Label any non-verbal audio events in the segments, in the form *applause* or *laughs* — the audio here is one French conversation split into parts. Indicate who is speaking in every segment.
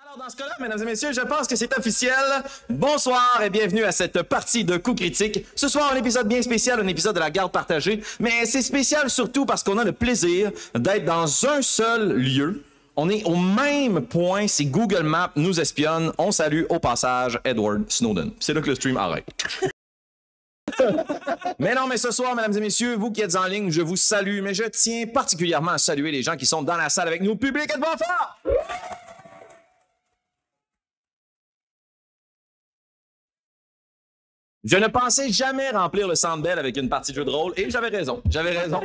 Speaker 1: Alors, dans ce cas-là, mesdames et messieurs, je pense que c'est officiel. Bonsoir et bienvenue à cette partie de Coup Critique. Ce soir, un épisode bien spécial, un épisode de la garde partagée. Mais c'est spécial surtout parce qu'on a le plaisir d'être dans un seul lieu. On est au même point si Google Maps nous espionne. On salue au passage Edward Snowden. C'est là que le stream arrête. *laughs* Mais non, mais ce soir, mesdames et messieurs, vous qui êtes en ligne, je vous salue, mais je tiens particulièrement à saluer les gens qui sont dans la salle avec nous. Public, êtes-vous en forme? Je ne pensais jamais remplir le Sandbell avec une partie de jeu de rôle et j'avais raison. J'avais raison.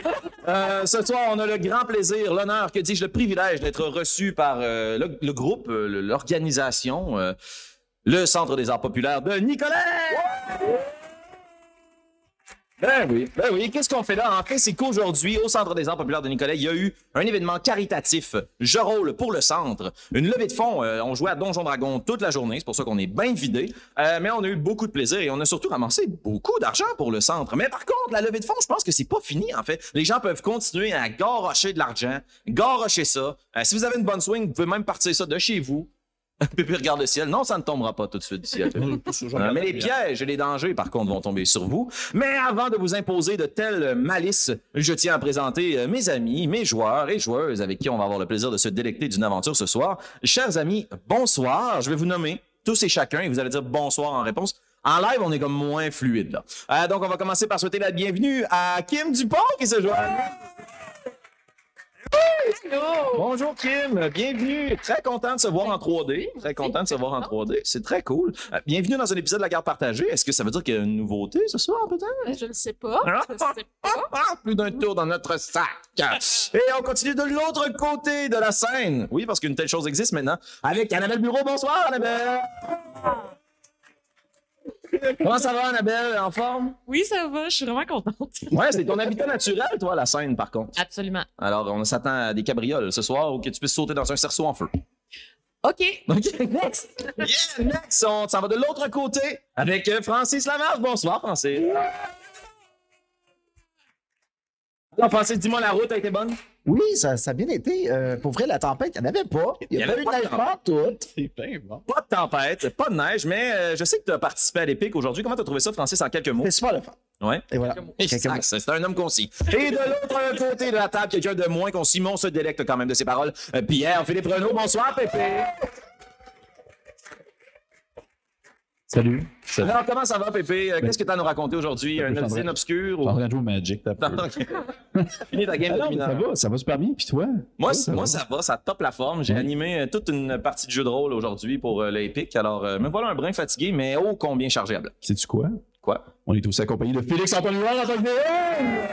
Speaker 1: Euh, ce soir, on a le grand plaisir, l'honneur, que dis-je, le privilège d'être reçu par euh, le, le groupe, euh, le- l'organisation, euh, le Centre des arts populaires de Nicolas! Ben oui, ben oui. Qu'est-ce qu'on fait là? En fait, c'est qu'aujourd'hui, au Centre des Arts Populaires de Nicolet, il y a eu un événement caritatif. Je rôle pour le centre. Une levée de fonds. Euh, on jouait à Donjon Dragon toute la journée. C'est pour ça qu'on est bien vidé. Euh, mais on a eu beaucoup de plaisir et on a surtout ramassé beaucoup d'argent pour le centre. Mais par contre, la levée de fonds, je pense que c'est pas fini, en fait. Les gens peuvent continuer à garrocher de l'argent, garrocher ça. Euh, si vous avez une bonne swing, vous pouvez même partir ça de chez vous. *laughs* Puis regarde le ciel. Non, ça ne tombera pas tout de suite du ciel.
Speaker 2: Hum.
Speaker 1: Euh, mais les pièges et les dangers, par contre, vont tomber sur vous. Mais avant de vous imposer de telles malices, je tiens à présenter euh, mes amis, mes joueurs et joueuses avec qui on va avoir le plaisir de se délecter d'une aventure ce soir. Chers amis, bonsoir. Je vais vous nommer tous et chacun et vous allez dire bonsoir en réponse. En live, on est comme moins fluide. là. Euh, donc, on va commencer par souhaiter la bienvenue à Kim Dupont qui se joint. à nous. Bonjour Kim, bienvenue. Très content de se voir en 3D. Très content de se voir en 3D. C'est très cool. Euh, Bienvenue dans un épisode de la garde partagée. Est-ce que ça veut dire qu'il y a une nouveauté ce soir peut-être?
Speaker 3: Ben, Je ne sais pas. Je ne sais pas.
Speaker 1: Ah, plus d'un tour dans notre sac. Et on continue de l'autre côté de la scène. Oui, parce qu'une telle chose existe maintenant. Avec Annabelle Bureau. Bonsoir Annabelle. Comment ça va Annabelle? En forme?
Speaker 3: Oui, ça va, je suis vraiment contente.
Speaker 1: Ouais, c'est ton habitat naturel toi la scène par contre.
Speaker 3: Absolument.
Speaker 1: Alors on s'attend à des cabrioles ce soir ou que tu puisses sauter dans un cerceau en feu.
Speaker 3: OK.
Speaker 1: OK, next! Yeah, next! On s'en va de l'autre côté avec euh, Francis Lamarche. Bonsoir, Francis. Alors, Francis, dis-moi, la route a été bonne?
Speaker 2: Oui, ça, ça a bien été. Euh, pour vrai, la tempête, il n'y en avait pas. Il
Speaker 1: Il y
Speaker 2: n'y a
Speaker 1: avait
Speaker 2: pas eu de
Speaker 1: pas de
Speaker 2: neige partout.
Speaker 4: C'est bien bon.
Speaker 1: Pas de tempête, pas de neige, mais euh, je sais que tu as participé à l'épique aujourd'hui. Comment tu as trouvé ça, Francis, en quelques mots?
Speaker 2: C'est super le fun.
Speaker 1: Ouais.
Speaker 2: Et voilà. Quelques
Speaker 1: Exact,
Speaker 2: mots.
Speaker 1: C'est un homme concis. Et de l'autre côté de la table, quelqu'un de moins concis, mais on se délecte quand même de ses paroles. Euh, Pierre, Philippe Renaud, bonsoir, Pépé.
Speaker 4: Salut. Salut.
Speaker 1: Alors, comment ça va, Pépé? Euh, Qu'est-ce que tu as à nous raconter aujourd'hui?
Speaker 4: Ben,
Speaker 1: Un
Speaker 4: je t'en
Speaker 1: obscur
Speaker 4: prie.
Speaker 1: obscure?
Speaker 4: On
Speaker 1: Ou...
Speaker 4: va jouer au Magic. t'as peu.
Speaker 1: *laughs* Fini ta game
Speaker 4: Ah
Speaker 1: de
Speaker 4: non, mais
Speaker 1: dominant.
Speaker 4: ça va, ça va super bien. Puis toi?
Speaker 1: Moi,
Speaker 4: Ouais,
Speaker 1: c- moi, ça va, ça top la forme. J'ai
Speaker 4: Ouais.
Speaker 1: animé euh, toute une partie de jeu de rôle aujourd'hui pour euh, l'Epic. Alors, euh, me voilà un brin fatigué, mais oh combien chargé à blanc.
Speaker 4: Sais-tu quoi?
Speaker 1: Quoi?
Speaker 4: On est aussi accompagné de Félix Antoine Huard en tant que DM.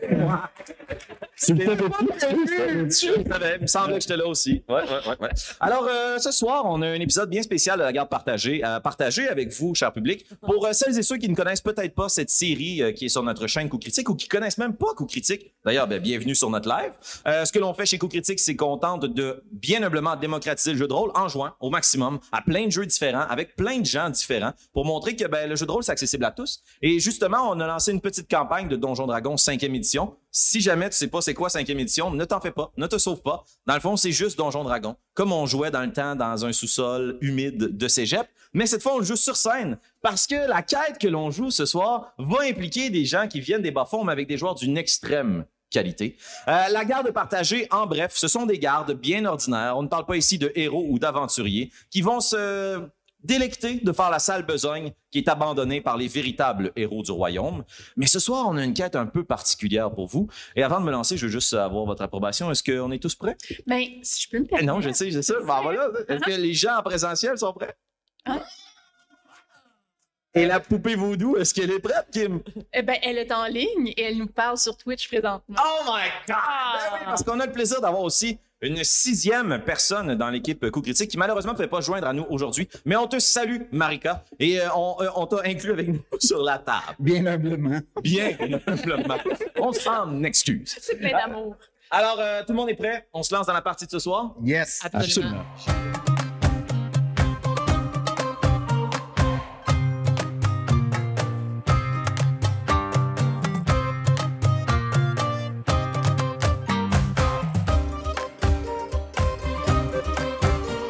Speaker 4: Tu le savais pas, tu le savais.
Speaker 1: Je savais, il me semblait que j'étais là aussi. Ouais, ouais, ouais, ouais. Alors, euh, ce soir, on a un épisode bien spécial de la garde partagée à partager avec vous, cher public. Pour euh, celles et ceux qui ne connaissent peut-être pas cette série euh, qui est sur notre chaîne Coup Critique ou qui connaissent même pas Coup Critique, d'ailleurs, ben, bienvenue sur notre live. Euh, ce que l'on fait chez Coup Critique, c'est qu'on tente de bien humblement démocratiser le jeu de rôle en jouant au maximum à plein de jeux différents, avec plein de gens différents, pour montrer que ben, le jeu de rôle, c'est accessible à tous. Et justement, on a lancé une petite campagne de Donjon Dragon 5e édition. Si jamais tu sais pas c'est quoi 5e édition, ne t'en fais pas, ne te sauve pas. Dans le fond, c'est juste Donjon Dragon, comme on jouait dans le temps dans un sous-sol humide de cégep. Mais cette fois, on le joue sur scène parce que la quête que l'on joue ce soir va impliquer des gens qui viennent des bas-fonds, mais avec des joueurs d'une extrême qualité. Euh, la garde partagée, en bref, ce sont des gardes bien ordinaires. On ne parle pas ici de héros ou d'aventuriers qui vont se délecter de faire la sale besogne qui est abandonnée par les véritables héros du royaume. Mais ce soir, on a une quête un peu particulière pour vous. Et avant de me lancer, je veux juste avoir votre approbation. Est-ce qu'on est tous prêts?
Speaker 3: Ben, si je peux me
Speaker 1: Eh
Speaker 3: permettre.
Speaker 1: Non, je sais, je sais. Ben voilà. Est-ce que les gens en présentiel sont prêts?
Speaker 3: Ah.
Speaker 1: Et la poupée vaudou, est-ce qu'elle est prête, Kim?
Speaker 3: Eh ben, elle est en ligne et elle nous parle sur Twitch présentement.
Speaker 1: Oh my God! Ben oui, parce qu'on a le plaisir d'avoir aussi une sixième personne dans l'équipe Coup Critique qui malheureusement ne pouvait pas se joindre à nous aujourd'hui. Mais on te salue, Marika, et euh, on, euh, on t'a inclus avec nous *laughs* sur la table.
Speaker 2: Bien humblement.
Speaker 1: Bien, humblement. on s'en excuse.
Speaker 3: C'est plein d'amour.
Speaker 1: Alors, euh, tout le monde est prêt? On se lance dans la partie de ce soir?
Speaker 2: Yes.
Speaker 1: Ah,
Speaker 4: Absolument.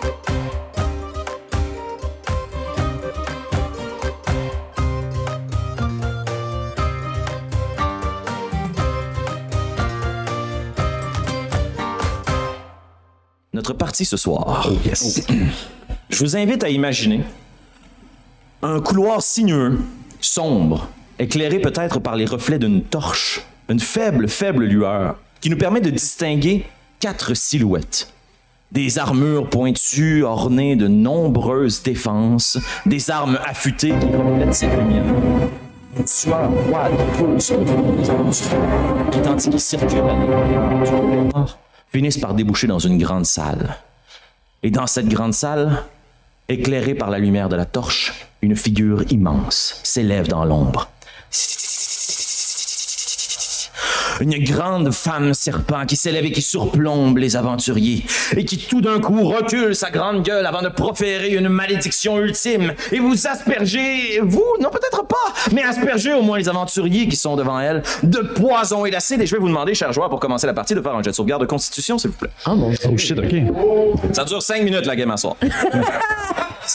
Speaker 5: Thank
Speaker 1: notre partie ce soir. Oh, Je vous invite à imaginer un couloir sinueux, sombre, éclairé peut-être par les reflets d'une torche, une faible, faible lueur, qui nous permet de distinguer quatre silhouettes. Des armures pointues ornées de nombreuses défenses, des armes affûtées qui reflètent cette lumière. Une sueur froide coule sur le front des qui, tandis qu'il circule à l'intérieur du couloir, finissent par déboucher dans une grande salle. Et dans cette grande salle, éclairée par la lumière de la torche, une figure immense s'élève dans l'ombre. Une grande femme serpent qui s'élève et qui surplombe les aventuriers et qui tout d'un coup recule sa grande gueule avant de proférer une malédiction ultime et vous asperger, vous, non peut-être pas, mais asperger au moins les aventuriers qui sont devant elle de poison et d'acide. Et je vais vous demander, chers joueurs, pour commencer la partie, de faire un jet de sauvegarde de constitution, s'il vous plaît.
Speaker 6: Ah mon dieu.
Speaker 4: Oh shit, ok.
Speaker 1: Ça dure 5 minutes la game à soir.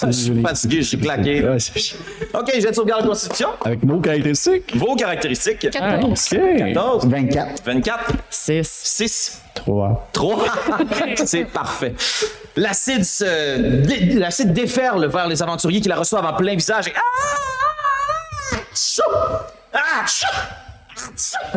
Speaker 1: Je suis fatigué, je suis claqué.
Speaker 4: Ouais, c'est-
Speaker 1: Ok, jet de sauvegarde de constitution.
Speaker 4: Avec nos caractéristiques.
Speaker 1: Vos caractéristiques.
Speaker 7: 14.
Speaker 4: Ok.
Speaker 1: 14,
Speaker 6: 24.
Speaker 1: 24,
Speaker 3: 6.
Speaker 1: 6,
Speaker 4: 3.
Speaker 1: 3. *laughs* C'est parfait. L'acide se dé- l'acide déferle vers les aventuriers qui la reçoivent en plein visage. Et... Ah! Tchou! Ah! Tchou! Ah! Tchou!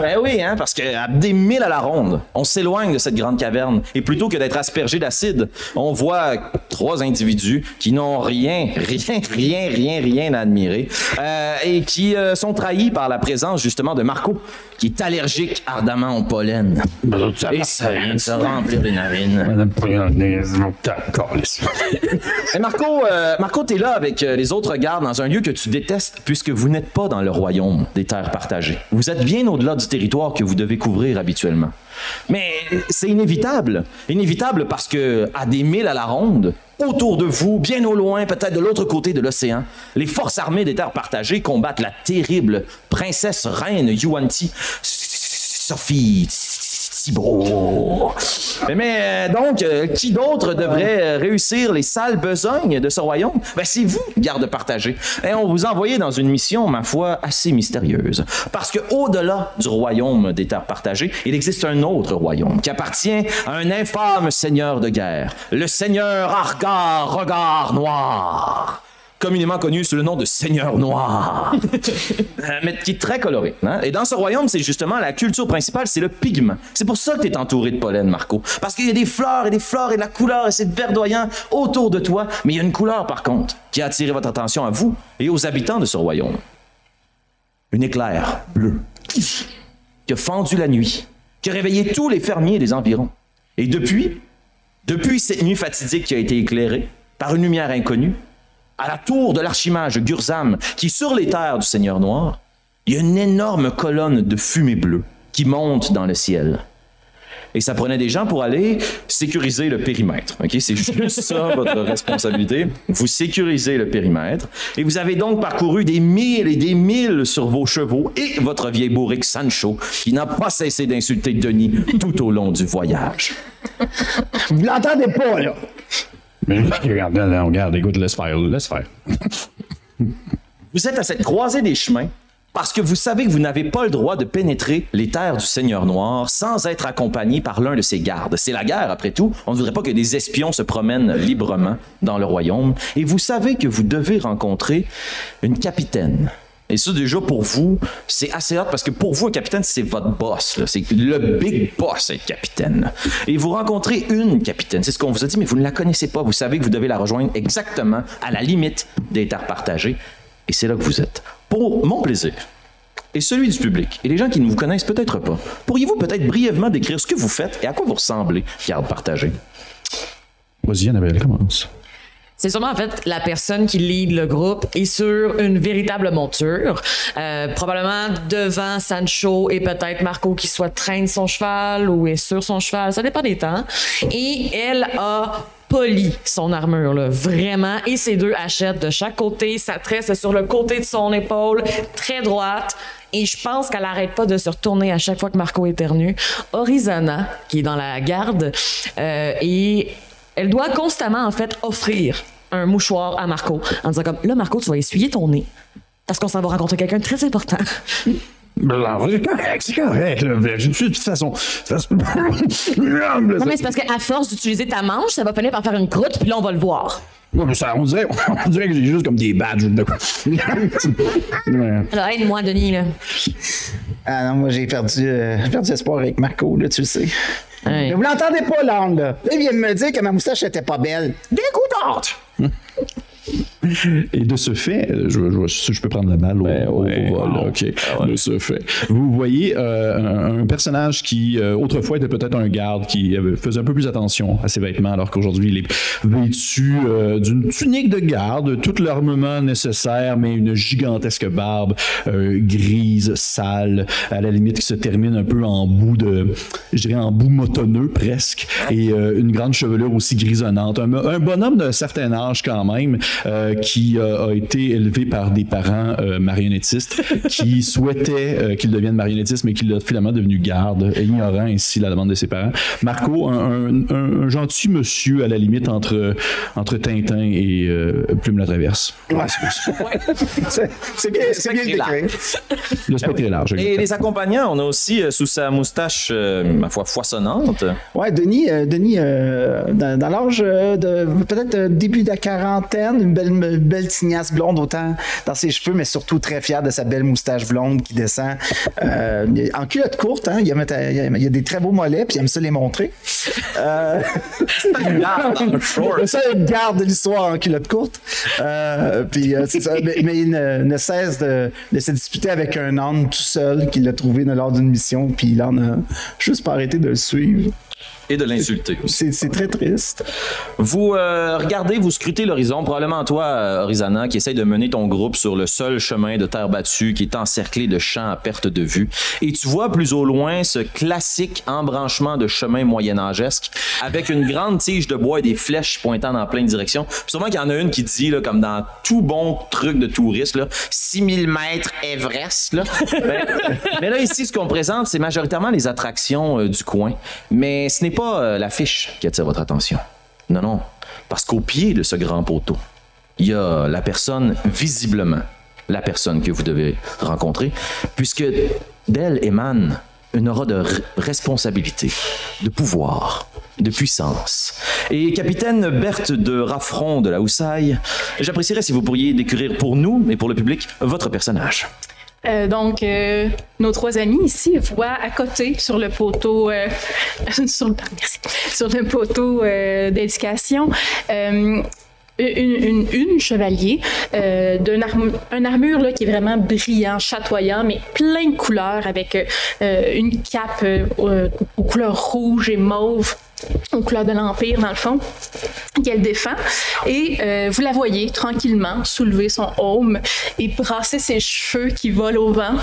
Speaker 1: Ben oui, hein, parce qu'à des milles à la ronde, on s'éloigne de cette grande caverne. Et plutôt que d'être aspergé d'acide, on voit trois individus qui n'ont rien, rien, rien, rien, rien à admirer euh, et qui euh, sont trahis par la présence justement de Marco, qui est allergique ardemment au pollen. Et ça vient de se remplir les narines. Et Marco, euh, Marco t'es là avec euh, les autres gardes dans un lieu que tu détestes puisque vous n'êtes pas dans le royaume des terres partagées. Vous êtes bien au-delà du territoire que vous devez couvrir habituellement. Mais c'est inévitable. Inévitable parce que, à des milles à la ronde, autour de vous, bien au loin, peut-être de l'autre côté de l'océan, les forces armées des terres partagées combattent la terrible princesse reine Yuanti, Sophie Thibault. Mais, mais, euh, donc, euh, qui d'autre devrait euh, réussir les sales besognes de ce royaume? Ben, c'est vous, garde partagée. Et on vous envoyait dans une mission, ma foi, assez mystérieuse. Parce que au-delà du royaume des terres partagées, il existe un autre royaume qui appartient à un infâme seigneur de guerre, le seigneur Argar Regard Noir communément connu sous le nom de Seigneur Noir, Euh, mais qui est très coloré. hein. Et dans ce royaume, c'est justement la culture principale, c'est le pigment. C'est pour ça que tu es entouré de pollen, Marco. Parce qu'il y a des fleurs et des fleurs et de la couleur et c'est verdoyant autour de toi. Mais il y a une couleur, par contre, qui a attiré votre attention à vous et aux habitants de ce royaume. Une éclair bleu qui a fendu la nuit, qui a réveillé tous les fermiers des environs. Et depuis, depuis cette nuit fatidique qui a été éclairée par une lumière inconnue, à la tour de l'archimage Gurzam, qui est sur les terres du Seigneur Noir, il y a une énorme colonne de fumée bleue qui monte dans le ciel. Et ça prenait des gens pour aller sécuriser le périmètre. OK? C'est juste ça, votre responsabilité. Vous sécurisez le périmètre. Et vous avez donc parcouru des milles et des milles sur vos chevaux et votre vieil bourrique Sancho, qui n'a pas cessé d'insulter Denis tout au long du voyage.
Speaker 6: Vous l'entendez pas, là.
Speaker 4: Mais regarde, là, là, regarde, écoute, laisse faire, laisse faire.
Speaker 1: Vous êtes à cette croisée des chemins parce que vous savez que vous n'avez pas le droit de pénétrer les terres du Seigneur Noir sans être accompagné par l'un de ses gardes. C'est la guerre, après tout. On ne voudrait pas que des espions se promènent librement dans le royaume. Et vous savez que vous devez rencontrer une capitaine. Et ça, déjà, pour vous, c'est assez hot parce que pour vous, un capitaine, c'est votre boss. là. C'est le big boss, être capitaine. Et vous rencontrez une capitaine. C'est ce qu'on vous a dit, mais vous ne la connaissez pas. Vous savez que vous devez la rejoindre exactement à la limite des terres partagées. Et c'est là que vous êtes. Pour mon plaisir et celui du public, et les gens qui ne vous connaissent peut-être pas, pourriez-vous peut-être brièvement décrire ce que vous faites et à quoi vous ressemblez, garde partagée?
Speaker 4: Vas-y, Annabelle, commence.
Speaker 3: C'est sûrement en fait la personne qui lead le groupe est sur une véritable monture, Euh, probablement devant Sancho et peut-être Marco qui soit traîne son cheval ou est sur son cheval, ça dépend des temps. Et elle a poli son armure là, vraiment et ses deux hachettes de chaque côté, sa tresse est sur le côté de son épaule, très droite. Et je pense qu'elle n'arrête pas de se retourner à chaque fois que Marco éternue. Orizana, qui est dans la garde, euh, et elle doit constamment, en fait, offrir un mouchoir à Marco en disant comme, là, Marco, tu vas essuyer ton nez parce qu'on s'en va rencontrer quelqu'un de très important.
Speaker 4: Blanc. C'est correct, c'est correct. Là. Je me suis de toute façon. *laughs*
Speaker 3: Non, mais c'est parce qu'à force d'utiliser ta manche, ça va finir par faire une croûte, puis là, on va le voir.
Speaker 4: Non, mais ça, on, dirait, on dirait que j'ai juste comme des badges ou de
Speaker 3: *laughs*
Speaker 4: quoi. Ouais.
Speaker 3: Alors, aide-moi, Denis, là.
Speaker 2: Ah non, moi j'ai perdu, euh, j'ai perdu espoir avec Marco, là, tu le sais. Mais vous l'entendez pas, l'onde, là. Il vient de me dire que ma moustache était pas belle. Dégoûtante!
Speaker 4: Et de ce fait, euh, je, je- je- je peux prendre la balle au, au- au vol, ok. De ce fait, vous voyez euh, un, un personnage qui euh, autrefois était peut-être un garde qui avait- faisait un peu plus attention à ses vêtements, alors qu'aujourd'hui il est vêtu euh, d'une tunique de garde, tout l'armement nécessaire, mais une gigantesque barbe euh, grise, sale, à la limite qui se termine un peu en bout de, je dirais en bout motonneux presque, et euh, une grande chevelure aussi grisonnante. Un, un bonhomme d'un certain âge quand même, euh, qui euh, a été élevé par des parents euh, marionnettistes qui souhaitaient euh, qu'il devienne marionnettiste, mais qu'il est finalement devenu garde, ignorant ainsi la demande de ses parents. Marco, un, un- un- un gentil monsieur à la limite entre, entre Tintin et euh, Plume la Traverse.
Speaker 2: C'est c'est bien, c'est bien
Speaker 8: Spectre est
Speaker 2: décrit.
Speaker 4: Le spectre est large.
Speaker 8: Et les accompagnants, on a aussi euh, sous sa moustache, euh, ma foi, foisonnante.
Speaker 2: Ouais, Denis, euh, Denis euh, dans, dans l'âge euh, de peut-être euh, début de la quarantaine, une belle, une belle tignasse blonde, autant dans ses cheveux, mais surtout très fier de sa belle moustache blonde qui descend. Euh, en culotte courte, hein, il, aime ta- il aime- il a des très beaux mollets, puis il aime ça les montrer. Euh,
Speaker 8: Garde dans le short.
Speaker 2: *laughs* Le seul garde de l'histoire en culotte courte. Euh, puis euh, c'est ça. Mais, mais il ne, ne cesse de, de se disputer avec un âne tout seul qu'il a trouvé lors d'une mission, puis il en a juste pas arrêté de le suivre.
Speaker 8: Et de l'insulter aussi.
Speaker 2: C'est c'est très triste.
Speaker 8: Vous euh, regardez, vous scrutez l'horizon, probablement toi, euh, Horizana, qui essaye de mener ton groupe sur le seul chemin de terre battue qui est encerclé de champs à perte de vue. Et tu vois plus au loin ce classique embranchement de chemin moyen-âgesque avec une grande tige de bois et des flèches pointant dans plein de directions. Puis Sûrement qu'il y en a une qui dit, là, comme dans tout bon truc de touriste, là, 6000 mètres Everest. Là. Ben, mais là, ici, ce qu'on présente, c'est majoritairement les attractions euh, du coin. Mais ce n'est pas euh, l'affiche qui attire votre attention. Non, non. Parce qu'au pied de ce grand poteau, il y a la personne, visiblement, la personne que vous devez rencontrer, puisque d'elle émane une aura de r- responsabilité, de pouvoir, de puissance. Et capitaine Berthe de Raffron de la Houssaye, j'apprécierais si vous pourriez décrire pour nous et pour le public votre personnage.
Speaker 9: Euh, donc, euh, nos trois amis ici voient à côté sur le poteau, euh, *laughs* sur, le, merci, sur le poteau euh, d'éducation. euh, une, une- une chevalier euh, d'une armu- une armure là, qui est vraiment brillant, chatoyant, mais plein de couleurs avec euh, une cape euh, euh, aux couleurs rouge et mauve, aux couleurs de l'Empire dans le fond, qu'elle défend. Et euh, vous la voyez tranquillement soulever son aume et brasser ses cheveux qui volent au vent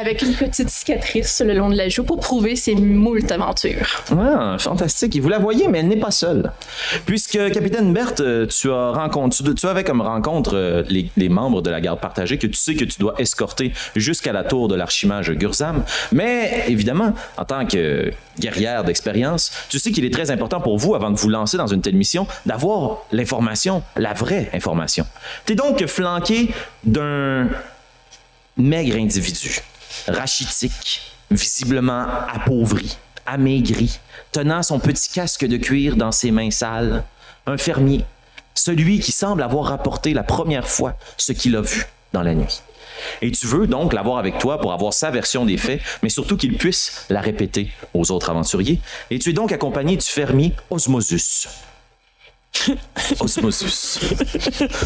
Speaker 9: avec une petite cicatrice le long de la joue pour prouver ses moult aventures.
Speaker 8: Ah, fantastique. Et vous la voyez, mais elle n'est pas seule. Puisque, capitaine Berthe, euh, tu as rencontre, tu, tu avais comme rencontre euh, les, les membres de la garde partagée que tu sais que tu dois escorter jusqu'à la tour de l'archimage Gurzam. Mais, évidemment, en tant que guerrière d'expérience, tu sais qu'il est très important pour vous, avant de vous lancer dans une telle mission, d'avoir l'information, la vraie information. Tu es donc flanqué d'un maigre individu, rachitique, visiblement appauvri, amaigri, tenant son petit casque de cuir dans ses mains sales, un fermier, celui qui semble avoir rapporté la première fois ce qu'il a vu dans la nuit. Et tu veux donc l'avoir avec toi pour avoir sa version des faits, mais surtout qu'il puisse la répéter aux autres aventuriers. Et tu es donc accompagné du fermier *laughs* Osmosus. Osmosus.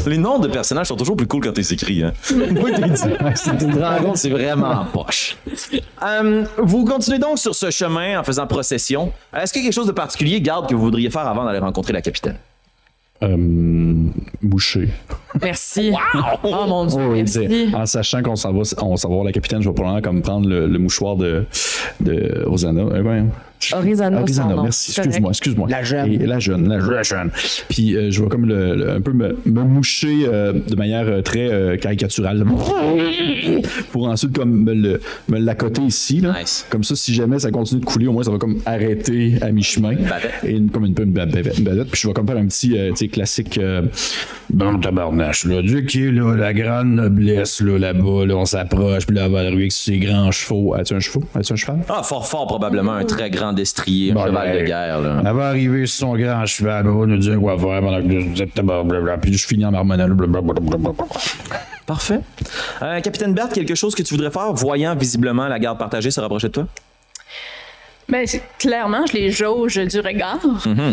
Speaker 8: Les noms de personnages sont toujours plus cool quand t'es écrit. *laughs* Hein. Moi, t'es dit, c'est une dragon, c'est vraiment poche. Hum, vous continuez donc sur ce chemin en faisant procession. Est-ce qu'il y a quelque chose de particulier, garde, que vous voudriez faire avant d'aller rencontrer la capitaine?
Speaker 4: boucher.
Speaker 3: Merci. Oh mon Dieu, merci.
Speaker 4: En sachant qu'on s'en va, on s'en va voir la capitaine, je vais probablement comme prendre le, le mouchoir de, de Rosanna. Eh ben,
Speaker 3: Orizana.
Speaker 4: Orizana,
Speaker 3: son nom.
Speaker 4: merci.
Speaker 3: C'est correct.
Speaker 4: Excuse-moi, excuse-moi.
Speaker 2: La jeune.
Speaker 4: Et la jeune, la, la jeune. Puis euh, je vais comme le- le- un peu me, me moucher euh, de manière euh, très euh, caricaturale. Pour ensuite comme me le- me l'accoter ici. Là.
Speaker 8: Nice.
Speaker 4: Comme ça, si jamais ça continue de couler, au moins ça va comme arrêter à mi-chemin.
Speaker 8: bavette.
Speaker 4: Et une- comme une, une bavette, une bavette. Puis je vais comme faire un petit euh, tu sais, classique. euh, bon tabarnache, là. Dieu qui est là, la grande noblesse, là, là-bas, là, on s'approche, puis là, elle va arriver avec ses grands chevaux. As-tu un chevaux? As-tu un cheval?
Speaker 8: Ah, fort, fort, probablement un très grand destrier, un
Speaker 4: Bon,
Speaker 8: cheval de
Speaker 4: ben,
Speaker 8: guerre. Là.
Speaker 4: Elle va arriver sur son grand cheval, elle va nous dire quoi faire pendant que nous- blablabla, puis je finis en marmonnant. blablabla.
Speaker 8: Parfait. Euh, Capitaine Bert, quelque chose que tu voudrais faire, voyant visiblement la garde partagée se rapprocher de toi?
Speaker 9: Ben, c'est- clairement, je les jauge du regard.
Speaker 8: Mm-hmm.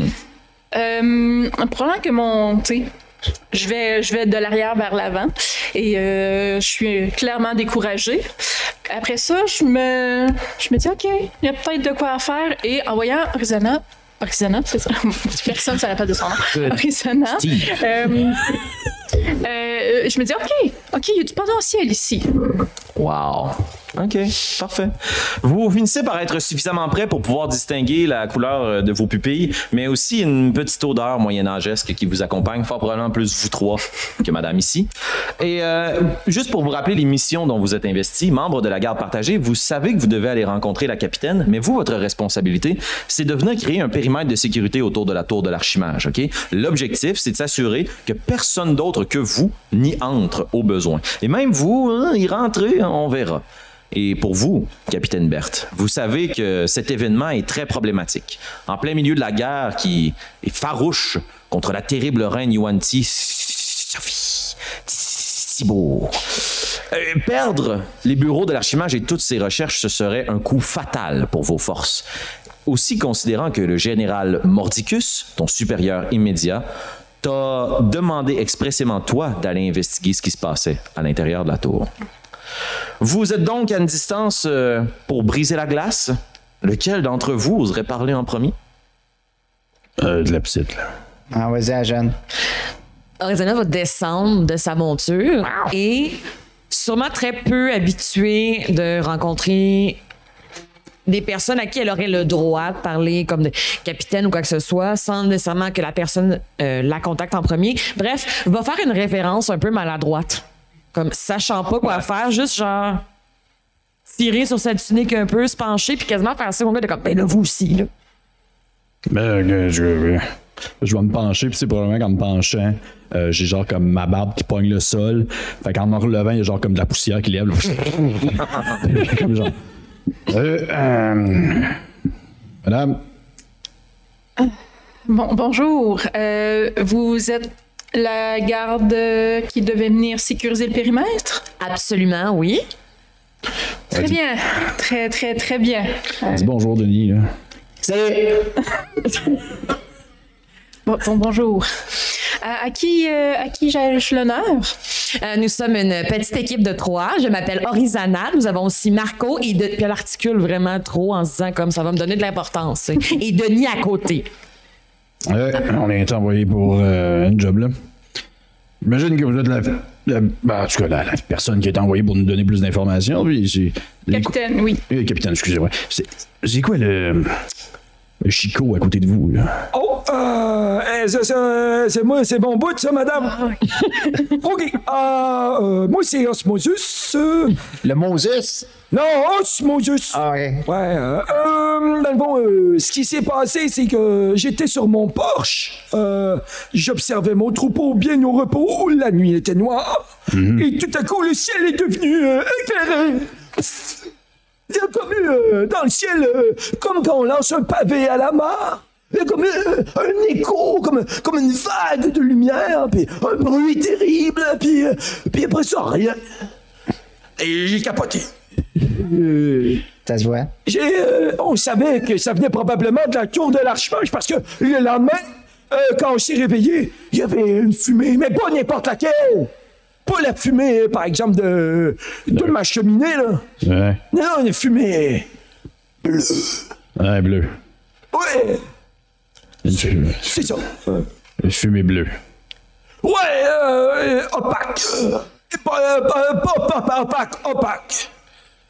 Speaker 9: Euh, probablement que mon. tu sais, je vais, je vais de l'arrière vers l'avant et euh, je suis clairement découragée. Après ça, je me, je me dis, OK, il y a peut-être de quoi à faire. Et en voyant Arizona, Arizona, c'est ça? *laughs* Personne ne pas de son nom. Arizona. euh, euh, je me dis, OK, OK, il y a du potentiel ici.
Speaker 8: Wow. OK, parfait. Vous finissez par être suffisamment prêt pour pouvoir distinguer la couleur euh, de vos pupilles, mais aussi une petite odeur moyenâgesque qui vous accompagne, fort probablement plus vous trois que madame ici. Et euh, juste pour vous rappeler les missions dont vous êtes investis, membre de la garde partagée, vous savez que vous devez aller rencontrer la capitaine, mais vous, votre responsabilité, c'est de venir créer un périmètre de sécurité autour de la tour de l'archimage. OK? L'objectif, c'est de s'assurer que personne d'autre que vous n'y entre au besoin. Et même vous, hein, y rentrez, hein, on verra. Et pour vous, capitaine Berthe, vous savez que cet événement est très problématique. En plein milieu de la guerre qui est farouche contre la terrible reine Yuan-Ti, Sophie Thibault. Euh, perdre les bureaux de l'archimage et toutes ses recherches, ce serait un coup fatal pour vos forces. Aussi considérant que le général Mordicus, ton supérieur immédiat, t'a demandé expressément, toi, d'aller investiguer ce qui se passait à l'intérieur de la tour. Vous êtes donc à une distance euh, pour briser la glace. Lequel d'entre vous oserait parler en premier?
Speaker 4: Euh, de la petite, là.
Speaker 2: Ah, vas-y, la jeune.
Speaker 3: Arizona va descendre de sa monture et sûrement très peu habituée de rencontrer des personnes à qui elle aurait le droit de parler comme de capitaine ou quoi que ce soit sans nécessairement que la personne euh, la contacte en premier. Bref, va faire une référence un peu maladroite. Comme sachant pas quoi faire, juste genre tirer sur sa tunique un peu, se pencher, puis quasiment faire ça mon gars de comme ben là vous aussi là.
Speaker 4: Ben, euh, je, euh, je vais me pencher, puis c'est probablement qu'en me penchant, euh, j'ai genre comme ma barbe qui pogne le sol. Fait qu'en me relevant, il y a genre comme de la poussière qui lève. là. *laughs* comme genre. Euh, euh, Madame,
Speaker 9: Bon, bonjour. Euh, vous êtes la garde euh, qui devait venir sécuriser le périmètre?
Speaker 3: Absolument, oui.
Speaker 9: Très
Speaker 4: dis-
Speaker 9: bien. Très, très, très bien. Euh,
Speaker 4: dis bonjour, Denis. Là.
Speaker 9: Bon, bon, bonjour. À, à qui, euh, à qui j'ai j'ai l'honneur?
Speaker 3: Euh, nous sommes une petite équipe de trois. Je m'appelle Orizana. Nous avons aussi Marco. Et de... Puis elle articule vraiment trop en se disant comme ça va me donner de l'importance. tu sais. et Denis à côté.
Speaker 4: Euh, on est envoyé pour euh, une job, là. J'imagine que vous êtes la. la- ben, en tout cas, la, la personne qui est envoyée pour nous donner plus d'informations. Puis c'est. les cou-
Speaker 9: Capitaine, oui.
Speaker 4: Euh, capitaine, excusez-moi. C'est c'est quoi le. le Chico à côté de vous, là?
Speaker 10: Oh, euh, eh, ça, ça, c'est moi, c'est bon bout, ça, madame. *laughs* OK. Ah, euh, moi, c'est Osmosus. euh,
Speaker 2: Le Moses.
Speaker 10: non, Osmosus.
Speaker 2: Ah, ouais.
Speaker 10: Ouais, euh, euh, dans le fond, euh, ce qui s'est passé, c'est que j'étais sur mon porche. Euh, J'observais mon troupeau bien au repos. La nuit était noire. Et tout à coup, le ciel est devenu euh, éclairé. J'ai entendu euh, dans le ciel, euh, comme quand on lance un pavé à la mare. Et Comme euh, un écho, comme, comme une vague de lumière, puis un bruit terrible, puis, euh, puis après ça, rien. Et j'ai capoté. Euh,
Speaker 2: Ça se voit.
Speaker 10: j'ai, euh, on savait que ça venait probablement de la tour de l'archimage parce que le lendemain, euh, quand on s'est réveillé, il y avait une fumée, mais pas n'importe laquelle. Pas la fumée, par exemple, de, de ma cheminée, là.
Speaker 4: Ouais.
Speaker 10: Non, une fumée.
Speaker 4: Ouais, bleu.
Speaker 10: Ouais,
Speaker 4: Une fumée,
Speaker 10: c'est ça. Euh,
Speaker 4: une fumée bleue.
Speaker 10: Ouais, euh, euh, opaque. *laughs* Euh, Pas, euh, pas, pas- pas- pas opaque, opaque.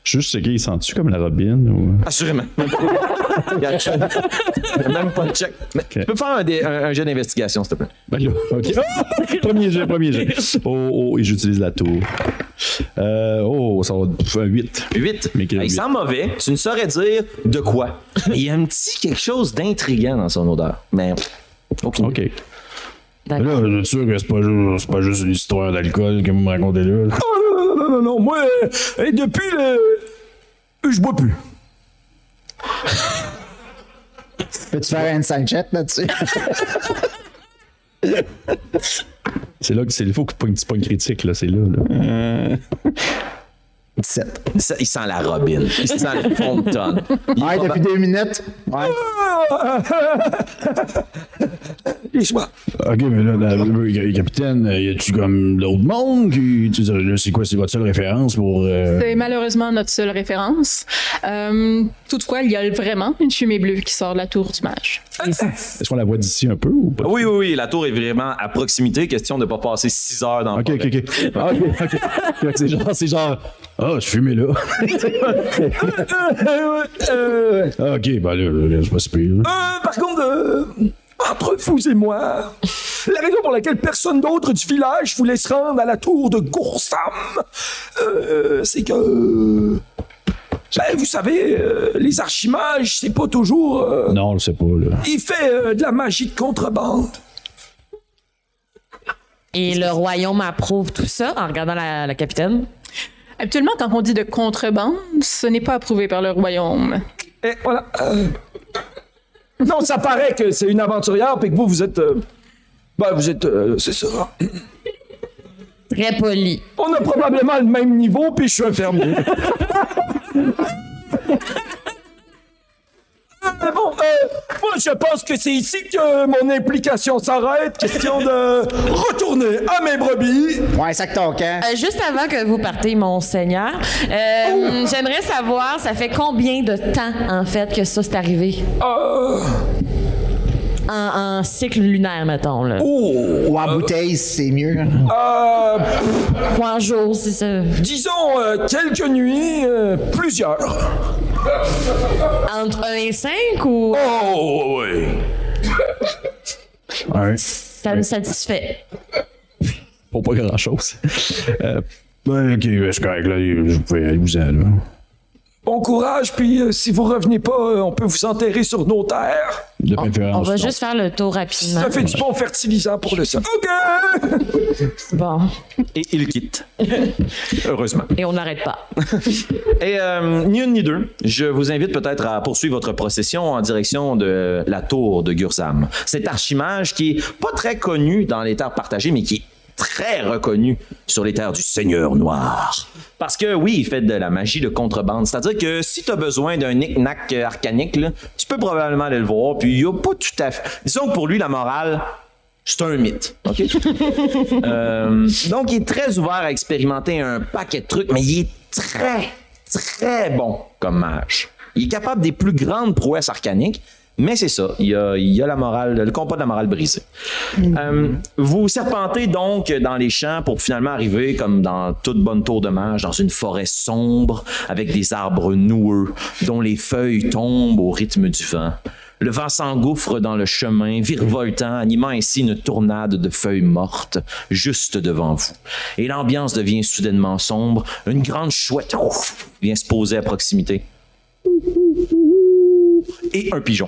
Speaker 4: Juste, c'est qu'il sent-tu comme la robine ou. hein?
Speaker 8: Assurément. *laughs* Il y a- il y a même pas de check. Mais Tu peux faire un, dé- un- un jet d'investigation, s'il te plaît.
Speaker 4: Ben là, ok. Ah! premier jet, premier jet. Oh, oh, et j'utilise la tour. Euh, oh, ça va pff, un 8.
Speaker 8: 8.
Speaker 4: Mais quel
Speaker 8: il
Speaker 4: huit?
Speaker 8: sent mauvais. Tu ne saurais dire de quoi. Il y a un petit quelque chose d'intriguant dans son odeur. Mais. aucune idée.
Speaker 4: Ok.
Speaker 3: D'accord.
Speaker 4: Là, je suis sûr que c'est pas, ju- c'est pas juste une histoire d'alcool que vous me racontez là.
Speaker 10: Non, non, non, non, non, non, moi, euh, et depuis le. Je bois plus.
Speaker 2: Peux-tu faire un inside jet *laughs* là-dessus?
Speaker 4: C'est là que c'est il faut que tu pognes- tu pognes critique, là, c'est là. là.
Speaker 2: 17.
Speaker 8: Ça- il sent la robine. *laughs* Il sent le fond de tonne. Il est
Speaker 2: Ouais,
Speaker 8: proba-
Speaker 2: depuis deux minutes. Ouais.
Speaker 10: Laisse-moi.
Speaker 4: Ok, mais là, là, euh, capitaine, euh, y a-tu comme d'autres mondes qui. Tu sais, là, c'est quoi, c'est votre seule référence pour. euh,
Speaker 9: C'est malheureusement notre seule référence. Euh, toutefois, il y a vraiment une fumée bleue qui sort de la tour du mage.
Speaker 4: Est-ce qu'on la voit d'ici un peu ou pas?
Speaker 8: Oui, oui, oui. La tour est vraiment à proximité. Question de ne pas passer 6 heures dans le
Speaker 4: Ok, ok, ok. Ah, ok, ok.
Speaker 3: *laughs*
Speaker 4: Fait que c'est genre, c'est genre, ah, je fumais là.
Speaker 10: Euh,
Speaker 4: Ah, ok, ben là, là, c'est pas si pire. là.
Speaker 3: Ah!
Speaker 10: euh, par contre, euh, entre vous et moi, la raison pour laquelle personne d'autre du village vous laisse rendre à la tour de Goursam, euh, c'est que. euh, Ben, vous savez, euh, les archimages, c'est pas toujours. euh,
Speaker 4: Non, on le sait pas, là.
Speaker 10: il fait euh, de la magie de contrebande.
Speaker 3: Et le royaume approuve tout ça en regardant la, la capitaine.
Speaker 9: Habituellement, quand on dit de contrebande, ce n'est pas approuvé par le royaume.
Speaker 10: Et voilà. euh. Non, ça paraît que c'est une aventurière, puis que vous, vous êtes. euh, Ben, vous êtes. euh, c'est ça.
Speaker 3: Très poli.
Speaker 10: On a probablement le même niveau, puis je suis infirmier. Mais bon, euh, moi, je pense que c'est ici que mon implication s'arrête. Question de retourner Ah, à mes brebis.
Speaker 2: Ouais, sac ton camp.
Speaker 3: Euh, juste avant que vous partez, monseigneur, euh,
Speaker 10: Oh!
Speaker 3: j'aimerais savoir, ça fait combien de temps, en fait, que ça, c'est arrivé?
Speaker 10: Euh,
Speaker 3: En, en cycle lunaire, mettons, là.
Speaker 10: oh,
Speaker 2: Ou en bouteille, c'est mieux.
Speaker 10: euh,
Speaker 3: Ou en jour, si ça...
Speaker 10: disons euh, quelques nuits, euh, plusieurs.
Speaker 3: Entre 1 et 5, ou
Speaker 10: Oh, oui.
Speaker 4: Un,
Speaker 3: ça me satisfait?
Speaker 4: pour pas grand-chose. *laughs* Euh, ben, ok, ben, c'est correct, là, je pouvais aller vous en, là.
Speaker 10: Bon courage, puis euh, si vous revenez pas, euh, on peut vous enterrer sur nos terres.
Speaker 4: De
Speaker 3: On,
Speaker 4: préférence.
Speaker 3: on va
Speaker 4: non.
Speaker 3: juste faire le tour
Speaker 10: *laughs*
Speaker 3: rapidement.
Speaker 10: Ça fait du bon fertilisant pour le sang. OK!
Speaker 3: Bon,
Speaker 8: Et il quitte. Heureusement.
Speaker 3: et on n'arrête pas.
Speaker 8: Et euh, ni une ni deux, je vous invite peut-être à poursuivre votre procession en direction de la tour de Gursam. Cet archimage qui est pas très connu dans les terres partagées, mais qui est très reconnu sur les terres du Seigneur Noir. Parce que oui, il fait de la magie de contrebande. C'est-à-dire que si tu as besoin d'un knick-knack euh, arcanique, là, tu peux probablement aller le voir, puis il n'y a pas tout à fait... Disons que pour lui, la morale, c'est un mythe, *laughs* OK? Euh, donc, il est très ouvert à expérimenter un paquet de trucs, mais il est très, très bon comme mage. Il est capable des plus grandes prouesses arcaniques, mais c'est ça. Il a, il a la morale, le compas de la morale brisée. Euh, vous serpentez donc dans les champs pour finalement arriver, comme dans toute bonne tour de mage, dans une forêt sombre avec des arbres noueux dont les feuilles tombent au rythme du vent. Le vent s'engouffre dans le chemin, virevoltant, animant ainsi une tournade de feuilles mortes juste devant vous. Et l'ambiance devient soudainement sombre. Une grande chouette ouf, vient se poser à proximité. Et un pigeon.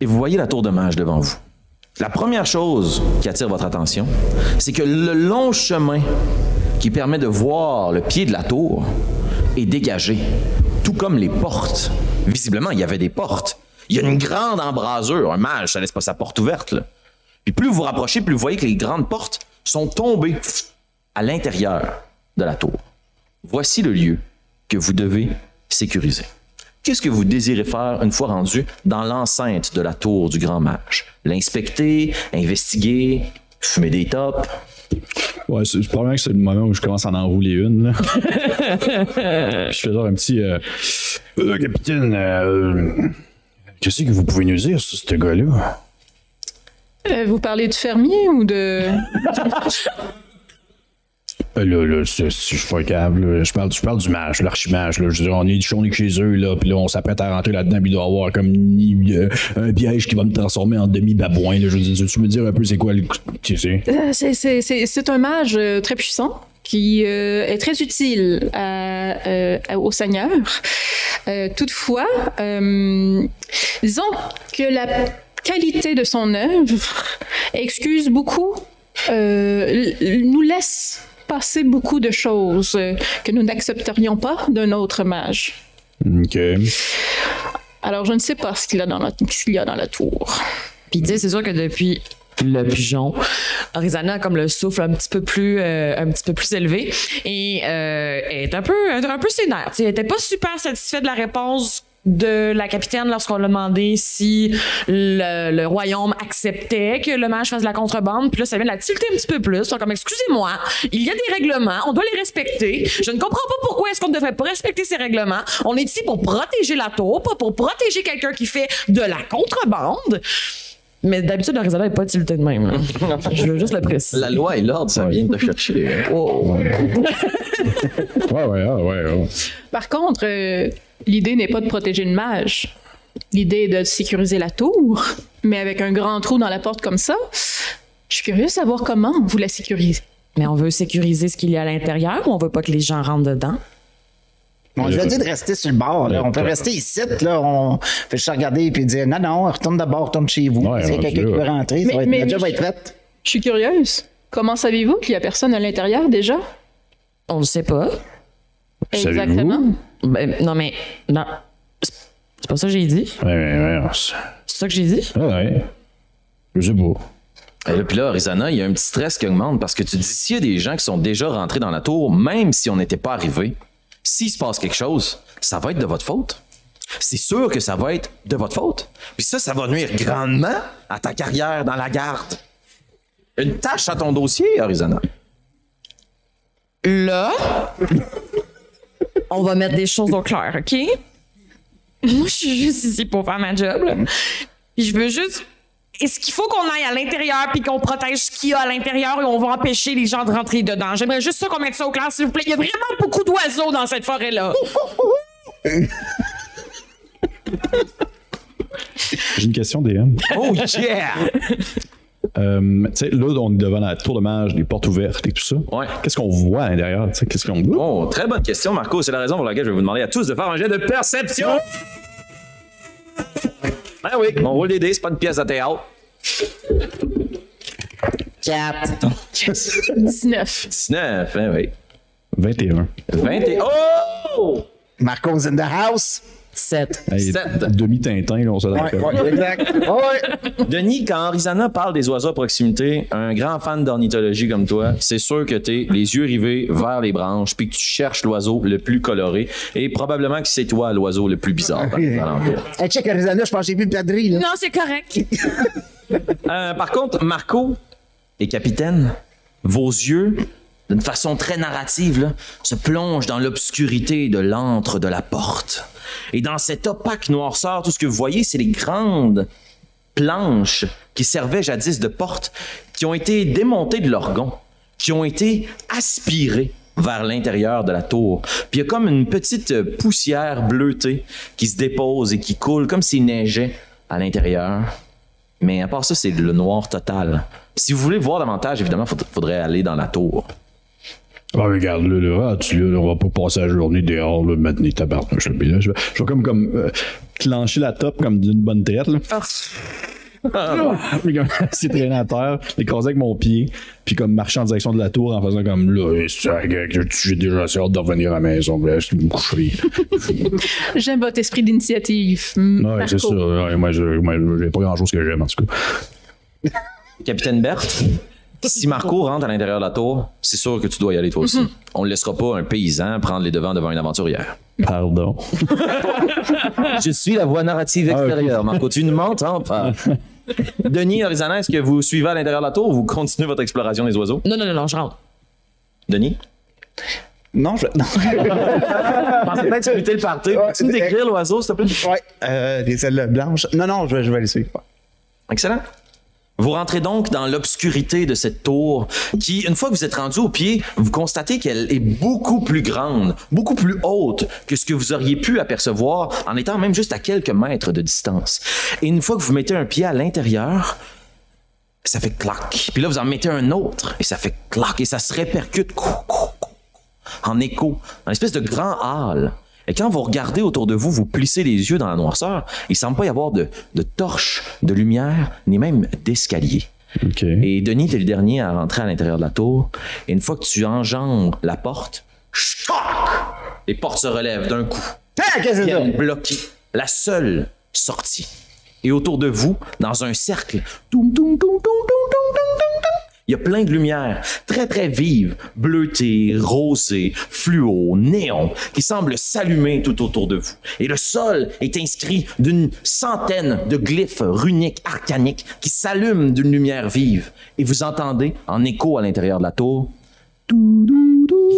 Speaker 8: Et vous voyez la tour de mage devant vous. La première chose qui attire votre attention, c'est que le long chemin qui permet de voir le pied de la tour est dégagé, tout comme les portes. Visiblement, il y avait des portes. Il y a une grande embrasure. Un mage, ça laisse pas sa porte ouverte. là. Puis plus vous vous rapprochez, plus vous voyez que les grandes portes sont tombées pff, à l'intérieur de la tour. Voici le lieu que vous devez sécuriser. Qu'est-ce que vous désirez faire une fois rendu dans l'enceinte de la tour du grand mage? L'inspecter, investiguer, fumer des tops.
Speaker 4: Ouais, c'est c'est probablement que c'est le moment où je commence à en enrouler une, là. Puis je fais genre un petit. euh, Euh, capitaine, euh, qu'est-ce que vous pouvez nous dire sur ce gars-là?
Speaker 9: Euh, vous parlez du fermier ou de...
Speaker 4: Euh, Là, là, c'est- c'est- je suis pas cave, là. Je parle, je parle du mage, l'archimage, là. Je veux dire, on est, on est chez eux, là, puis là, on s'apprête à rentrer là-dedans, puis il doit y avoir comme une- euh, un piège qui va me transformer en demi-babouin, là. Je veux dire, tu- tu me dire un peu c'est quoi le. Tu sais.
Speaker 9: Euh, c'est- C'est c'est- c'est un mage euh, très puissant qui euh, est très utile à, euh, à- au Seigneur. Euh, toutefois, euh, disons que la qualité de son œuvre excuse beaucoup, euh, l- l- nous laisse passer beaucoup de choses euh, que nous n'accepterions pas d'un autre mage.
Speaker 4: OK.
Speaker 9: Alors, je ne sais pas ce qu'il y a dans la, ce qu'il y a dans la tour.
Speaker 3: Puis tu sais, c'est sûr que depuis le pigeon, Orizana a comme le souffle un petit peu plus, euh, un petit peu plus élevé et euh, elle est un peu, un, un peu sénère. Tu sais, elle était pas super satisfaite de la réponse de la capitaine lorsqu'on l'a demandé si le, le royaume acceptait que le mage fasse de la contrebande. Puis là, ça vient de la tilter un petit peu plus. Ils sont comme, excusez-moi, il y a des règlements, on doit les respecter. Je ne comprends pas pourquoi est-ce qu'on ne devrait pas respecter ces règlements. On est ici pour protéger la tour, pas pour protéger quelqu'un qui fait de la contrebande. Mais d'habitude, Arizona n'est pas tiltée de même. là. Je veux juste le préciser.
Speaker 8: La loi et l'ordre, ça vient de te chercher. hein.
Speaker 4: Ouais, ouais, ah, ouais, ouais.
Speaker 9: Par contre, euh, l'idée n'est pas de protéger le mage. L'idée est de sécuriser la tour, mais avec un grand trou dans la porte comme ça, je suis curieuse de savoir comment vous la sécurisez.
Speaker 3: Mais on veut sécuriser ce qu'il y a à l'intérieur ou on veut pas que les gens rentrent dedans?
Speaker 2: On lui a dit de rester sur le bord. là. On peut rester ici. Là. On fait juste regarder et dire non, non, retourne d'abord, retourne chez vous.
Speaker 4: Ouais,
Speaker 2: S'il y a
Speaker 4: rendu
Speaker 2: quelqu'un qui
Speaker 4: là.
Speaker 2: veut rentrer, ça
Speaker 9: Mais-
Speaker 2: va être,
Speaker 9: mais-
Speaker 2: notre job va
Speaker 9: mais-
Speaker 2: être fait.
Speaker 9: Je suis curieuse. Comment savez-vous qu'il y a personne à l'intérieur déjà?
Speaker 3: On le sait pas.
Speaker 4: Savez-vous?
Speaker 9: Exactement.
Speaker 3: Ben, non, mais. Non. C'est c'est pas ça que j'ai dit.
Speaker 4: Ouais, ouais, ouais, on s-
Speaker 3: C'est ça que j'ai dit?
Speaker 4: ouais, ouais. Je sais pas.
Speaker 8: Et là, Euh, puis là, Arizona, il y a un petit stress qui augmente parce que tu dis s'il y a des gens qui sont déjà rentrés dans la tour, même si on n'était pas arrivé, s'il se passe quelque chose, ça va être de votre faute. C'est sûr que ça va être de votre faute. Puis ça, ça va nuire grandement à ta carrière dans la garde. Une tâche à ton dossier, Arizona.
Speaker 3: Là, on va mettre des choses au clair, OK? Moi, je suis juste ici pour faire ma job. là. Puis je veux juste. Est-ce qu'il faut qu'on aille à l'intérieur puis qu'on protège ce qu'il y a à l'intérieur et on va empêcher les gens de rentrer dedans? J'aimerais juste ça qu'on mette ça au clair, s'il vous plaît. Il y a vraiment beaucoup d'oiseaux dans cette forêt-là.
Speaker 4: J'ai une question, DM.
Speaker 8: Oh yeah!
Speaker 4: Euh, tu sais, là, on est devant la tour de mage, les portes ouvertes et tout ça.
Speaker 8: Ouais.
Speaker 4: Qu'est-ce qu'on voit à l'intérieur? tu sais? Qu'est-ce qu'on voit?
Speaker 8: Oh, très bonne question, Marco. C'est la raison pour laquelle je vais vous demander à tous de faire un jet de perception. Ben oui, on roule des dés, c'est pas une pièce de théâtre.
Speaker 9: 19.
Speaker 8: 19, hein, oui.
Speaker 4: 21.
Speaker 8: 21. Oh!
Speaker 2: Marco's in the house.
Speaker 3: Sept.
Speaker 4: Hey,
Speaker 8: Sept.
Speaker 4: Demi-tintin, là, on se
Speaker 2: Ouais,
Speaker 4: rappelle.
Speaker 2: ouais, exact. Ouais.
Speaker 8: Denis, quand Arizana parle des oiseaux à proximité, un grand fan d'ornithologie comme toi, c'est sûr que t'es les yeux rivés vers les branches, puis que tu cherches l'oiseau le plus coloré, et probablement que c'est toi l'oiseau le plus bizarre. hein. dans *laughs* les alentours.
Speaker 2: Hey, check Arizona, je pense que j'ai vu le padri. Là.
Speaker 3: Non, c'est correct.
Speaker 8: Euh, par contre, Marco et Capitaine, vos yeux, d'une façon très narrative, là, se plongent dans l'obscurité de l'antre de la porte. Et dans cette opaque noirceur, tout ce que vous voyez, c'est les grandes planches qui servaient jadis de porte, qui ont été démontées de l'orgon, qui ont été aspirées vers l'intérieur de la tour. Puis il y a comme une petite euh, poussière bleutée qui se dépose et qui coule comme s'il neigeait à l'intérieur. Mais à part ça, c'est le noir total. Si vous voulez voir davantage, évidemment, il faudrait aller dans la tour.
Speaker 4: Ah, regarde, là, là, ah, tu, là, là, on va pas passer la journée dehors, là, maintenant, tabarnouche. là, puis là, Je, vais- je vais comme, comme euh, clencher la top comme d'une bonne traite, là. Puis comme, *laughs* c'est traîné à terre, l'écraser avec mon pied, puis comme marcher en direction de la tour en faisant comme là, Eh, sac, eh, que j'ai déjà assez hâte de revenir à la maison, là, je vais me coucher.
Speaker 9: J'aime votre esprit d'initiative. m-
Speaker 4: Ouais, c'est
Speaker 9: Marco.
Speaker 4: ça. ouais, moi, je- moi, j'ai pas grand chose que j'aime, en tout cas.
Speaker 8: Capitaine Berthe, si Marco rentre à l'intérieur de la tour, c'est sûr que tu dois y aller toi aussi. On ne laissera pas un paysan prendre les devants devant une aventurière.
Speaker 4: Pardon.
Speaker 8: Je suis la voix narrative extérieure, Marco. Tu ne m'entends pas. *laughs* Denis, Arizana, est-ce que vous suivez à l'intérieur de la tour ou vous continuez votre exploration des oiseaux?
Speaker 3: Non, non, non, non, je rentre.
Speaker 8: Denis?
Speaker 2: Non, je. *laughs* Non.
Speaker 8: Pensez peut-être éviter le party.
Speaker 2: Peux-tu me décrire
Speaker 8: l'oiseau, s'il te plaît?
Speaker 2: Ouais, euh, des ailes blanches. Non, non, je vais, je vais les suivre.
Speaker 8: Excellent.
Speaker 1: Vous rentrez donc dans l'obscurité de cette tour qui, une fois que vous êtes rendu au pied, vous constatez qu'elle est beaucoup plus grande, beaucoup plus haute que ce que vous auriez pu apercevoir en étant même juste à quelques mètres de distance. Et une fois que vous mettez un pied à l'intérieur, ça fait clac. Puis là, vous en mettez un autre et ça fait clac et ça se répercute cou, cou, cou, en écho, dans espèce de grand hall. Et quand vous regardez autour de vous, vous plissez les yeux dans la noirceur, il semble pas y avoir de, de torches, de lumière, ni même d'escalier.
Speaker 4: OK.
Speaker 1: Et Denis, t'es le dernier à rentrer à l'intérieur de la tour. Et une fois que tu enjambes la porte, choc! Les portes se relèvent d'un coup.
Speaker 2: Ah, qu'est-ce que c'est ça?
Speaker 1: Viennent bloquer la seule sortie. Et autour de vous, dans un cercle, toum, toum, toum, toum, toum, toum, toum, toum, toum, il y a plein de lumières très très vives, bleutées, rosées, fluo, néon, qui semblent s'allumer tout autour de vous. Et le sol est inscrit d'une centaine de glyphes runiques, arcaniques, qui s'allument d'une lumière vive. Et vous entendez, en écho à l'intérieur de la tour, Tou, dou, dou.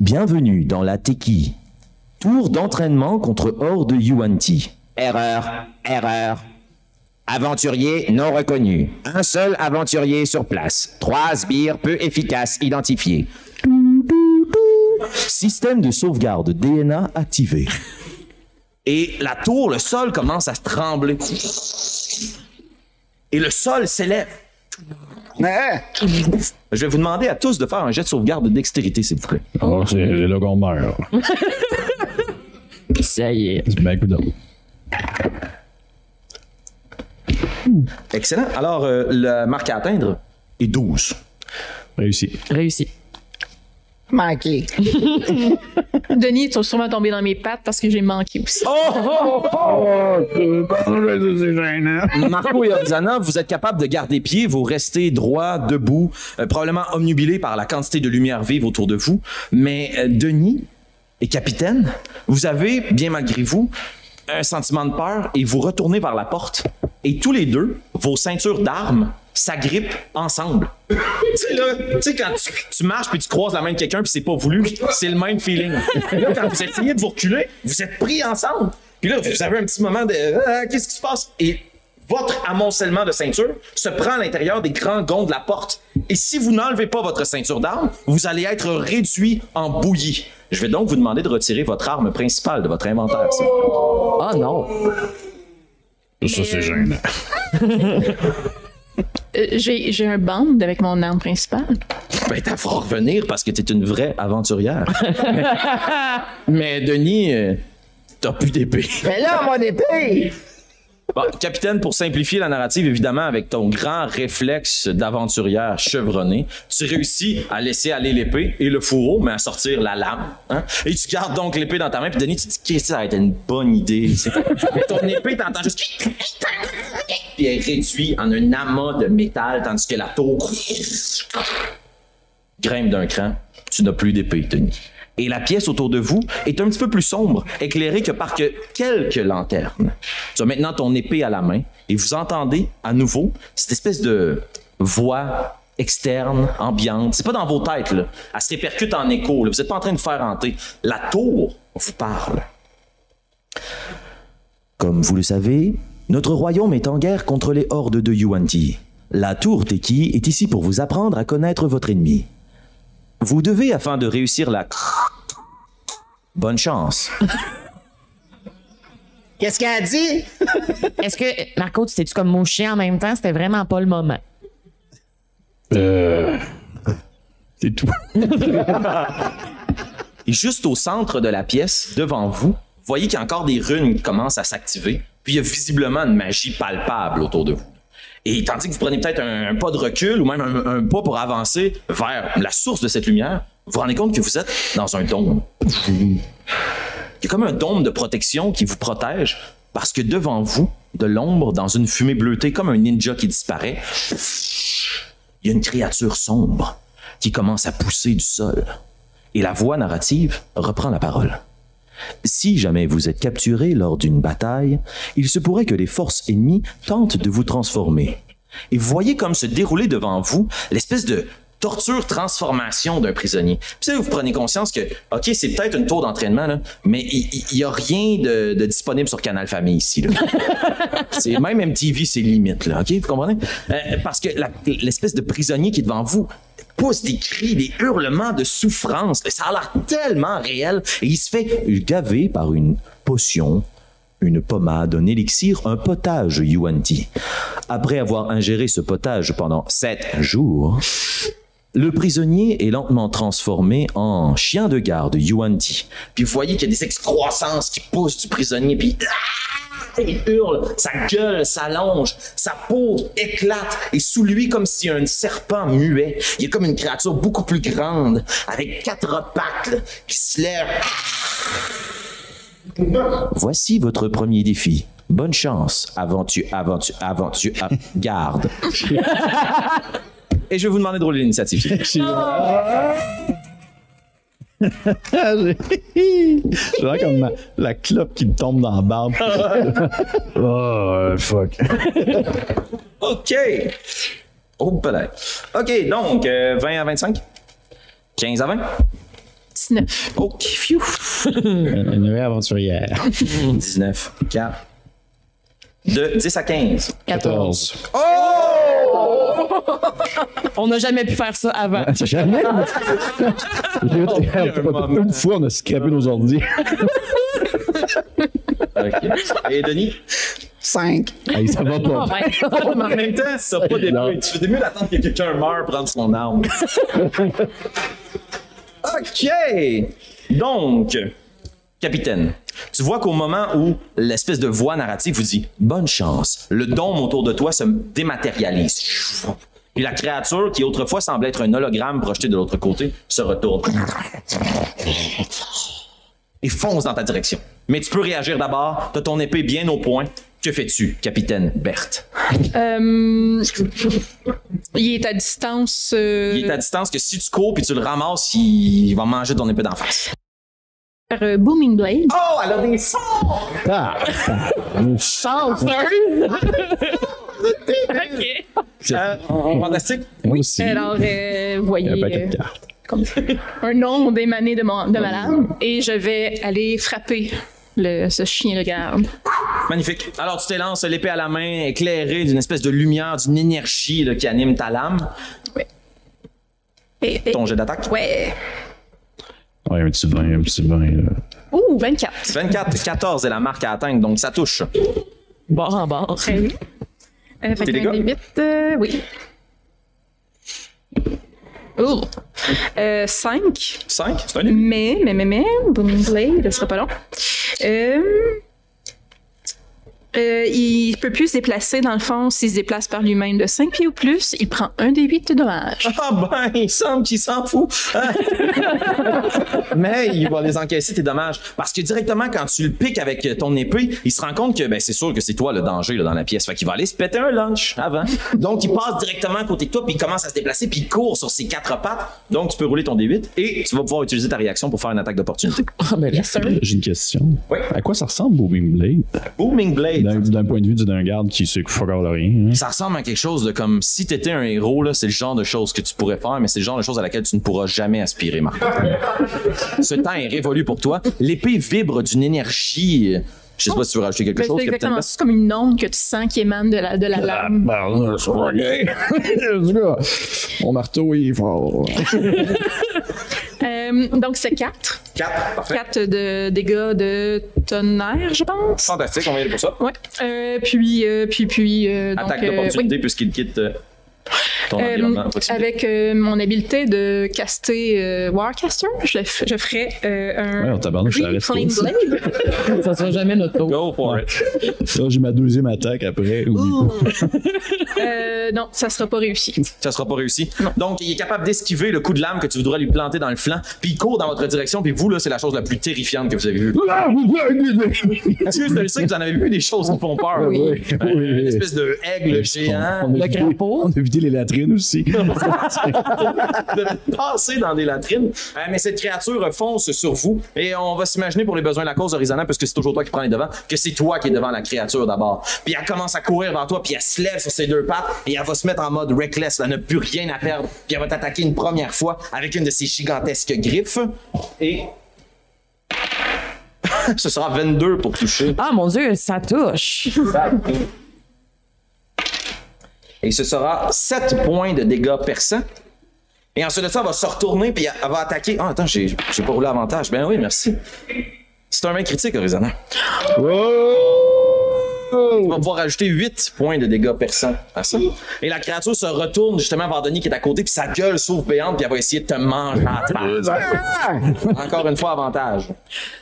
Speaker 1: Bienvenue dans la Teki. Tour d'entraînement contre Horde Yuan-Ti. Erreur, erreur. Aventurier non reconnu. Un seul aventurier sur place. Trois sbires peu efficaces identifiés. Tou, tou, tou. Système de sauvegarde DNA activé. Et la tour, le sol commence à se trembler. Et le sol s'élève.
Speaker 2: Ah,
Speaker 1: Je vais vous demander à tous de faire un jet de sauvegarde de dextérité, s'il vous plaît.
Speaker 4: Oh, c'est c'est là Ben, qu'on meurt.
Speaker 3: Ça y est.
Speaker 4: C'est bien coudonc.
Speaker 1: Excellent. Alors, euh, la marque à atteindre est 12.
Speaker 4: Réussi.
Speaker 3: Réussi.
Speaker 2: Manqué.
Speaker 9: Denis est sûrement tombé dans mes pattes parce que j'ai manqué aussi.
Speaker 1: Oh! Marco et Obzana, vous êtes capable de garder pied, vous restez droit, debout, euh, probablement omnubilé par la quantité de lumière vive autour de vous. Mais euh, Denis et Capitaine, vous avez, bien malgré vous, un sentiment de peur et vous retournez vers la porte. Et tous les deux, vos ceintures d'armes s'agrippent ensemble. tu sais, là, tu sais, quand tu, tu marches puis tu croises la main de quelqu'un puis c'est pas voulu, c'est le même feeling. là, quand vous essayez de vous reculer, vous êtes pris ensemble. Puis là, vous avez un petit moment de Ah, qu'est-ce qui se passe? Et votre amoncellement de ceinture se prend à l'intérieur des grands gonds de la porte. Et si vous n'enlevez pas votre ceinture d'armes, vous allez être réduit en bouillie. Je vais donc vous demander de retirer votre arme principale de votre inventaire. s'il vous plaît.
Speaker 3: Oh non.
Speaker 4: Ça, c'est gênant.
Speaker 9: Euh, j'ai j'ai un band avec mon arme principale.
Speaker 1: Ben, t'as fort revenir parce que t'es une vraie aventurière. Mais Denis, euh, t'as plus d'épée.
Speaker 2: Mais là, mon épée!
Speaker 1: Bon, capitaine, pour simplifier la narrative, évidemment, avec ton grand réflexe d'aventurière chevronnée, tu réussis à laisser aller l'épée et le fourreau, mais à sortir la lame. hein. Et tu gardes donc l'épée dans ta main, puis Denis, tu te dis, qu'est-ce que ça a été une bonne idée? tu sais. mais ton épée, t'entends juste. Puis elle réduit en un amas de métal, tandis que la tour grimpe d'un cran. Tu n'as plus d'épée, Denis. Et la pièce autour de vous est un petit peu plus sombre, éclairée que par que quelques lanternes. Tu as maintenant ton épée à la main et vous entendez à nouveau cette espèce de voix externe, ambiante. C'est pas dans vos têtes, là. Elle se répercute en écho. là. Vous n'êtes pas en train de vous faire hanter. La tour vous parle. Comme vous le savez, notre royaume est en guerre contre les hordes de Yuan-Ti. La tour Teki est ici pour vous apprendre à connaître votre ennemi. Vous devez, afin de réussir la... Bonne chance.
Speaker 2: Qu'est-ce qu'elle a dit?
Speaker 3: Est-ce que, Marco, tu t'es-tu comme mouché en même temps? C'était vraiment pas le moment.
Speaker 4: Euh... C'est tout.
Speaker 1: Et juste au centre de la pièce, devant vous, voyez qu'il y a encore des runes qui commencent à s'activer. Puis il y a visiblement une magie palpable autour de vous. Et tandis que vous prenez peut-être un, un pas de recul ou même un, un pas pour avancer vers la source de cette lumière, vous vous rendez compte que vous êtes dans un dôme. Il y a comme un dôme de protection qui vous protège parce que devant vous, de l'ombre, dans une fumée bleutée comme un ninja qui disparaît, il y a une créature sombre qui commence à pousser du sol. Et la voix narrative reprend la parole. Si jamais vous êtes capturé lors d'une bataille, il se pourrait que les forces ennemies tentent de vous transformer. Et vous voyez comme se dérouler devant vous l'espèce de torture transformation d'un prisonnier. Puis là, vous prenez conscience que, OK, c'est peut-être une tour d'entraînement, là, mais il n'y a rien de, de disponible sur Canal Famille ici. là. c'est même MTV, c'est limite, là. OK, vous comprenez? Euh, parce que la- l'espèce de prisonnier qui est devant vous pousse des cris, des hurlements de souffrance. Ça a l'air tellement réel. Et il se fait gaver par une potion une pommade, un élixir, un potage Yuan-Ti. Après avoir ingéré ce potage pendant sept jours, le prisonnier est lentement transformé en chien de garde Yuan-Ti. Puis vous voyez qu'il y a des excroissances qui poussent du prisonnier, puis ah, il hurle, sa gueule s'allonge, sa peau éclate, et sous lui, comme si un serpent muet, il est comme une créature beaucoup plus grande, avec quatre pattes là, qui se lèvent. Voici votre premier défi. Bonne chance, aventure, aventure, aventure, av- Ah, garde. *laughs* Et je vais vous demander de rouler l'initiative.
Speaker 4: J'ai j'ai l'air comme ma- la clope qui me tombe dans la barbe. oh, euh, fuck.
Speaker 1: OK. Oh, peut-être. OK, donc, euh, 20 à 25. 15 à 20.
Speaker 9: 19.
Speaker 1: OK, phew.
Speaker 4: *laughs* Une une vraie aventurière.
Speaker 1: 19. 4. De 10 à 15.
Speaker 4: 14.
Speaker 3: On n'a jamais pu faire ça avant.
Speaker 4: Jamais. Une fois, on a scrapé nos ordi.
Speaker 1: OK. Et Denis?
Speaker 11: 5.
Speaker 4: *laughs* Hey, ça va pas.
Speaker 1: En même temps, ça pas des
Speaker 4: Non.
Speaker 1: points. Tu fais mieux d'attendre que quelqu'un meure prendre son arme. OK. Donc, capitaine, tu vois qu'au moment où l'espèce de voix narrative vous dit bonne chance, le dôme autour de toi se dématérialise. Puis la créature qui autrefois semblait être un hologramme projeté de l'autre côté se retourne et fonce dans ta direction. Mais tu peux réagir d'abord, t'as ton épée bien au point. Que fais-tu, capitaine Berthe?
Speaker 9: Euh, il est à distance. euh,
Speaker 1: Il est à distance que si tu cours puis tu le ramasses, il, il va manger ton épée d'en face.
Speaker 9: par, euh, Booming Blade.
Speaker 1: Oh, elle a des sons!
Speaker 4: Ah,
Speaker 1: fantastique.
Speaker 4: moi aussi.
Speaker 9: Alors, euh, voyez.
Speaker 4: Un paquet de
Speaker 9: euh,
Speaker 4: cartes.
Speaker 9: comme ça. Un nom démané de, mon- de ma lame. Et je vais aller frapper le, ce chien de garde.
Speaker 1: Magnifique. Alors, tu t'élances l'épée à la main, éclairée d'une espèce de lumière, d'une énergie là, qui anime ta lame.
Speaker 9: Et, et-
Speaker 1: Ton jet d'attaque.
Speaker 9: Ouais.
Speaker 4: Ouais, un petit vin, un petit vin. là.
Speaker 9: Ouh, 24.
Speaker 1: 24, 14 est la marque à atteindre, donc ça touche.
Speaker 3: Bord en bord.
Speaker 9: Eh oui. Euh, fait
Speaker 1: Tes
Speaker 9: qu'un
Speaker 1: dégâts?
Speaker 9: des huit, euh, oui. Ouh. Euh, 5.
Speaker 1: 5, c'est un début.
Speaker 9: Mais, mais, mais, mais, Booming Blade, ce sera pas long. Euh, euh, il peut plus se déplacer, dans le fond, s'il se déplace par lui-même de 5 pieds ou plus, il prend un des 8 de dommages.
Speaker 1: *laughs* Ah ben, il semble qu'il s'en fout. Ah. *laughs* Mais il va les encaisser tes dommages. Parce que directement, quand tu le piques avec ton épée, il se rend compte que ben, c'est sûr que c'est toi le danger là, dans la pièce. Fait qu'il va aller se péter un lunch avant. Donc, il passe directement à côté de toi, puis il commence à se déplacer, puis il court sur ses quatre pattes. Donc, tu peux rouler ton D8 et tu vas pouvoir utiliser ta réaction pour faire une attaque d'opportunité.
Speaker 3: Ah, ben, yes, sir.
Speaker 4: J'ai une question.
Speaker 1: Oui.
Speaker 4: À quoi ça ressemble, Booming Blade?
Speaker 1: Booming Blade.
Speaker 4: D'un- D'un point de vue d'un garde qui sait fuck all de rien. hein?
Speaker 1: Ça ressemble à quelque chose de comme si t'étais un héros, là, c'est le genre de choses que tu pourrais faire, mais c'est le genre de choses à laquelle tu ne pourras jamais aspirer, Marc. Ce temps est révolu pour toi. L'épée vibre d'une énergie. euh, Je sais pas si tu veux rajouter quelque
Speaker 9: Ben,
Speaker 1: chose,
Speaker 9: c'est
Speaker 1: Capitaine
Speaker 9: exactement
Speaker 1: Best.
Speaker 9: ça, comme une onde que tu sens qui émane de la, de
Speaker 4: Ah,
Speaker 9: la lame.
Speaker 4: Pardon, je suis *laughs* Mon marteau, il est fort.
Speaker 9: *laughs* Euh, donc, c'est 4.
Speaker 1: 4, parfait.
Speaker 9: 4 de dégâts de tonnerre, je pense.
Speaker 1: Fantastique, on va y aller pour ça.
Speaker 9: Ouais. Euh, puis, euh, puis, puis. euh, donc,
Speaker 1: Attaque
Speaker 9: euh,
Speaker 1: d'opportunité puisqu'il quitte euh, ton
Speaker 9: Euh,
Speaker 1: environnement. à proximité.
Speaker 9: avec euh, mon habileté de caster euh, Warcaster, je, le f- je ferais euh, un.
Speaker 4: Ouais, on tabarnouche, ça
Speaker 9: Green
Speaker 4: reste
Speaker 9: Flame
Speaker 4: cool, ça.
Speaker 9: Blade.
Speaker 3: Ça sera jamais notre tour.
Speaker 1: Go for it.
Speaker 4: Là, j'ai ma deuxième attaque après. oui.
Speaker 9: Euh, non, ça sera pas réussi.
Speaker 1: Ça sera pas réussi. Donc, il est capable d'esquiver le coup de lame que tu voudras lui planter dans le flanc, puis il court dans votre direction, puis vous, là, c'est la chose la plus terrifiante que vous avez vue. Parce que je sais que vous en avez vu des choses qui font peur.
Speaker 4: Oui.
Speaker 1: Euh, Une espèce de aigle géant.
Speaker 4: On a vidé-
Speaker 3: crapaud.
Speaker 2: *laughs*
Speaker 4: On a vidé les latrines latrines aussi.
Speaker 1: de passer dans des latrines. Euh, mais cette créature fonce sur vous et on va s'imaginer pour les besoins de la cause Horizana, parce que c'est toujours toi qui prends les devants, que c'est toi qui es devant la créature d'abord. Puis elle commence à courir vers toi, puis elle se lève sur ses deux pattes et elle va se mettre en mode reckless. Elle n'a plus rien à perdre. Puis elle va t'attaquer une première fois avec une de ses gigantesques griffes et. *laughs* Ce sera 22 pour toucher.
Speaker 3: Ah mon dieu, ça touche.
Speaker 1: Et ce sera 7 points de dégâts perçants. Et ensuite de ça, elle va se retourner puis elle va attaquer. Ah, attends, j'ai j'ai pas roulé avantage. Ben oui, merci. C'est un main critique, Horizona. Tu vas pouvoir ajouter 8 points de dégâts perçants à ça. Et la créature se retourne justement vers Denis qui est à côté, puis sa gueule s'ouvre béante, puis elle va essayer de te manger à la tête. Encore une fois, avantage.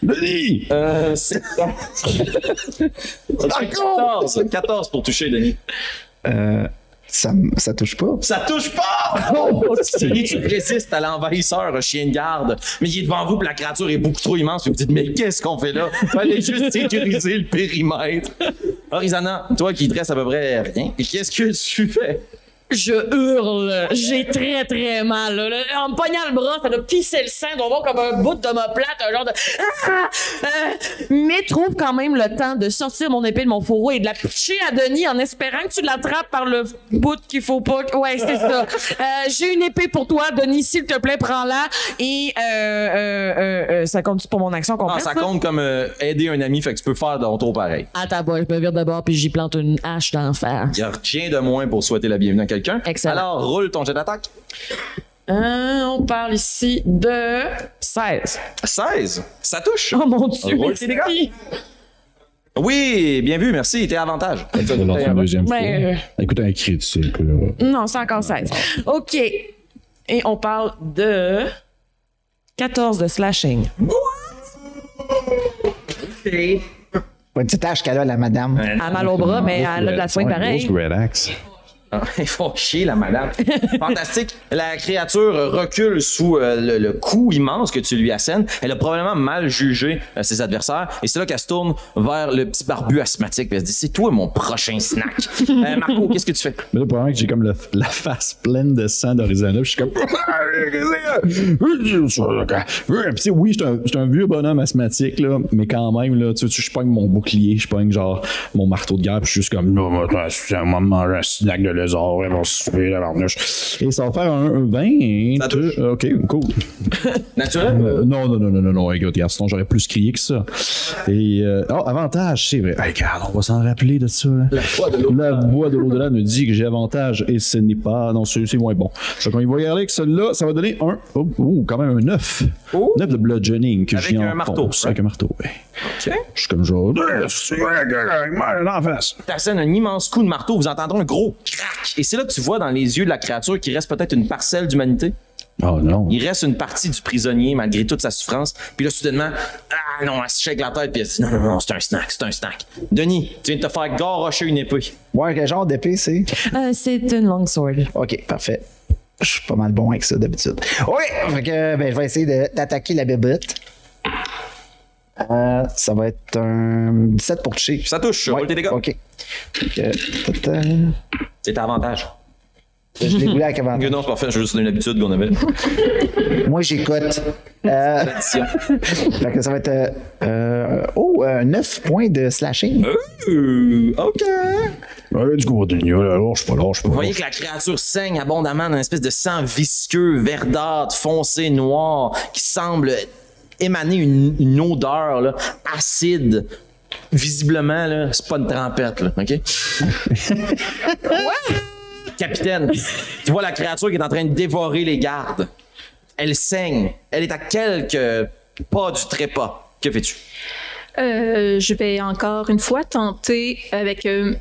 Speaker 4: Denis!
Speaker 1: Euh, c'est ça. Ça fait 14, 14 pour toucher, Denis.
Speaker 2: Euh, ça, m- ça touche pas.
Speaker 1: Ça touche pas! Denis, tu résistes à l'envahisseur, euh, chien de garde. Mais il est devant vous, puis la créature est beaucoup trop immense. Puis vous dites, mais qu'est-ce qu'on fait là? Fallait juste sécuriser le périmètre. Horizana, toi qui te reste à peu près rien, qu'est-ce que tu fais?
Speaker 3: Je hurle. J'ai très, très mal. là. Le- En me pognant le bras, ça doit pisser le sang, doit avoir comme un bout d'homoplate, un genre de... Ah! Euh, mais trouve quand même le temps de sortir mon épée de mon fourreau et de la pitcher à Denis en espérant que tu l'attrapes par le bout qu'il faut pas... que- Ouais, c'est ça. Euh, J'ai une épée pour toi, Denis. S'il te plaît, prends-la. Et euh, euh, euh, euh, ça compte pour mon action complète?
Speaker 1: Ah, ça compte comme euh, aider un ami, fait que tu peux faire ton tour pareil.
Speaker 3: Attends, boy, je me vire d'abord puis j'y plante une hache d'enfer.
Speaker 1: Il n'y a rien de moins pour souhaiter la bienvenue à quelqu'un.
Speaker 3: Excellent.
Speaker 1: Alors, roule ton jet d'attaque.
Speaker 3: Hein, on parle ici de 16.
Speaker 1: 16. Ça touche.
Speaker 3: Oh mon dieu,
Speaker 1: Roule tes dégâts. Oui, bien vu, merci. T'es avantage.
Speaker 4: Je vais lancer une deuxième fois.
Speaker 3: Mais,
Speaker 4: Écoute, un critique. là.
Speaker 3: Non, c'est encore 16. OK. Et on parle de 14 de slashing.
Speaker 2: Pas une petite tâche qu'elle a, la madame.
Speaker 3: Elle a mal au bras, mais elle a de la soin
Speaker 4: Ouais,
Speaker 3: pareil.
Speaker 4: grosse red axe.
Speaker 1: Ah, *laughs* Ils font chier, la madame. Fantastique. La créature recule sous euh, le, le coup immense que tu lui assènes. Elle a probablement mal jugé euh, ses adversaires. Et c'est là qu'elle se tourne vers le petit barbu asthmatique. Puis Elle se dit C'est toi mon prochain snack. Euh, Marco, qu'est-ce que tu fais
Speaker 4: Mais là, pour que j'ai comme le- la face pleine de sang d'Horizona, puis je suis comme. *laughs* Puis tu sais, oui, je suis un- je suis un, vieux bonhomme asthmatique, là, mais quand même, là, tu sais, tu- je pogne mon bouclier, je pogne genre mon marteau de guerre, puis je suis juste comme. Là, moi, t'as- c'est un moment, un snack de lézard, et mon souper, la barnouche. Et ça va faire un, un 20.
Speaker 1: Ça touche.
Speaker 4: Ok, cool.
Speaker 1: *laughs* Naturel
Speaker 4: Euh, non, non, non, non, non, non, écoute, regarde, sinon j'aurais plus crié que ça. Et, euh, oh, avantage, c'est vrai. Hey, regarde, on va s'en rappeler de ça. hein. La voix de l'au-delà. nous dit que j'ai avantage et ce n'est pas. Non, c'est c'est moins bon. Donc, on y va y aller avec celui-là. Ça va donner un. Oh, oh, quand même un 9. 9 de bludgeoning que
Speaker 1: Oh. Avec
Speaker 4: j'ai
Speaker 1: un
Speaker 4: en
Speaker 1: marteau, hein.
Speaker 4: fonce.
Speaker 1: ouais.
Speaker 4: Avec un marteau, ouais. Je suis comme genre. C'est vrai, gars, il meurt en face.
Speaker 1: t'assènes un immense coup de marteau. Vous entendrez un gros crack. Et c'est là que tu vois dans les yeux de la créature qu'il reste peut-être une parcelle d'humanité.
Speaker 4: Oh non.
Speaker 1: Il reste une partie du prisonnier malgré toute sa souffrance. Puis là, soudainement, ah non, elle se shake la tête. Puis elle se dit non, non, non, c'est un snack, c'est un snack. Denis, tu viens de te faire garrocher une épée.
Speaker 2: Ouais, quel genre d'épée c'est?
Speaker 3: Euh, c'est une *laughs* longsword.
Speaker 2: Ok, parfait. Je suis pas mal bon avec ça d'habitude. Oui! Fait que ben, je vais essayer de- d'attaquer la bébête. Euh, ça va être un 17 pour toucher.
Speaker 1: Ça touche, roule tes dégâts.
Speaker 2: Ok. Fait que, tata,
Speaker 1: C'est ta avantage.
Speaker 2: Je l'ai voulu avec avant.
Speaker 1: Que non, c'est parfait, je veux juste donner l'habitude qu'on avait.
Speaker 2: Moi, j'écoute. Euh,
Speaker 1: Tradition.
Speaker 2: *laughs* fait que ça va être. euh, euh, oh, euh, 9 points de slashing.
Speaker 1: Euh, ok.
Speaker 4: Ouais, du coup, on va tenir, là, lâche pas, lâche pas.
Speaker 1: Vous voyez que la créature saigne abondamment d'un espèce de sang visqueux, verdâtre, foncé, noir, qui semble émaner une, une odeur là, acide. Visiblement, là, c'est pas une trempette, là, OK? Capitaine, tu vois la créature qui est en train de dévorer les gardes. Elle saigne. Elle est à quelques pas du trépas. Que fais-tu?
Speaker 9: Euh, je vais encore une fois tenter avec euh,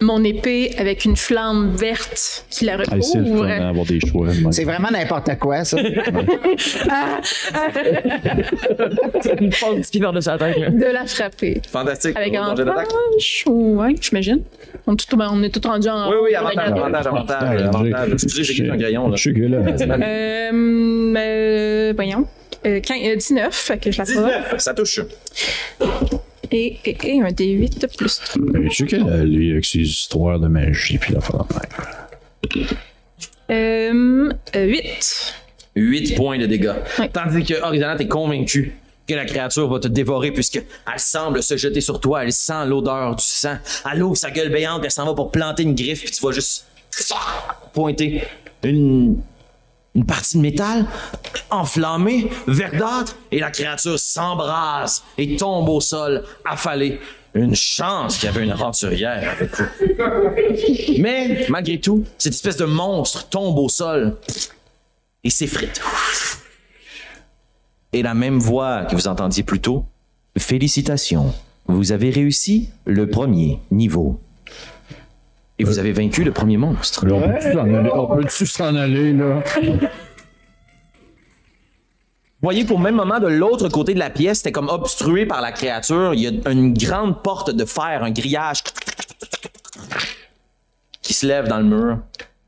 Speaker 9: mon épée, avec une flamme verte qui la
Speaker 4: Ah, c'est le fun
Speaker 9: recouvre.
Speaker 4: hein, avoir des choix. ouais.
Speaker 2: C'est vraiment n'importe quoi, ça.
Speaker 3: Une du pied par-dessus la tête. là.
Speaker 9: de la frapper.
Speaker 1: Fantastique.
Speaker 9: Avec
Speaker 1: Gros danger d'attaque.
Speaker 9: avantage, ouais, j'imagine. On, est tout- ben, on est tout rendu en...
Speaker 1: Oui, oui, avantage,
Speaker 9: en-
Speaker 1: avantage, avantage, avantage. Excusez, j'ai écrit un crayon, là.
Speaker 4: Je suis que là.
Speaker 9: Euh, euh, voyons. Euh, quin- euh, 19, fait que je la frappe.
Speaker 1: 19, ça touche.
Speaker 9: Et, et, et un D8 de plus.
Speaker 4: Je sais que là, lui, avec ses histoires de magie, puis la fin de même.
Speaker 9: Euh, 8.
Speaker 1: 8 points de dégâts.
Speaker 9: Ouais.
Speaker 1: Tandis que Horizonte est convaincu que la créature va te dévorer puisque elle semble se jeter sur toi. Elle sent l'odeur du sang. Elle ouvre sa gueule béante, elle s'en va pour planter une griffe, puis tu vas juste pointer une, une partie de métal enflammée, verdâtre, et la créature s'embrase et tombe au sol, affalée. Une chance qu'il y avait une aventurière avec vous. Mais, malgré tout, cette espèce de monstre tombe au sol et s'effrite. Et la même voix que vous entendiez plus tôt. Félicitations, vous avez réussi le premier niveau. Et vous avez vaincu le premier monstre.
Speaker 8: Là, on peut-tu s'en aller, on peut-tu s'en aller, là?
Speaker 1: Voyez qu'au même moment, de l'autre côté de la pièce, c'était comme obstrué par la créature. Il y a une grande porte de fer, un grillage qui se lève dans le mur.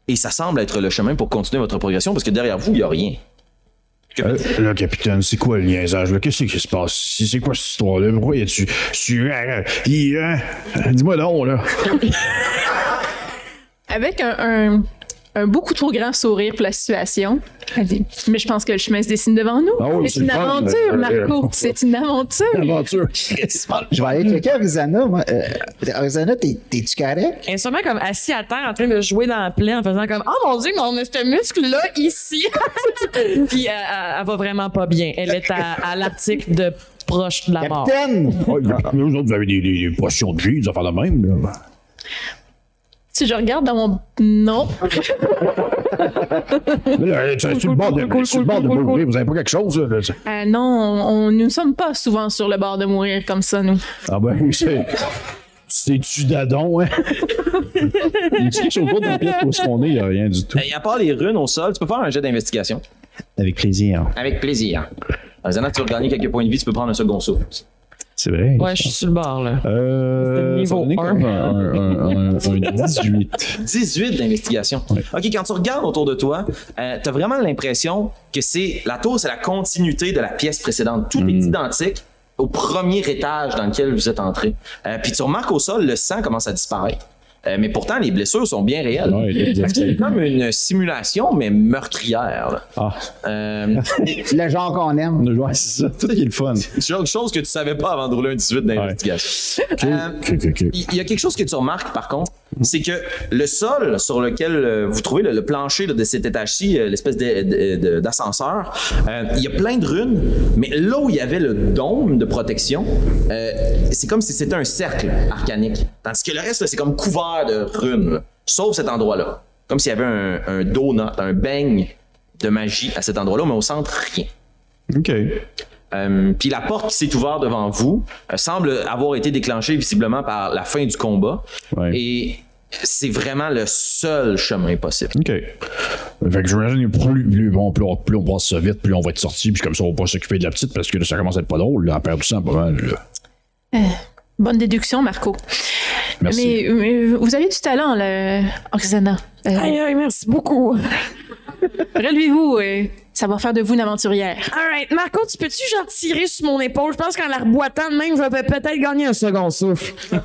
Speaker 1: Et ça semble être le chemin pour continuer votre progression parce que derrière vous, il n'y a rien.
Speaker 4: Euh, là, capitaine, c'est quoi le niaisage? là? Qu'est-ce qui se passe ici? C'est quoi cette histoire-là? Pourquoi y a-tu. tu- hein, hi, hein? Dis-moi non, là. *laughs*
Speaker 9: Avec un, un- un beaucoup trop grand sourire pour la situation. elle dit, Mais je pense que le chemin se dessine devant nous.
Speaker 8: Ah oui, c'est
Speaker 9: c'est une
Speaker 8: le fun,
Speaker 9: aventure,
Speaker 8: euh,
Speaker 9: Marco.
Speaker 8: *laughs* euh,
Speaker 9: C'est une aventure.
Speaker 8: Aventure.
Speaker 2: Je vais aller checker Arizana. moi. Euh, Arizana, t'es- t'es-tu correct?
Speaker 3: Elle est sûrement comme assise à terre en train de jouer dans la plaie en faisant comme Oh mon dieu, mais on a ce muscle-là ici. *laughs* Puis elle, elle- elle va vraiment pas bien. Elle est à, à l'article de proche
Speaker 1: Ah,
Speaker 3: de la mort.
Speaker 2: Capitaine!
Speaker 4: Ouais, mais vous autres, vous avez des, des- des potions de vie, des affaires de même, là.
Speaker 9: Si je regarde dans mon. Non.
Speaker 4: Mais là, euh, c'est sur le bord de, c'est sur le bord de mourir. Vous avez pas quelque chose, là? c'est-
Speaker 9: Euh, non, on, on- nous ne sommes pas souvent sur le bord de mourir comme ça, nous.
Speaker 4: Ah ben *laughs* oui, c'est. C'est-tu
Speaker 3: *laughs*
Speaker 4: d'adon, hein?
Speaker 8: Y a-t-il quelque chose d'autre dans la pièce où est-ce qu'on est? Y a rien du tout.
Speaker 1: Et à part les runes au sol, tu peux faire un jet d'investigation.
Speaker 8: Avec plaisir.
Speaker 1: Avec plaisir. Zana, tu vas gagner quelques points de vie, tu peux prendre un second saut.
Speaker 8: C'est vrai.
Speaker 3: Ouais, je suis sur le bord là. C'était
Speaker 8: Euh,
Speaker 3: niveau
Speaker 8: ça donnait comme un, un- un- un-
Speaker 3: *laughs*
Speaker 8: un 18.
Speaker 1: 18 d'investigation. OK, quand tu regardes autour de toi, tu as vraiment l'impression que c'est la tour, c'est la continuité de la pièce précédente. Tout est identique au premier étage dans lequel vous êtes entré. Euh, puis tu remarques au sol, le sang commence à disparaître. Euh, mais pourtant, les blessures sont bien réelles.
Speaker 8: Ouais, il y a-
Speaker 1: C'est comme une simulation, mais meurtrière. là.
Speaker 8: Ah,
Speaker 1: Euh,
Speaker 2: Le genre qu'on aime.
Speaker 8: ouais, c'est ça. *laughs* Tout qui est le fun.
Speaker 1: genre de chose que tu savais pas avant de rouler un 18 d'investigation. Euh,
Speaker 4: Ok, ok, ok.
Speaker 1: Il il y a quelque chose que tu remarques, par contre, c'est que le sol sur lequel euh, vous trouvez le, le plancher là, de cet étage-ci, euh, l'espèce de- de- de- d'ascenseur, euh, il y a plein de runes, mais là où il y avait le dôme de protection, euh, c'est comme si c'était un cercle arcanique. Tandis que le reste, là, c'est comme couvert de runes, là. sauf cet endroit-là. Comme s'il y avait un, un donut, un beigne de magie à cet endroit-là, mais au centre, rien.
Speaker 8: OK.
Speaker 1: Euh, puis la porte qui s'est ouverte devant vous euh, semble avoir été déclenchée visiblement par la fin du combat.
Speaker 8: Ouais.
Speaker 1: Et c'est vraiment le seul chemin possible.
Speaker 8: OK.
Speaker 4: Fait que j'imagine que plus, plus, bon, plus, on, plus on passe ça vite, plus on va être sorti, puis comme ça, on va pas s'occuper de la petite, parce que là, ça commence à être pas drôle, là, à perdre du sang pas mal, là.
Speaker 9: Bonne déduction, Marco.
Speaker 4: Merci.
Speaker 9: Mais, euh, vous avez du talent, là, Oksana. Euh,
Speaker 3: Aïe, aïe, merci beaucoup.
Speaker 9: Relevez-vous et ça va faire de vous une aventurière.
Speaker 3: Alright, Marco, tu peux-tu genre tirer sur mon épaule? Je pense qu'en la reboitant de même, je vais peut-être gagner un second souffle.
Speaker 4: *laughs*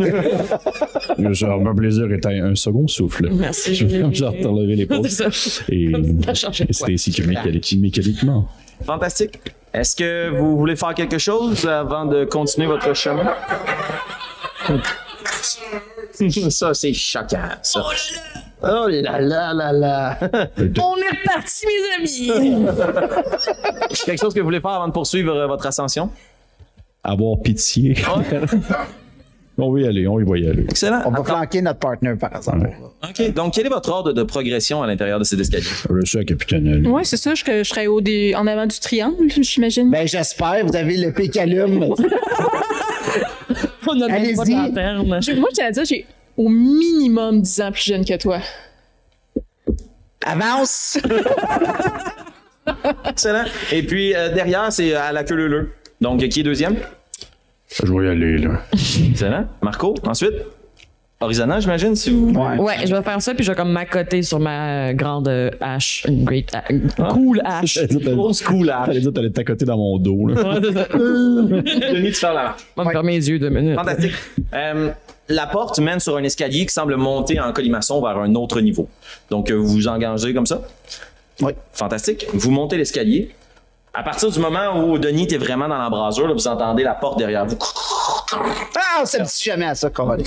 Speaker 8: Ça m'a plaisir était un second souffle.
Speaker 3: Merci,
Speaker 8: Je vais comme genre te
Speaker 3: *laughs*
Speaker 8: relever les pauses.
Speaker 3: C'est ça.
Speaker 8: Et
Speaker 3: Ça change de
Speaker 8: c'était ici que mécanique- mécaniquement.
Speaker 1: Fantastique. Est-ce que vous voulez faire quelque chose avant de continuer votre chemin? ça, c'est choquant, ça. Oh là là là là!
Speaker 4: Euh,
Speaker 3: On est reparti, mes amis!
Speaker 1: Quelque chose que vous voulez faire avant de poursuivre euh, votre ascension?
Speaker 8: Avoir pitié.
Speaker 4: *laughs*
Speaker 8: on va y aller, on y va y aller.
Speaker 1: Excellent.
Speaker 2: On va
Speaker 1: Attends.
Speaker 2: flanquer notre partner, par exemple.
Speaker 1: Ah, OK. Donc, quel est votre ordre de progression à l'intérieur de cet escalier?
Speaker 4: Je sais,
Speaker 8: Mm.
Speaker 4: capitaine.
Speaker 9: Oui, c'est ça, je, je serais au dé- en avant du triangle, j'imagine.
Speaker 2: Ben, j'espère, vous avez le pécalum.
Speaker 3: *laughs* On a
Speaker 2: Allez-y.
Speaker 3: même pas de lanterne.
Speaker 9: J'ai- moi, j'allais dire, j'ai au minimum 10 ans plus jeune que toi.
Speaker 2: Avance!
Speaker 1: Excellent. Et puis, euh, derrière, c'est à la queue leu-leu. Donc, qui est deuxième?
Speaker 4: Je vais y aller, là.
Speaker 1: Excellent. Marco, ensuite, Horizona, j'imagine, si vous...
Speaker 3: Ouais, je vais faire ça, puis je vais comme m'accoter sur ma grande euh, hache. Une great ha- une Cool hache.
Speaker 8: T'allais dire, t'allais-
Speaker 1: Grosse
Speaker 4: *laughs*
Speaker 1: coulage.
Speaker 8: t'allais dire, t'allais t'accoter dans mon dos. Là.
Speaker 1: Denis, tu fais la marche.
Speaker 3: Je vais me fermer les yeux deux minutes.
Speaker 1: Fantastique. Euh, la porte mène sur un escalier qui semble monter en colimaçon vers un autre niveau. Donc, euh, vous vous engagez comme ça.
Speaker 2: Oui.
Speaker 1: Fantastique. Vous montez l'escalier. À partir du moment où Denis était vraiment dans l'embrasure, là, vous entendez la porte derrière vous.
Speaker 2: Ah, on s'habitue jamais à ça, Coralie.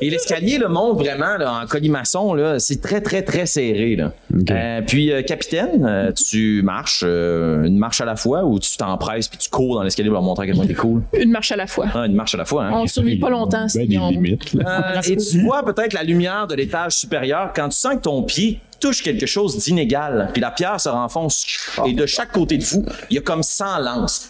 Speaker 1: Et l'escalier le monte vraiment là, en colimaçon. Là, c'est très, très, très serré. Là. Euh, puis, euh, capitaine, euh, tu marches euh, une marche à la fois ou tu t'empresses puis tu cours dans l'escalier pour leur montrer à quel point t'es cool?
Speaker 9: Une marche à la fois.
Speaker 1: Ah, une marche à la fois. Hein?
Speaker 9: On ne survit pas longtemps,
Speaker 4: Ben, des
Speaker 9: sinon.
Speaker 4: limites. là.
Speaker 1: Euh, et tu vois peut-être la lumière de l'étage supérieur quand tu sens que ton pied touche quelque chose d'inégal, puis la pierre se renfonce, et de chaque côté de vous, il y a comme 100 lances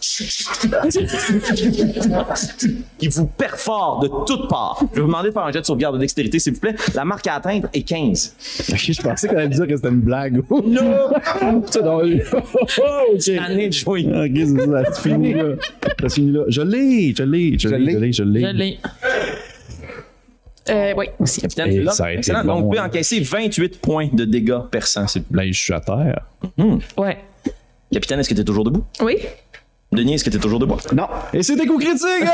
Speaker 1: qui vous perforent de toutes parts. Je vais vous demander de faire un jet de sauvegarde de dextérité, s'il vous plaît. La marque à atteindre est 15.
Speaker 4: Ah, Je pensais qu'on allait dire que c'était une blague. *laughs*
Speaker 1: Non!
Speaker 4: C'est drôle.
Speaker 1: Année de jouer.
Speaker 4: Ok, c'est ça, c'est fini là. C'est fini là. Je l'ai, je l'ai, je l'ai, je l'ai, je l'ai.
Speaker 3: Je l'ai.
Speaker 9: Euh, oui, aussi.
Speaker 1: Capitaine,
Speaker 4: Et
Speaker 1: tu l'as?
Speaker 4: ça a été
Speaker 1: Excellent.
Speaker 4: bon,
Speaker 1: Donc, vous pouvez
Speaker 4: hein.
Speaker 1: encaisser 28 points de dégâts persans, s'il vous plaît.
Speaker 4: Là, Ben, je suis à terre.
Speaker 3: Ouais.
Speaker 1: Capitaine, est-ce que tu es toujours debout?
Speaker 9: Oui?
Speaker 1: Denis, est-ce que tu es toujours debout?
Speaker 2: Non.
Speaker 4: Et c'est hein? des coups critiques!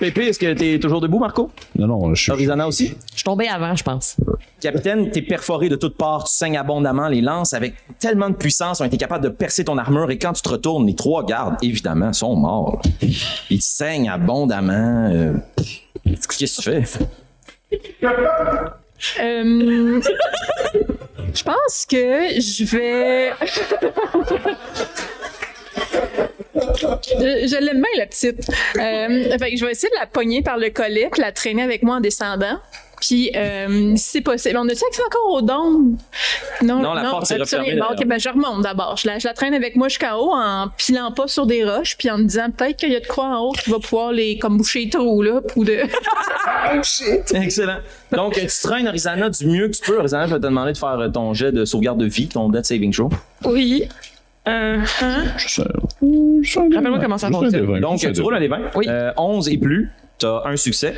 Speaker 1: Pépé, est-ce que tu es toujours debout, Marco?
Speaker 4: Non, non, je suis.
Speaker 1: Orizana aussi?
Speaker 3: Je suis tombé avant, je pense.
Speaker 1: Capitaine, t'es perforé de toutes parts, tu saignes abondamment, les lances avec tellement de puissance ont été capables de percer ton armure et quand tu te retournes, les trois gardes, évidemment, sont morts. Ils saignent abondamment. euh, Qu'est-ce que tu fais?
Speaker 9: Euh, je pense que je vais. Je je l'aime bien, la petite. Euh, fait que je vais essayer de la pogner par le collet puis la traîner avec moi en descendant. Puis, euh, si c'est possible, on a-tu accès encore au dôme?
Speaker 1: Non, la porte s'est
Speaker 9: absolument.
Speaker 1: refermée
Speaker 9: Bon,
Speaker 1: derrière.
Speaker 9: OK, ben je remonte d'abord. Je la, je la traîne avec moi jusqu'en haut en pilant pas sur des roches puis en me disant peut-être qu'il y a de quoi en haut qui va pouvoir les comme boucher les trous, là, ou de...
Speaker 1: *laughs*
Speaker 9: *laughs*
Speaker 1: Excellent. Donc, tu traînes Orizana du mieux que tu peux. Orizana, je vais te demander de faire euh, ton jet de sauvegarde de vie, ton death saving show.
Speaker 9: Oui. Euh, hein?
Speaker 4: Ah, Rappelle-moi
Speaker 3: comment ça fonctionne.
Speaker 1: Donc, tu roules à les 20.
Speaker 3: Oui.
Speaker 1: 11 et plus. T'as un succès.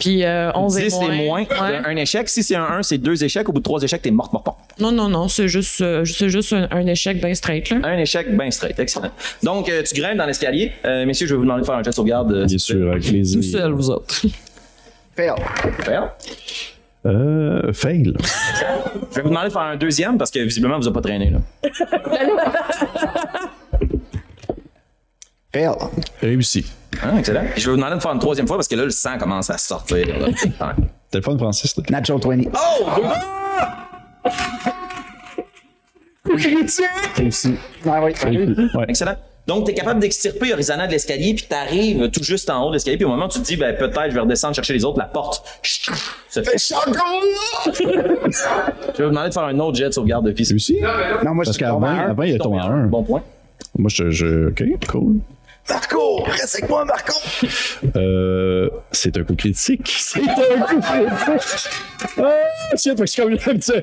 Speaker 3: Puis euh, 11 et
Speaker 1: 10
Speaker 3: moins.
Speaker 1: et moins.
Speaker 3: Ouais.
Speaker 1: t'as Un échec. Si c'est un 1, c'est deux échecs. Au bout de trois échecs, t'es morte, morte, morte.
Speaker 3: Non, non, non, c'est juste, euh, c'est juste un, un échec bien straight, là.
Speaker 1: Un échec bien straight, excellent. Donc, euh, tu grimpes dans l'escalier. Euh, messieurs, je vais vous demander de faire un jet de sauvegarde. euh,
Speaker 4: Bien
Speaker 1: s'il vous
Speaker 4: sûr, avec les
Speaker 3: Tout seul, vous autres.
Speaker 2: Fail.
Speaker 1: plaît. Faire.
Speaker 4: Euh, fail.
Speaker 1: Je vais vous demander de faire un deuxième parce que visiblement, vous n'avez pas traîné. Là.
Speaker 2: Fail.
Speaker 4: Réussi.
Speaker 1: Hein, excellent. Et je vais vous demander de faire une troisième fois parce que là, le sang commence à sortir. là.
Speaker 3: *laughs*
Speaker 1: Hein.
Speaker 4: Téléphone Francis. là.
Speaker 2: Natural 20.
Speaker 1: Oh! deux-
Speaker 2: Réussi. Ah oui.
Speaker 4: Ouais.
Speaker 1: Excellent. Donc, tu es capable d'extirper Orizana de l'escalier, puis tu arrives tout juste en haut de l'escalier, puis au moment où tu te dis, ben, peut-être je vais redescendre chercher les autres, la porte se fait. *laughs* Je vais vous demander de faire un autre jet de sauvegarde de vie. si vous
Speaker 4: Réussi?
Speaker 2: Non, moi, je
Speaker 4: Parce
Speaker 2: suis
Speaker 4: qu'avant,
Speaker 2: tombé à un.
Speaker 4: avant, il y a ton
Speaker 1: tombez à
Speaker 4: 1.
Speaker 1: Bon point.
Speaker 4: Moi, je, je. Ok, cool.
Speaker 2: Marco, reste avec moi, Marco.
Speaker 4: Euh, c'est un coup critique.
Speaker 2: *laughs*
Speaker 4: C'est un coup critique. Ah, tiens, parce que comme là, tu sais.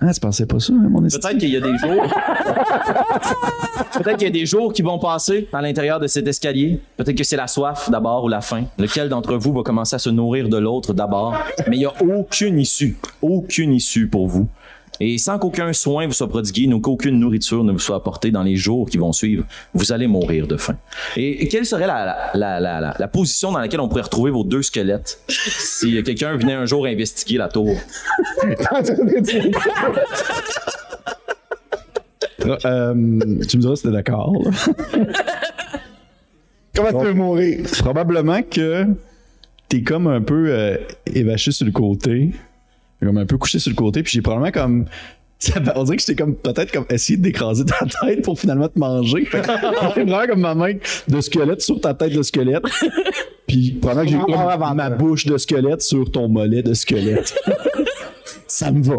Speaker 4: Ah, tu pensais pas ça, hein, mon esprit?
Speaker 1: Peut-être qu'il y a des jours. *laughs* Peut-être qu'il y a des jours qui vont passer à l'intérieur de cet escalier. Peut-être que c'est la soif d'abord ou la faim. Lequel d'entre vous va commencer à se nourrir de l'autre d'abord? Mais il n'y a aucune issue. Aucune issue pour vous. Et sans qu'aucun soin vous soit prodigué, ni qu'aucune nourriture ne vous soit apportée dans les jours qui vont suivre, vous allez mourir de faim. Et quelle serait la, la- la- la- la position dans laquelle on pourrait retrouver vos deux squelettes si quelqu'un venait un jour investiguer la tour?
Speaker 4: Euh, tu me diras si t'es d'accord. là.
Speaker 2: Comment tu peux mourir?
Speaker 4: Probablement que t'es comme un peu euh, évaché sur le côté, comme un peu couché sur le côté, puis j'ai probablement comme. *laughs* On dirait que j'étais comme peut-être comme essayer d'écraser ta tête pour finalement te manger. Fait que *laughs* J'ai vraiment comme ma main de squelette sur ta tête de squelette. Puis probablement que j'ai
Speaker 2: Ah,
Speaker 4: comme
Speaker 2: avant,
Speaker 4: ma
Speaker 2: toi.
Speaker 4: bouche de squelette sur ton mollet de squelette. *laughs* Ça me va.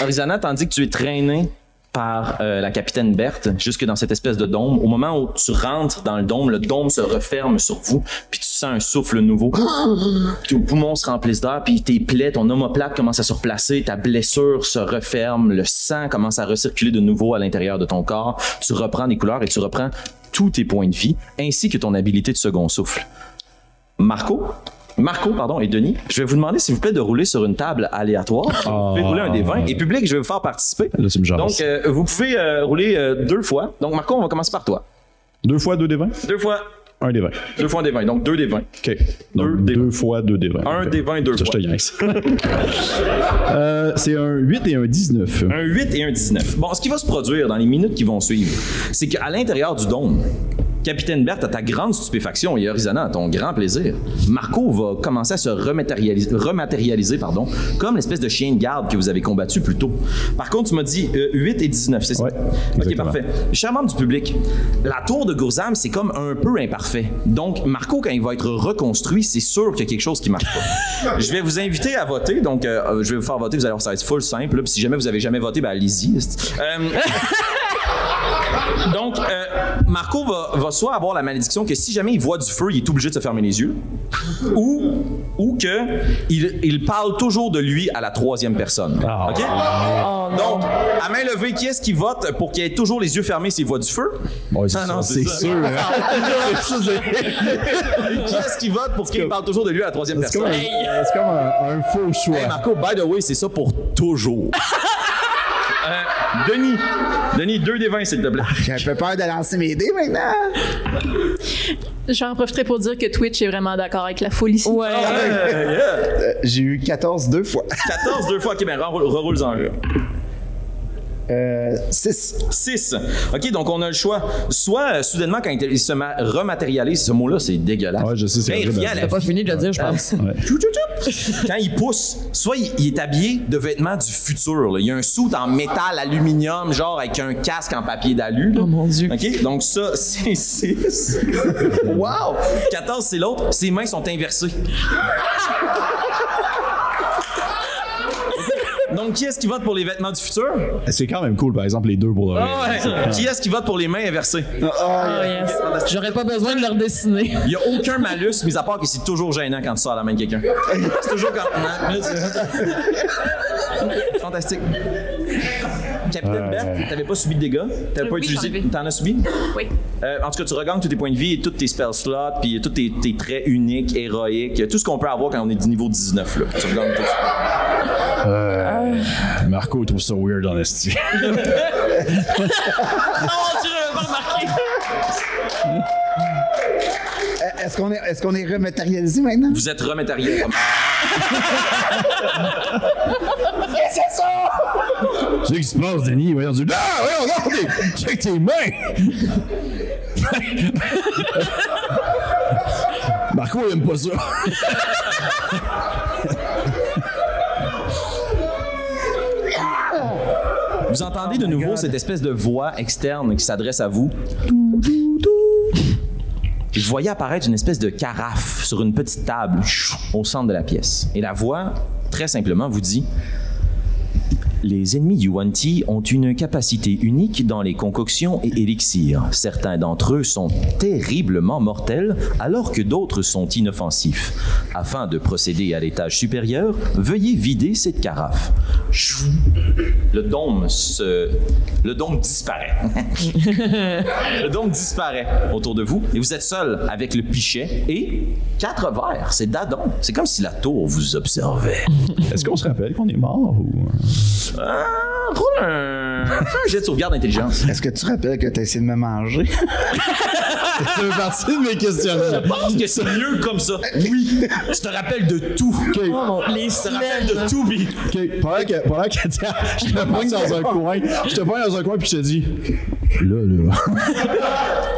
Speaker 1: Orizana, tandis que tu es traîné par euh, la capitaine Berthe jusque dans cette espèce de dôme, au moment où tu rentres dans le dôme, le dôme se referme sur vous, puis tu sens un souffle nouveau. Tes poumons se remplissent d'air, puis tes plaies, ton omoplate commence à se replacer, ta blessure se referme, le sang commence à recirculer de nouveau à l'intérieur de ton corps, tu reprends des couleurs et tu reprends tous tes points de vie, ainsi que ton habilité de second souffle. Marco, Marco, pardon, et Denis, je vais vous demander, s'il vous plaît, de rouler sur une table aléatoire. Vous pouvez rouler un des 20. Et public, je vais vous faire participer.
Speaker 4: Là, tu me jases.
Speaker 1: Donc, euh, vous pouvez euh, rouler euh, deux fois. Donc, Marco, on va commencer par toi.
Speaker 4: Deux fois deux des 20?
Speaker 1: Deux fois,
Speaker 4: Un des 20.
Speaker 1: deux fois un des 20. Donc, deux des 20.
Speaker 4: OK. Donc,
Speaker 1: Deux des
Speaker 4: deux fois deux des 20.
Speaker 1: Un des 20, deux
Speaker 4: Ça,
Speaker 1: fois.
Speaker 4: je te
Speaker 1: *laughs*
Speaker 4: niaise. Euh, c'est un 8 et un 19.
Speaker 1: Un 8 et un 19. Bon, ce qui va se produire dans les minutes qui vont suivre, c'est qu'à l'intérieur du dôme, Capitaine Berthe, à ta grande stupéfaction et Horizona, à ton grand plaisir, Marco va commencer à se rematérialiser, rematérialiser, pardon, comme l'espèce de chien de garde que vous avez combattu plus tôt. Par contre, tu m'as dit euh, 8 et 19, c'est ça?
Speaker 4: Ouais,
Speaker 1: ok,
Speaker 4: exactement.
Speaker 1: parfait. Cher membre du public, la tour de Gourzam, c'est comme un peu imparfait. Donc, Marco, quand il va être reconstruit, c'est sûr qu'il y a quelque chose qui marche pas. je vais vous inviter à voter. Donc, euh, je vais vous faire voter. Vous allez voir, ça va être full simple. là. Puis si jamais vous avez jamais voté, ben allez-y. Euh, donc, euh, Marco va, va soit avoir la malédiction que si jamais il voit du feu, il est obligé de se fermer les yeux, ou, ou que il, il parle toujours de lui à la troisième personne.
Speaker 4: Ah.
Speaker 1: OK?
Speaker 4: Oh,
Speaker 1: Donc, à main levée, qui est-ce qui vote pour qu'il ait toujours les yeux fermés s'il voit du feu?
Speaker 4: Ouais, c'est
Speaker 1: Ah
Speaker 4: ça,
Speaker 1: non, c'est
Speaker 4: c'est
Speaker 1: ça. *laughs*
Speaker 4: sûr. hein.
Speaker 1: qui est-ce qui vote pour qu'il parle toujours de lui à la troisième
Speaker 4: C'est
Speaker 1: personne?
Speaker 4: comme, un, c'est comme un- un faux choix.
Speaker 1: Hey, Marco, by the way, c'est ça pour toujours. *laughs* Euh, Denis, Denis, 2 des 20, s'il te plaît.
Speaker 2: J'ai un peu peur de lancer mes dés maintenant.
Speaker 9: J'en profiterai pour dire que Twitch est vraiment d'accord avec la foule ici.
Speaker 3: Ouais.
Speaker 1: Euh, yeah.
Speaker 2: Euh, J'ai eu 14 deux fois.
Speaker 1: 14 deux fois, ok, ben reroule- reroule-en un.
Speaker 2: Euh, 6.
Speaker 1: 6. OK, donc on a le choix. Soit euh, soudainement, quand il se ma- rematérialise, ce mot-là, c'est dégueulasse.
Speaker 4: Ouais, je sais, c'est
Speaker 1: Ben,
Speaker 4: horrible.
Speaker 1: rien à la
Speaker 3: T'as pas fini de le dire, je pense.
Speaker 1: Tchou, tchou, tchou. Quand il pousse, soit il, il est habillé de vêtements du futur. là. Il y a un soute en métal, aluminium, genre avec un casque en papier d'alu. là.
Speaker 3: Oh mon Dieu.
Speaker 1: OK, donc ça, *laughs* c'est 6. wow! 14, c'est l'autre. Ses mains sont inversées. Donc, qui est-ce qui vote pour les vêtements du futur?
Speaker 4: C'est quand même cool, par exemple, les deux
Speaker 1: Ah.
Speaker 4: pour le
Speaker 1: Qui est-ce qui vote pour les mains inversées?
Speaker 3: Ah, yes. J'aurais pas besoin de leur *laughs* dessiner.
Speaker 1: Il n'y a aucun malus, mis à part que c'est toujours gênant quand tu sors la main de quelqu'un. *laughs* C'est toujours comme. Non,
Speaker 9: *laughs*
Speaker 1: là, tu- Fantastique. Capitaine Bert, t'avais pas subi de dégâts? T'avais pas
Speaker 9: Oui, j'en
Speaker 1: utilisé.
Speaker 9: avais.
Speaker 1: T'en as subi?
Speaker 9: Oui.
Speaker 1: Euh, en tout cas, tu regagnes tous tes points de vie et tous tes spell slots, puis tous tes, tes traits uniques, héroïques, tout ce qu'on peut avoir quand on est du niveau 19. Là. Tu regagnes tout ça.
Speaker 4: Marco trouve ça weird,
Speaker 1: *laughs*
Speaker 4: en esti.
Speaker 2: Euh, Est-ce qu'on est, est, qu'on est rematérialisé maintenant?
Speaker 1: Vous êtes rematériel comme
Speaker 4: C'est ce qui se passe, Denis. Voyons du. Ah, voyons, regarde, t'es- check tes mains! *laughs* Marco, il aime pas ça.
Speaker 1: Vous entendez de nouveau cette espèce de voix externe qui s'adresse à vous. Je voyais apparaître une espèce de carafe sur une petite table chou, au centre de la pièce. Et la voix, très simplement, vous dit Les ennemis Yuan-Ti ont une capacité unique dans les concoctions et élixirs. Certains d'entre eux sont terriblement mortels, alors que d'autres sont inoffensifs. Afin de procéder à l'étage supérieur, veuillez vider cette carafe. Chou. Le dôme se... Le dôme disparaît. le dôme disparaît autour de vous et vous êtes seul avec le pichet et quatre verres. C'est dadon. C'est comme si la tour vous
Speaker 9: *laughs*
Speaker 1: observait.
Speaker 4: Est-ce qu'on se rappelle qu'on est mort ou.
Speaker 1: Ah, roule un... fais un jet de sauvegarde d'intelligence.
Speaker 2: Est-ce que tu rappelles que t'as essayé de me manger?
Speaker 1: Ah!
Speaker 4: Ça fait partie de mes questions.
Speaker 1: Je pense que c'est mieux comme ça. Oui. Tu te rappelles de tout.
Speaker 3: Oh, Les
Speaker 1: Tu te rappelles
Speaker 3: semaines.
Speaker 1: de tout, Bi.
Speaker 4: Ok, pendant que, pendant que je te pogne dans un coin, je te pogne dans un coin puis je te dis Là, là, *laughs*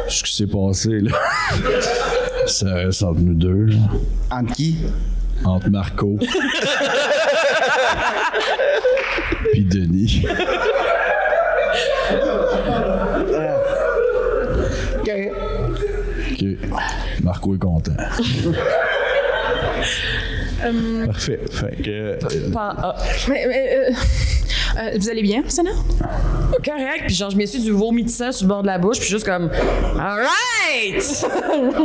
Speaker 4: ce qui s'est passé, là, *laughs* ça reste entre nous deux, là,
Speaker 2: Entre qui?
Speaker 4: entre Marco *laughs* puis Denis.
Speaker 2: OK.
Speaker 4: Ok, Marco est content. Parfait. Fait que, euh,
Speaker 3: Pas- ah,
Speaker 9: Mais, mais, euh, *laughs* euh, vous allez bien, Sana?
Speaker 3: correct, puis genre, je me suis du vomissant sur le bord de la bouche, puis juste comme, *laughs* alright!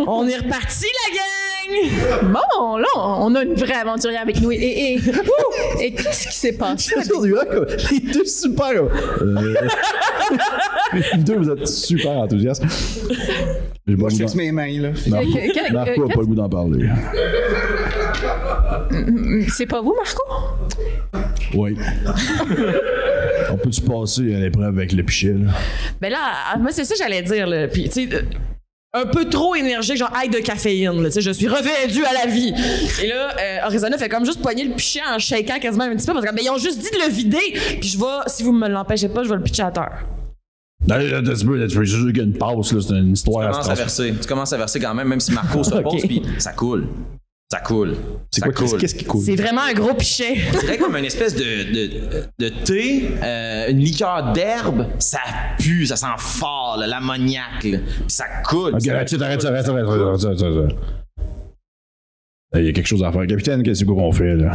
Speaker 3: On est reparti, la gang!
Speaker 9: Bon, là, on a une vraie aventurière avec nous. Et, et, et- *laughs* ouh! Et qu'est-ce qui s'est passé?
Speaker 4: Celui-là, quoi, les deux super. euh, euh, *laughs* les deux, vous êtes super enthousiastes. J'ai pas
Speaker 2: Moi,
Speaker 4: le
Speaker 2: je
Speaker 4: goût
Speaker 2: fixe mes mains, là.
Speaker 9: Euh,
Speaker 4: d'en- Marco-
Speaker 9: Que- que-
Speaker 4: Marco a
Speaker 9: que-
Speaker 4: pas le goût d'en parler.
Speaker 9: euh, C'est pas vous, Marco?
Speaker 4: Oui. *laughs* On peut-tu passer à l'épreuve avec le pichet, là?
Speaker 3: Mais Ben là, à- moi, c'est ça que j'allais dire. Là. Puis, tu sais, euh, un peu trop énergique, genre aïe de caféine. Là, Tu sais, je suis revêtue à la vie. Et là, euh, Horizona fait comme juste poigner le pichet en shakant quasiment un petit peu. Parce que, mais ils ont juste dit de le vider. Puis je vais, si vous me l'empêchez pas, je vais le pitcher à terre.
Speaker 4: Non, là, t'as Ben, un petit peu, là, tu veux juste qu'il y ait une passe, là, c'est une histoire à
Speaker 8: commences à
Speaker 4: se trans-
Speaker 8: verser. Tu commences à verser quand même, même si
Speaker 4: *laughs*
Speaker 8: Marco se pose, puis ça coule. Ça coule.
Speaker 1: C'est
Speaker 8: Ça
Speaker 1: quoi? Qu'est-ce
Speaker 8: coule.
Speaker 1: qu'est-ce qui coule?
Speaker 3: C'est vraiment un gros pichet.
Speaker 8: C'est vrai comme une espèce de, de, de thé, euh, une liqueur d'herbe, ça pue, ça sent fort, là, l'ammoniaque, là. Puis ça coule.
Speaker 4: Ok,
Speaker 8: Ça-
Speaker 4: arrête, arrête, arrête, arrête, arrête, arrête, arrête, arrête. Il y a quelque chose à faire. Capitaine, qu'est-ce que- qu'on fait, là?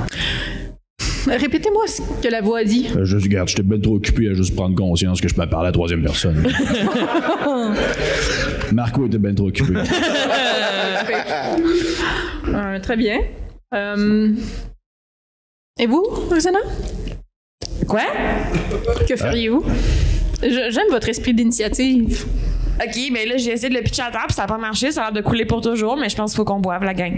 Speaker 9: Répétez-moi ce que la voix a dit.
Speaker 4: Euh, Je regarde, j'étais bien trop occupé à juste prendre conscience que je peux parler à la troisième personne. Marco était bien trop occupé.
Speaker 9: Euh, très bien. Euh, Et vous, Rosanna?
Speaker 3: Quoi?
Speaker 9: Que feriez-vous? Hein? Je- J'aime votre esprit d'initiative.
Speaker 3: Ok, mais là, j'ai essayé de le pitcher à terre, puis ça n'a pas marché. Ça a l'air de couler pour toujours, mais je pense qu'il faut qu'on boive la gang.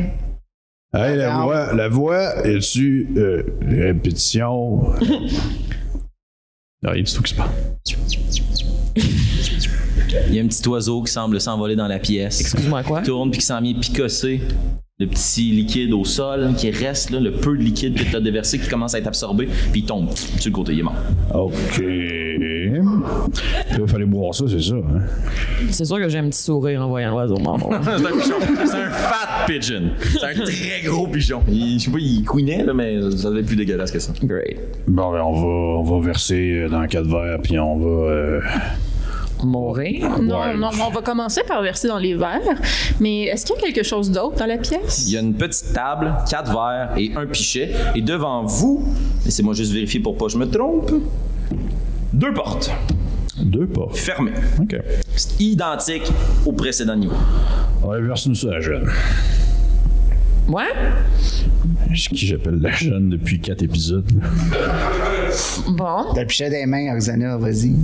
Speaker 4: Hey, la voix, la voix, es-tu euh, répétition? *laughs* Ah, il se trouve qui se parle.
Speaker 8: Il y a un petit oiseau qui semble s'envoler dans la pièce.
Speaker 3: Excuse-moi, quoi?
Speaker 8: Qui tourne puis qui s'en vient picosser le petit liquide au sol qui reste, là, le peu de liquide que tu as déversé qui commence à être absorbé, puis il tombe sur le côté, il est mort.
Speaker 4: Ok. Il fallait boire ça, c'est ça. Hein?
Speaker 3: C'est sûr que j'ai un petit sourire en voyant l'oiseau *laughs* mort.
Speaker 8: C'est un pigeon. C'est un fat pigeon. C'est un très gros pigeon. Il, je sais pas, il couinait, là, mais ça devait être plus dégueulasse que ça.
Speaker 3: Great.
Speaker 4: Bon, ben, on va, on va verser euh, dans quatre verres, puis on va. euh,
Speaker 3: Mourir?
Speaker 9: Non,
Speaker 4: Ouais.
Speaker 9: non, on va commencer par verser dans les verres, mais est-ce qu'il y a quelque chose d'autre dans la pièce?
Speaker 8: Il y a une petite table, quatre verres et un pichet. Et devant vous, laissez-moi juste vérifier pour pas que je me trompe, deux portes
Speaker 4: Deux pas.
Speaker 8: fermées,
Speaker 4: Ok.
Speaker 8: identiques au précédent niveau.
Speaker 4: Ouais, verse-nous ça, la jeune.
Speaker 3: Moi?
Speaker 4: C'est qui j'appelle la jeune depuis quatre épisodes.
Speaker 3: Bon.
Speaker 2: T'as le pichet des mains, Arizona, vas-y.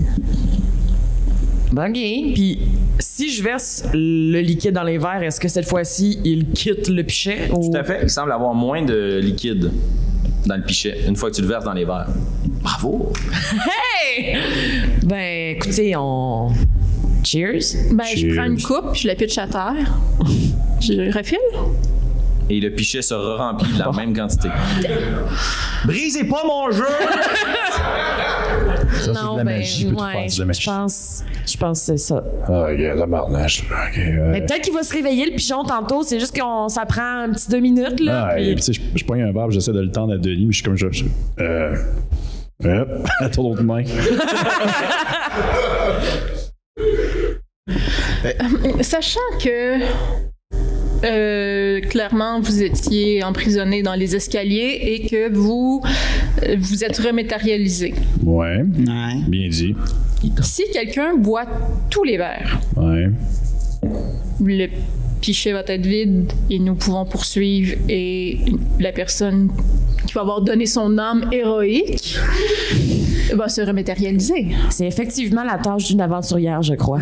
Speaker 3: Bon, OK. Puis, si je verse le liquide dans les verres, est-ce que cette fois-ci, il quitte le pichet? ou-
Speaker 8: Tout à fait. Il semble avoir moins de liquide dans le pichet une fois que tu le verses dans les verres. Bravo!
Speaker 3: Hey! Ben, écoutez, on. Cheers.
Speaker 9: Ben, je prends une
Speaker 4: Cheers.
Speaker 9: coupe, je la pitche à terre. Je refile.
Speaker 8: Et le pichet se remplit de la même quantité. Brisez pas mon jeu!
Speaker 4: Ça, c'est de la
Speaker 3: ben,
Speaker 4: magie, puis tu
Speaker 3: ouais,
Speaker 4: fasses de
Speaker 3: je
Speaker 4: la magie.
Speaker 3: pense, je pense que c'est ça.
Speaker 4: Ah, ok, tabarnache. Ok, ouais.
Speaker 3: Mais peut-être qu'il va se réveiller le pigeon tantôt, c'est juste qu'on ça prend un petit deux minutes là.
Speaker 4: Ah,
Speaker 3: puis-
Speaker 4: et puis, tu sais, je, je pogne un verre, puis j'essaie de le tendre à Denis, mais je suis comme je. je- euh. Hop, *laughs* à ton autre main.
Speaker 9: Euh, Sachant que euh, clairement vous étiez emprisonné dans les escaliers et que vous euh, vous êtes remétérialisé.
Speaker 4: Ouais,
Speaker 2: Ouais.
Speaker 4: bien dit.
Speaker 9: Si quelqu'un boit tous les verres,
Speaker 4: Ouais.
Speaker 9: le pichet va être vide et nous pouvons poursuivre et la personne qui va avoir donné son âme héroïque va se remétérialiser.
Speaker 3: C'est effectivement la tâche d'une aventurière, je crois.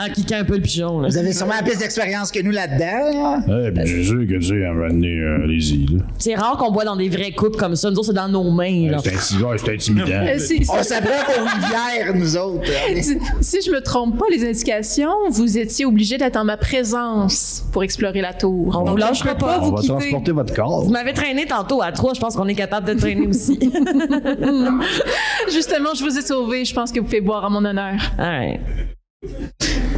Speaker 3: En kickant Ah, un peu le pigeon là.
Speaker 2: Vous avez sûrement plus d'expérience que nous là-dedans. là.
Speaker 4: Eh, puis j'ai sûr que tu sais, à un moment donné, euh, allez-y, là.
Speaker 3: C'est rare qu'on boit dans des vraies coupes comme ça. Nous autres, c'est dans nos mains là.
Speaker 4: C'est inti- ouais, c'est intimidant.
Speaker 9: Euh, c'est-
Speaker 2: On s'abreuve aux rivières, nous autres.
Speaker 9: Si, si je me trompe pas, les indications, vous étiez obligé d'être en ma présence pour explorer la tour.
Speaker 3: On vous lâchera pas.
Speaker 4: On
Speaker 3: Vous,
Speaker 4: va
Speaker 9: quittez.
Speaker 4: transporter votre corps.
Speaker 3: vous m'avez traîné tantôt à trois. Je pense qu'on est capable de
Speaker 4: *laughs*
Speaker 3: traîner aussi.
Speaker 9: Justement, je vous ai sauvé. Je pense que vous pouvez boire à mon honneur.
Speaker 3: Alright.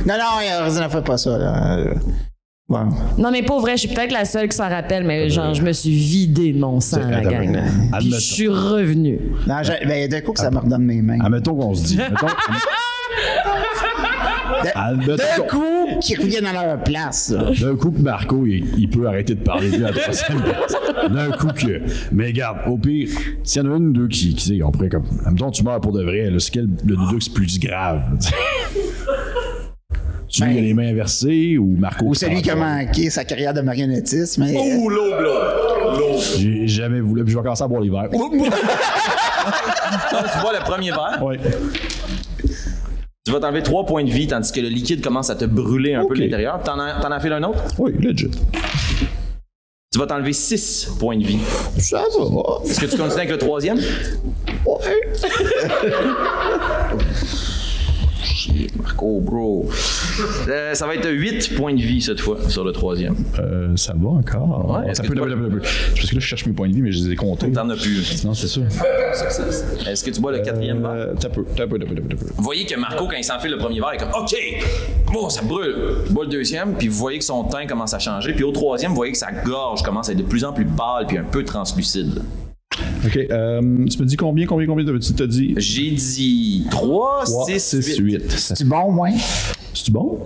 Speaker 2: Non, non, Arizona, fais pas ça. Là. Euh, Bon.
Speaker 3: Non mais pour vrai, je suis peut-être la seule qui s'en rappelle, mais genre je me suis vidé de mon sang la
Speaker 4: Attends,
Speaker 3: gang. là.
Speaker 4: admettons.
Speaker 3: Puis je suis revenu.
Speaker 2: Non, je- ben, d'un coup que ça me redonne mes mains.
Speaker 4: Admettons qu'on se
Speaker 2: *laughs*
Speaker 4: dit. Mettons,
Speaker 2: D'un
Speaker 4: admettons,
Speaker 2: coup, qui reviennent à leur place. là.
Speaker 4: d'un coup que Marco, il, il peut arrêter de parler de lui à la troisième personne. D'un coup que. Mais regarde, au pire, s'il y en a une ou deux qui, qui tu sais, on pourrait comme. Admettons, tu meurs pour de vrai, là, c'est quel le des deux que c'est plus grave? tu sais. Celui qui a les mains inversées ou Marco?
Speaker 2: Ben. Ou celui qui a manqué sa carrière de marionnettiste. Mais... euh,
Speaker 4: J'ai jamais voulu, puis je vais commencer à boire l'hiver.
Speaker 2: Oh.
Speaker 8: tu vois le premier verre?
Speaker 4: Ouais.
Speaker 8: Tu vas t'enlever trois points de vie tandis que le liquide commence à te brûler un
Speaker 4: Ok.
Speaker 8: peu l'intérieur. T'en as- t'en enfiles un autre?
Speaker 4: Oui, legit.
Speaker 8: Tu vas t'enlever six points de vie.
Speaker 4: Ça va.
Speaker 8: Est-ce que tu continues avec le troisième? *laughs* Shit, Marco, bro. Euh, ça va être huit points de vie cette fois sur le troisième.
Speaker 4: Euh, ça va encore.
Speaker 8: Ouais,
Speaker 4: ça
Speaker 8: est-ce que
Speaker 4: peut,
Speaker 8: tu vois-
Speaker 4: Parce que là, je cherche mes points de vie, mais je les ai comptés.
Speaker 8: T'en as plus.
Speaker 4: Non, c'est sûr.
Speaker 8: Est-ce que tu bois le quatrième verre?
Speaker 4: Euh, T'as peu, t'as peu, t'as peu, t'as peu, t'as peu.
Speaker 8: Vous voyez que Marco, quand il s'enfile le premier verre, il est comme OK, bon, ça brûle. Il boit le deuxième, puis vous voyez que son teint commence à changer. Puis au troisième, vous voyez que sa gorge commence à être de plus en plus pâle, puis un peu translucide.
Speaker 4: Ok, euh, tu me dis combien, combien, combien t'as- tu t'as dit
Speaker 8: J'ai dit 3, 6, 8.
Speaker 4: 8. Ça-
Speaker 2: C'est bon, moi.
Speaker 4: C'est-tu bon?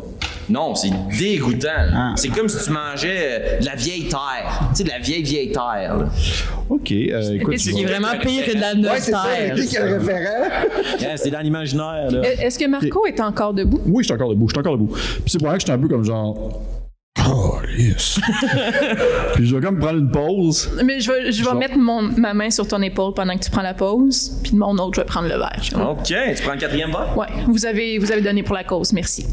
Speaker 8: Non, c'est dégoûtant.
Speaker 1: Ah.
Speaker 8: là. C'est comme si tu mangeais euh, de la vieille terre. Tu sais, de la vieille, vieille terre. là.
Speaker 4: Ok, euh, écoute,
Speaker 3: Ce
Speaker 4: tu
Speaker 3: qui est
Speaker 4: vas-
Speaker 3: vraiment pire que de la
Speaker 2: Ouais, c'est ça,
Speaker 3: nostalgie.
Speaker 2: qui a le référent.
Speaker 8: c'est dans l'imaginaire.
Speaker 9: Est-ce que Marco est encore debout?
Speaker 4: Oui, je suis encore debout, je suis encore debout. Puis c'est pour ça que j'étais un peu comme genre. Oh,
Speaker 8: *laughs*
Speaker 4: yes. Puis je vais comme prendre une pause.
Speaker 9: Mais je vais, je vais
Speaker 4: Genre.
Speaker 9: mettre mon, ma main sur ton épaule pendant que tu prends la pause, puis de mon autre, je vais prendre le verre.
Speaker 4: Ah.
Speaker 8: OK, tu prends le quatrième verre?
Speaker 9: Ouais, vous avez, vous avez donné pour la cause, merci.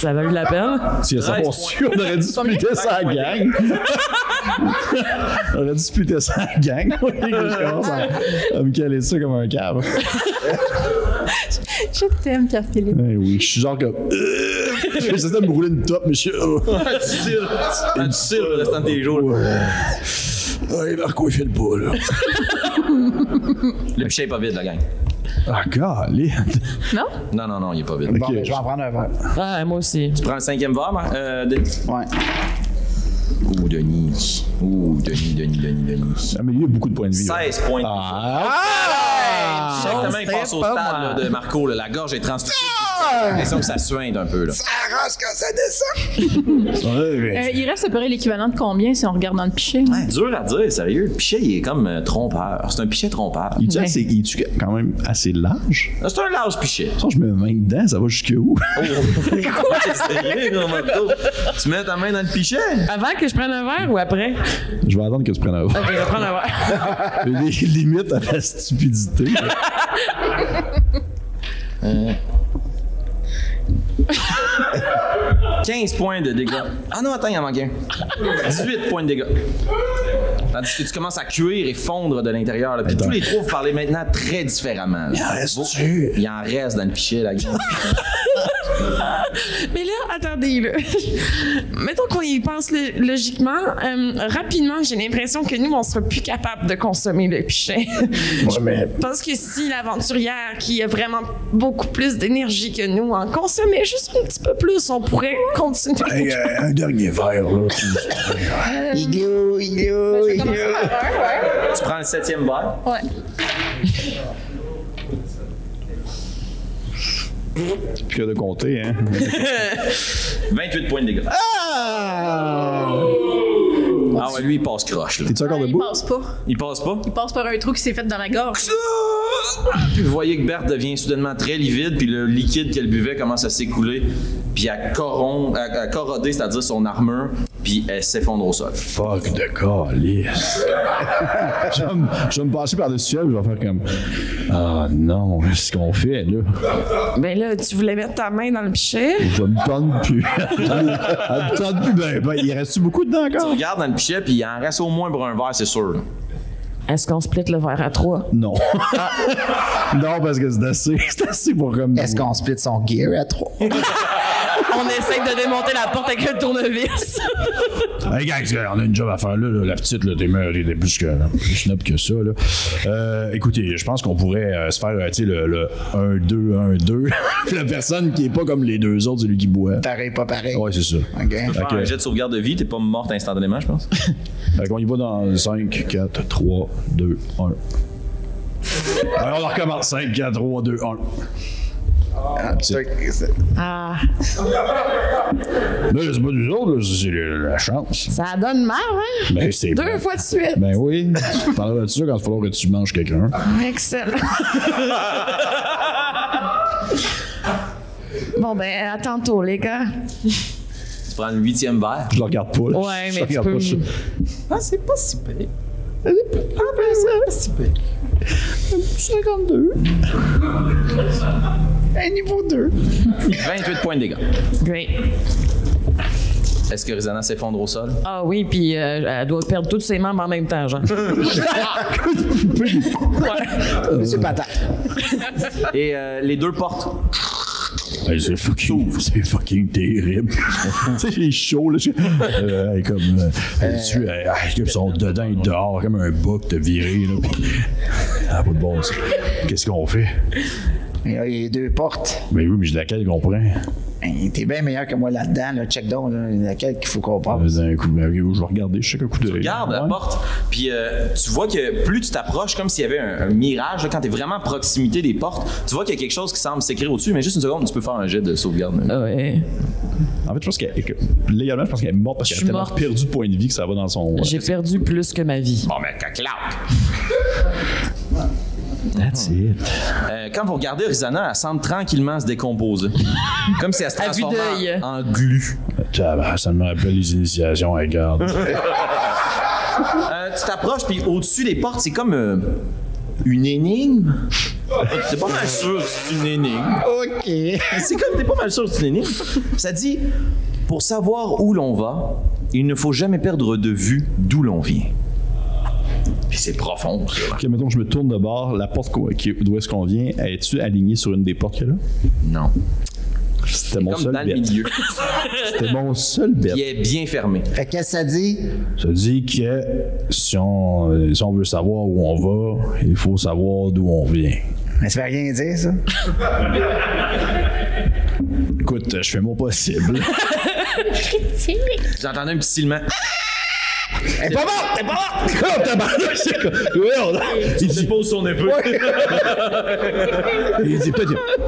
Speaker 3: Ça valait la peine.
Speaker 4: Si ça
Speaker 8: Treize
Speaker 4: pour sûr, on aurait dû se puter ça à la gang. on aurait dû se puter ça à la gang. *laughs* je commence à, à me caler ça comme un câble.
Speaker 9: Je t'aime, Pierre-Philippe.
Speaker 4: Eh oui, je suis genre comme. euh, J'essaie de me rouler une top, mais je suis. euh,
Speaker 8: Ah, difficile. Ah, difficile le restant de tes jours.
Speaker 4: Hey, Marco, il fait le pas, là.
Speaker 8: Le pichet est pas vide, la gang.
Speaker 4: Ah, God,
Speaker 9: Non?
Speaker 8: Non, non, non, il est pas vide.
Speaker 2: Bon, ben, je vais en prendre un verre.
Speaker 3: Ah, moi aussi.
Speaker 8: Tu prends le cinquième verre, Mar- euh, Denis?
Speaker 2: Ouais.
Speaker 8: Ouh, Denis. Ouh, Denis, Denis, Denis, Denis.
Speaker 4: Ah, mais il y a beaucoup de points de vie. là.
Speaker 8: 16 points.
Speaker 4: Ah!
Speaker 8: Exactement, il passe au stade là, de Marco. là. La gorge est translucide. J'ai l'impression que ça suinte un peu. Là.
Speaker 9: Euh, il reste à peu près l'équivalent de combien si on regarde dans le pichet? là?
Speaker 8: Ah, Dur à dire, sérieux. Le pichet, il est comme euh, trompeur. C'est un pichet trompeur.
Speaker 4: Il est-tu
Speaker 9: Ouais.
Speaker 4: assez- il est-tu quand même assez large?
Speaker 8: Ah, C'est un large *laughs* pichet.
Speaker 4: Attends, je me mets main dedans, ça va jusqu'où?
Speaker 8: Sérieux, mon Marco. tu mets ta main dans le pichet?
Speaker 3: Avant que je prenne un verre ou après?
Speaker 4: je vais attendre que tu prennes un verre.
Speaker 3: Je vais prendre un verre.
Speaker 4: Les limites à la stupidité.
Speaker 8: Euh. 15 points de dégâts. Ah non, attends, il en manque un. 18 points de dégâts. Tandis que tu commences à cuire et fondre de l'intérieur. là. Puis tous les trois, vous parlez maintenant très différemment. là.
Speaker 4: reste-tu?
Speaker 8: Il en reste dans le pichet, la gueule.
Speaker 3: Mais là, attendez, là. *laughs* Mettons qu'on y pense lo- logiquement. euh, rapidement, j'ai l'impression que nous, on sera plus capable de consommer le pichet.
Speaker 4: mais-
Speaker 3: Je pense que si l'aventurière, qui a vraiment beaucoup plus d'énergie que nous, en consommait juste un petit peu plus, on pourrait continuer.
Speaker 4: un dernier verre, là.
Speaker 2: Igloo, igloo, igloo.
Speaker 8: tu prends le septième verre.
Speaker 9: Ouais.
Speaker 4: Puis de compter, hein.
Speaker 8: 28 points de dégâts. Ah ouais, lui, il passe croche, là.
Speaker 4: T'es-tu encore
Speaker 9: Ah, Il
Speaker 4: debout?
Speaker 9: passe pas.
Speaker 8: Il passe pas.
Speaker 9: Il passe par un trou qui s'est fait dans la gorge.
Speaker 8: Puis vous voyez que Berthe devient soudainement très livide, puis le liquide qu'elle buvait commence à s'écouler, puis à, corrompre, à, à corroder, c'est-à-dire son armure, puis elle s'effondre au sol.
Speaker 4: Fuck de calice. je, vais me- je vais me passer par-dessus elle, je vais faire comme. Ah non, qu'est-ce qu'on fait, là?
Speaker 3: Ben là, tu voulais mettre ta main dans le pichet.
Speaker 4: Je me tente plus. *laughs* Elle me tente plus, ben, ben, il reste-tu beaucoup dedans
Speaker 8: Tu
Speaker 4: encore?
Speaker 8: regardes dans le pichet, puis il en reste au moins pour un verre, c'est sûr.
Speaker 3: Est-ce qu'on split le verre à trois?
Speaker 4: Non. non, parce que c'est assez. *laughs* C'est assez pour comme.
Speaker 2: Est-ce qu'on split son gear à trois?
Speaker 3: On essaie de démonter la porte avec le tournevis.
Speaker 4: Hey gang, on a une job à faire là, là. la petite, là, t'es meilleure, t'es t'es plus que plus snob que ça. Là. Euh, écoutez, je pense qu'on pourrait euh, se faire euh, tu sais, le, le 1-2, 1-2. *laughs* la personne qui est pas comme les deux autres, c'est lui qui boit.
Speaker 2: *laughs* Pareil, pas pareil.
Speaker 4: Ouais, c'est ça.
Speaker 2: Ok.
Speaker 8: Faire
Speaker 4: Ok.
Speaker 8: Ah, un jet de sauvegarde de vie, t'es pas morte instantanément, je pense.
Speaker 4: Fait qu'on y va dans 5, 4, 3, 2, 1. Alors on recommence 5, 4, 3, 2, 1.
Speaker 2: Ah, c'est- c'est-
Speaker 3: Ah,
Speaker 4: Là, c'est pas nous autres, là, c'est la, la chance.
Speaker 3: ça donne mal, hein?
Speaker 4: Ben, c'est
Speaker 3: Deux fois de suite.
Speaker 4: Ben oui. Tu parleras de ça quand il va falloir que tu manges quelqu'un.
Speaker 3: Excellent. *laughs* bon, ben, à tantôt, les gars.
Speaker 8: Tu prends le huitième verre.
Speaker 4: Je le regarde pas. là.
Speaker 3: Ouais,
Speaker 4: je
Speaker 3: mais
Speaker 4: le
Speaker 3: tu
Speaker 4: regarde
Speaker 3: peux-
Speaker 4: pas. je-
Speaker 8: Ah, c'est pas si pire.
Speaker 12: 52.
Speaker 2: Un niveau 2.
Speaker 8: 28 points de dégâts.
Speaker 3: Great.
Speaker 8: Est-ce que Rizana s'effondre au sol?
Speaker 3: Ah oui, puis euh, elle doit perdre tous ses membres en même temps, *laughs* genre.
Speaker 4: Euh.
Speaker 2: Monsieur Patate.
Speaker 8: Et euh, les deux portes
Speaker 4: Hey, Ben, c'est fucking, c'est fucking terrible. *laughs* tu sais, j'ai chaud, là. j'ai- Euh, hey, comme, euh, tu, euh, hey, ils sont dedans et dehors, comme un bouc de viré, là. Puis, *laughs* ah, pas de bon sens. Qu'est-ce qu'on fait?
Speaker 2: Il y a les deux portes.
Speaker 4: Mais oui, mais j'ai laquelle qu'on prend?
Speaker 2: Hey, T'es bien meilleur que moi là-dedans, là. check down. Là. Il y en a quelques qu'il faut qu'on passe.
Speaker 4: Vas-y, un coup, ben, je vais regarder, je sais qu'un coup de
Speaker 8: Regarde la porte, puis euh, tu vois que plus tu t'approches, comme s'il y avait un, un mirage, là, quand tu es vraiment à proximité des portes, tu vois qu'il y a quelque chose qui semble s'écrire au-dessus, mais juste une seconde, tu peux faire un jet de sauvegarde.
Speaker 3: Ah ouais.
Speaker 4: En fait, je pense qu'elle, que, légalement, je pense qu'elle est morte parce
Speaker 3: Je
Speaker 4: qu'elle
Speaker 3: suis
Speaker 4: a tellement
Speaker 3: morte.
Speaker 4: perdu de points de vie que ça va dans son.
Speaker 3: J'ai perdu plus que ma vie.
Speaker 8: Bon, mais claque!
Speaker 4: That's it.
Speaker 8: Euh, quand vous regardez Rizana, elle semble tranquillement se *laughs* décomposer. Comme si elle se
Speaker 3: À vue
Speaker 8: transformait
Speaker 3: d'œil.
Speaker 8: en, en glu.
Speaker 4: Tabarnak, euh, Ça me rappelle les initiations, regarde.
Speaker 8: Euh, tu t'approches, puis au-dessus des portes, c'est comme euh, une énigme. C'est pas mal sûr que c'est une énigme.
Speaker 2: OK.
Speaker 8: *laughs* C'est comme t'es pas mal sûr que c'est une énigme. Ça dit Pour savoir où l'on va, il ne faut jamais perdre de vue d'où l'on vient. Puis c'est profond, ça. là.
Speaker 4: Ok, mettons que je me tourne de bord, la porte qu'on- qui- d'où est-ce qu'on vient, es-tu alignée sur une des portes qu'il y a là?
Speaker 8: Non.
Speaker 4: C'était mon,
Speaker 8: Comme
Speaker 4: seul
Speaker 8: dans le
Speaker 4: bet.
Speaker 8: milieu.
Speaker 4: C'était mon seul bet.
Speaker 8: Il est bien fermé.
Speaker 2: Fait que qu'est-ce que ça dit?
Speaker 4: Ça dit que si on, si on veut savoir où on va, il faut savoir d'où on vient.
Speaker 2: Mais Ben, ça veut rien dire, ça.
Speaker 4: Écoute, je fais mon possible.
Speaker 8: Vous entendez un petit silement.
Speaker 2: Elle est pas morte! Elle est pas morte!
Speaker 8: *laughs*
Speaker 4: oh, tabarnak, c'est quoi? Ouais, on a- Il dit,
Speaker 8: pose son épaule.
Speaker 4: il dit peut-être que-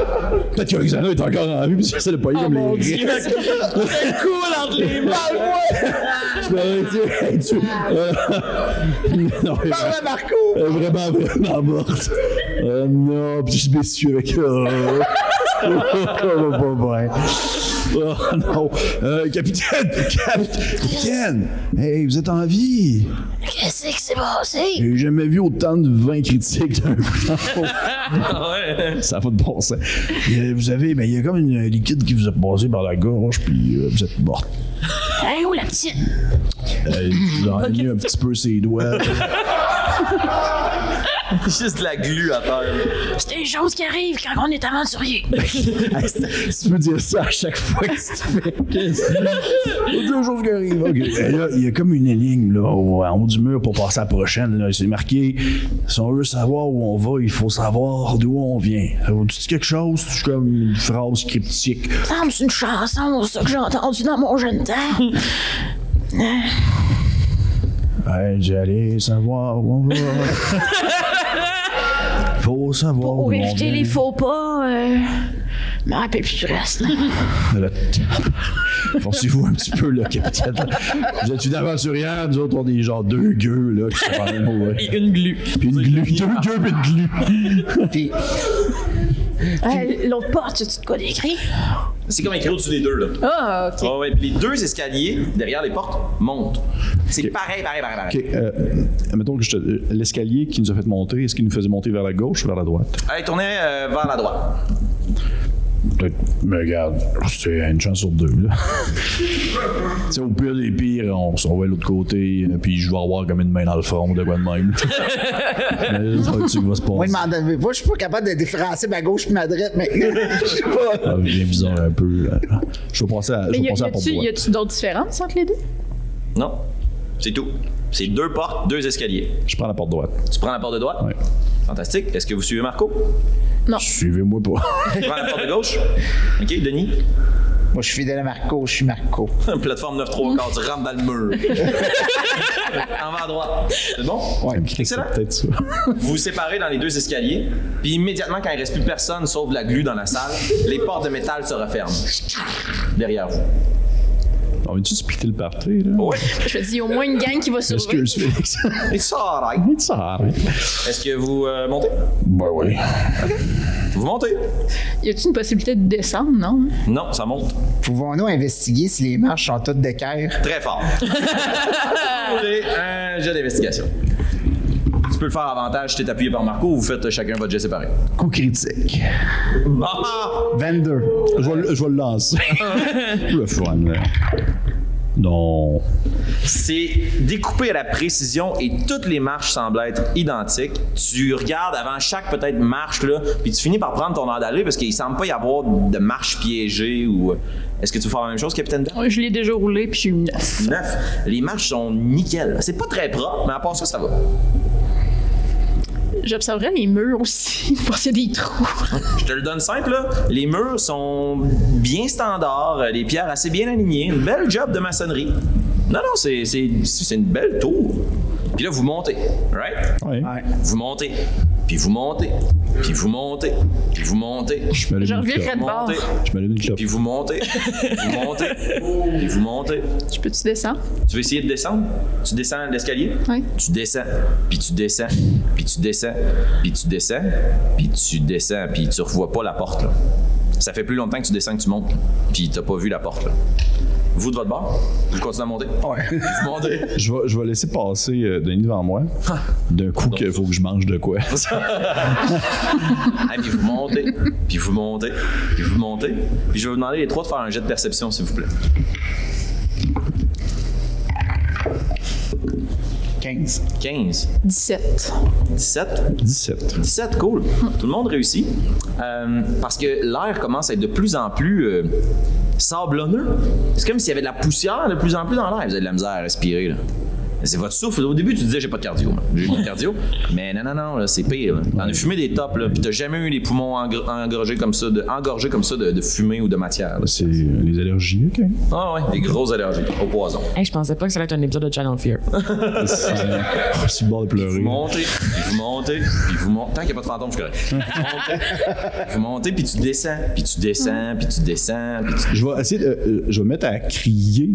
Speaker 4: peut-être que Roxana est encore en vie, puis ça l'a pas eu
Speaker 10: Oh
Speaker 4: comme les *laughs* restes. Je me dis, hey, tu-
Speaker 10: Ah.
Speaker 4: euh, *laughs* non, mais-
Speaker 2: Ouais, Marco!
Speaker 4: Elle est vraiment, vraiment morte. Euh, non, puis je m'essuie avec. Oh, oh, oh, oh, oh, oh, *laughs* oh, non. Euh, capitaine, capitaine, capitaine, hey, vous êtes en vie.
Speaker 10: Qu'est-ce que c'est passé?
Speaker 4: J'ai jamais vu autant de 20 critiques d'un coup. *laughs* Ça n'a pas de bon sens. Il y a- vous avez, mais il y a comme une- un liquide qui vous a passé par la gorge, puis euh, vous êtes morte.
Speaker 10: Hein, où la petite?
Speaker 4: Euh, je vous ai enligné un petit peu ses doigts.
Speaker 8: Juste de la glu à terre.
Speaker 10: C'est des choses qui arrivent quand on est aventurier.
Speaker 4: tu peux dire ça à chaque fois que tu te fais qu'est-ce que- Deux choses qui arrivent. OK. Et là, il y a comme une énigme là, au- en haut du mur pour passer à la prochaine. là. C'est marqué si on veut savoir où on va, il faut savoir d'où on vient. Alors, tu dis quelque chose, c'est comme une phrase cryptique.
Speaker 10: semble Ah, c'est une chanson, ça, que j'ai entendue dans mon jeune
Speaker 4: *laughs*
Speaker 10: temps.
Speaker 4: Ouais, J'allais savoir où on va.
Speaker 10: *laughs*
Speaker 4: Faut savoir
Speaker 10: Pour
Speaker 4: où on
Speaker 10: éviter
Speaker 4: vient.
Speaker 10: les faux
Speaker 9: Oh,
Speaker 10: pas, euh... Je me rappelle plus du reste.
Speaker 9: *laughs*
Speaker 10: là.
Speaker 4: Là, t- Forcez-vous un petit peu, là, capitaine. Vous êtes une aventurière, nous autres, on est genre deux gueux, là, qui se parlent ouais.
Speaker 3: Une glu.
Speaker 4: Puis une glu, deux gueux, puis une glu.
Speaker 2: Puis,
Speaker 10: Hey, L'autre porte, tu te quoi d'écrit?
Speaker 8: C'est comme écrit au-dessus des deux, là.
Speaker 9: Ah, ok.
Speaker 8: Ouais, ouais, puis les deux escaliers derrière les portes montent. C'est pareil, pareil, pareil, pareil.
Speaker 4: OK, euh, mettons que je te- euh, l'escalier qui nous a fait monter, est-ce qu'il nous faisait monter vers la gauche ou vers la droite?
Speaker 8: Allez, tournez euh, vers la droite.
Speaker 4: Mais regarde, c'est une chance sur deux, là. *laughs* Tu sais, au pire des pires, on s'en va de l'autre côté, euh, puis je vais avoir comme une main dans le front, de quoi de
Speaker 9: *laughs*
Speaker 4: même. Mais ça, tu sais qui va se passer.
Speaker 2: moi, je m'en devais pas. Je suis pas capable de différencier ma gauche et ma droite
Speaker 4: *laughs*
Speaker 2: maintenant. Je sais pas.
Speaker 4: Ah, J'ai bizarre un peu. là. Je vais passer à, je
Speaker 9: Mais
Speaker 4: vais
Speaker 9: y a-
Speaker 4: passer à la
Speaker 9: y
Speaker 4: porte
Speaker 9: a-tu- y
Speaker 4: droite.
Speaker 9: a-tu d'autres différences entre les deux?
Speaker 8: Non. C'est tout. C'est deux portes, deux escaliers.
Speaker 4: Je prends la porte droite.
Speaker 8: Tu prends la porte de droite?
Speaker 4: Ouais.
Speaker 8: Fantastique. Est-ce que vous suivez Marco?
Speaker 4: Suivez-moi pas.
Speaker 8: Tu prends la porte de gauche? OK, Denis?
Speaker 2: Moi, je suis fidèle à Marco. Je suis Marco.
Speaker 8: *laughs* Plateforme 9 3 quarts, tu rentres dans le mur. Mm. *laughs* en bas à droite. C'est bon?
Speaker 4: *laughs* Ouais,
Speaker 8: Excellent.
Speaker 4: c'est peut-être ça.
Speaker 8: Vous vous séparez dans les deux escaliers, puis immédiatement, quand il reste plus personne sauf de la glu dans la salle, les portes de métal se referment. Derrière vous.
Speaker 4: On vient-tu splitter le party, là?
Speaker 8: Ouais.
Speaker 9: Je te dis, au moins une gang qui va survivre.
Speaker 4: Excuse, *laughs* Félix.
Speaker 8: Et ça, alright.
Speaker 4: ça arrive.
Speaker 8: Est-ce que vous euh, montez?
Speaker 4: Ben oui.
Speaker 8: Vous montez?
Speaker 9: Y a-tu une possibilité de descendre, non?
Speaker 8: Non, ça monte.
Speaker 2: Pouvons-nous investiguer si les marches sont toutes d'équerre?
Speaker 8: Très fort. Vous voulez un jet d'investigation. Tu peux le faire avantage, tu es appuyé par Marco, vous faites euh, chacun votre jet séparé.
Speaker 4: Coup critique.
Speaker 8: Ah!
Speaker 4: 22. Je vais, le- je vais le lancer. le fun, là. Non.
Speaker 8: C'est découpé à la précision et toutes les marches semblent être identiques. Tu regardes avant chaque peut-être marche, là, puis tu finis par prendre ton air d'aller parce qu'il semble pas y avoir de marche piégée ou. euh, Est-ce que tu veux faire la même chose, Capitaine Dan?
Speaker 9: Je l'ai déjà roulé, puis j'ai eu neuf.
Speaker 8: Neuf. Les marches sont nickel. C'est pas très propre, mais à part ça, ça va.
Speaker 9: J'observerai les murs aussi, *laughs* parce qu'il y a des trous.
Speaker 8: Je te le donne simple, là. Les murs sont bien standards, euh, les pierres assez bien alignées. Une belle job de maçonnerie. Non, non, c'est c'est- c'est une belle tour. Puis là, vous montez, right?
Speaker 4: Ouais.
Speaker 8: Vous montez, puis vous montez, puis vous montez, puis vous montez,
Speaker 4: Je m'allume
Speaker 9: Je
Speaker 4: une clope.
Speaker 9: reviendrai de bord.
Speaker 8: montez,
Speaker 4: Je m'allume une clope.
Speaker 8: puis vous montez, vous montez, puis vous montez.
Speaker 9: Je peux-tu descendre?
Speaker 8: Tu veux essayer de descendre? Tu descends l'escalier?
Speaker 9: Oui.
Speaker 8: Tu descends, puis tu descends, puis tu descends, puis tu descends, puis tu descends, puis tu revois pas la porte, là. Ça fait plus longtemps que tu descends que tu montes, puis t'as pas vu la porte, là. Vous, de votre bord, vous continuez à monter? Ouais. Vous montez.
Speaker 4: Je vais, je vais laisser passer euh, Denis devant moi. D'un coup, qu'il faut que je mange de quoi.
Speaker 8: Ah, puis vous montez, puis vous montez, puis vous montez. Puis je vais vous demander les trois de faire un jet de perception, s'il vous plaît.
Speaker 2: 15.
Speaker 8: 15,
Speaker 9: 17.
Speaker 8: 17,
Speaker 4: 17.
Speaker 8: 17, cool. Tout le monde réussit. Euh, parce que l'air commence à être de plus en plus euh, sablonneux. C'est comme s'il y avait de la poussière de plus en plus dans l'air. Vous avez de la misère à respirer. là. C'est votre souffle. Au début, tu disais j'ai pas de cardio. là. J'ai pas de cardio. *laughs* Mais non, non, non, là, c'est pire. là. T'en as fumé des tops, là, puis t'as jamais eu les poumons engr- engorgés comme ça, de, engorgés comme ça de, de fumée ou de matière. là.
Speaker 4: C'est euh, les allergies, OK.
Speaker 8: Ah ouais, des grosses allergies au poison.
Speaker 3: Hey, je pensais pas que ça allait être un épisode de Channel *laughs* Fear.
Speaker 4: *laughs* C'est oh, c'est le bord de
Speaker 8: Vous
Speaker 4: pleurer.
Speaker 8: montez, puis vous montez, puis vous montez. Tant qu'il n'y a pas de fantôme, je suis correct. Vous *laughs* montez, vous montez, puis tu descends, puis tu descends, puis tu descends, puis tu...
Speaker 4: Je vais essayer de. euh, je vais me mettre à crier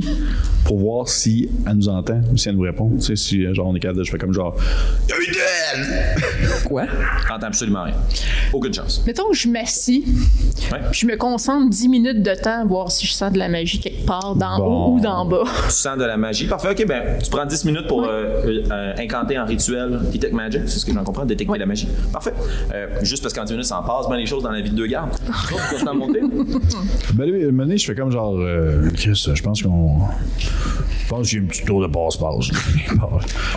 Speaker 4: pour voir si elle nous entend ou si elle nous répond. Tu sais, si euh, genre on est capable de. Je fais comme genre. Y'a eu d'elle!
Speaker 3: Quoi?
Speaker 8: T'entends absolument rien. Aucune chance.
Speaker 9: Mettons que je m'assis,
Speaker 8: Ouais.
Speaker 9: puis je me concentre 10 minutes de temps à voir si je sens de la magie quelque part, d'en
Speaker 4: Bon.
Speaker 9: haut ou d'en bas.
Speaker 8: Tu sens de la magie. Parfait, ok, ben tu prends 10 minutes pour euh, euh, euh, incanter en rituel Detect Magic, c'est ce que j'en comprends, détecter la magie. Parfait. Euh, juste parce qu'en 10 minutes, ça en passe bien les choses dans la vie de deux *laughs* gardes. Tu vois, tu continues à monter.
Speaker 4: Ben, là, à un moment donné, je fais comme genre. euh, Chris, je pense qu'on. Je pense qu'il y a un petit tour de passe-passe. *laughs*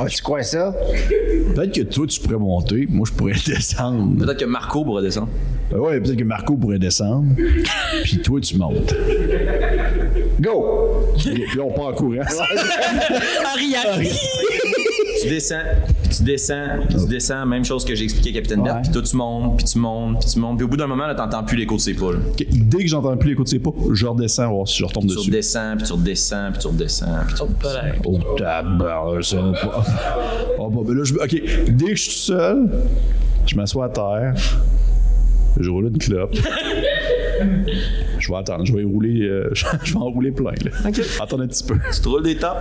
Speaker 2: Ah, tu crois ça?
Speaker 4: peut-être que toi, tu pourrais monter. Moi, je pourrais *laughs* descendre.
Speaker 8: Peut-être que Marco pourra descendre.
Speaker 4: Ben ouais, peut-être que Marco pourrait descendre. Puis toi, tu montes.
Speaker 2: Go!
Speaker 4: Puis on part en *laughs* courant.
Speaker 8: Tu descends, puis tu descends, puis tu descends, même chose que j'ai expliqué à Capitaine Bert, puis toi tu montes, puis tu montes, puis tu montes, puis au bout d'un moment, là, t'entends plus l'écho de ses pas. là.
Speaker 4: Ok, Dès que j'entends plus les coups de ses pas, je redescends voir si je retombe
Speaker 8: Tu
Speaker 4: dessus.
Speaker 8: redescends, puis tu redescends, puis tu redescends, puis tu redescends.
Speaker 4: Oh tabarnak, ça va pas. Oh, bah, ben là, je... OK, dès que je suis tout seul, je m'assois à terre, je roule une clope. Je vais attendre, je vais y rouler, euh, *laughs* je vais en rouler plein. Là. Attends un petit peu.
Speaker 8: Tu te roules des tops.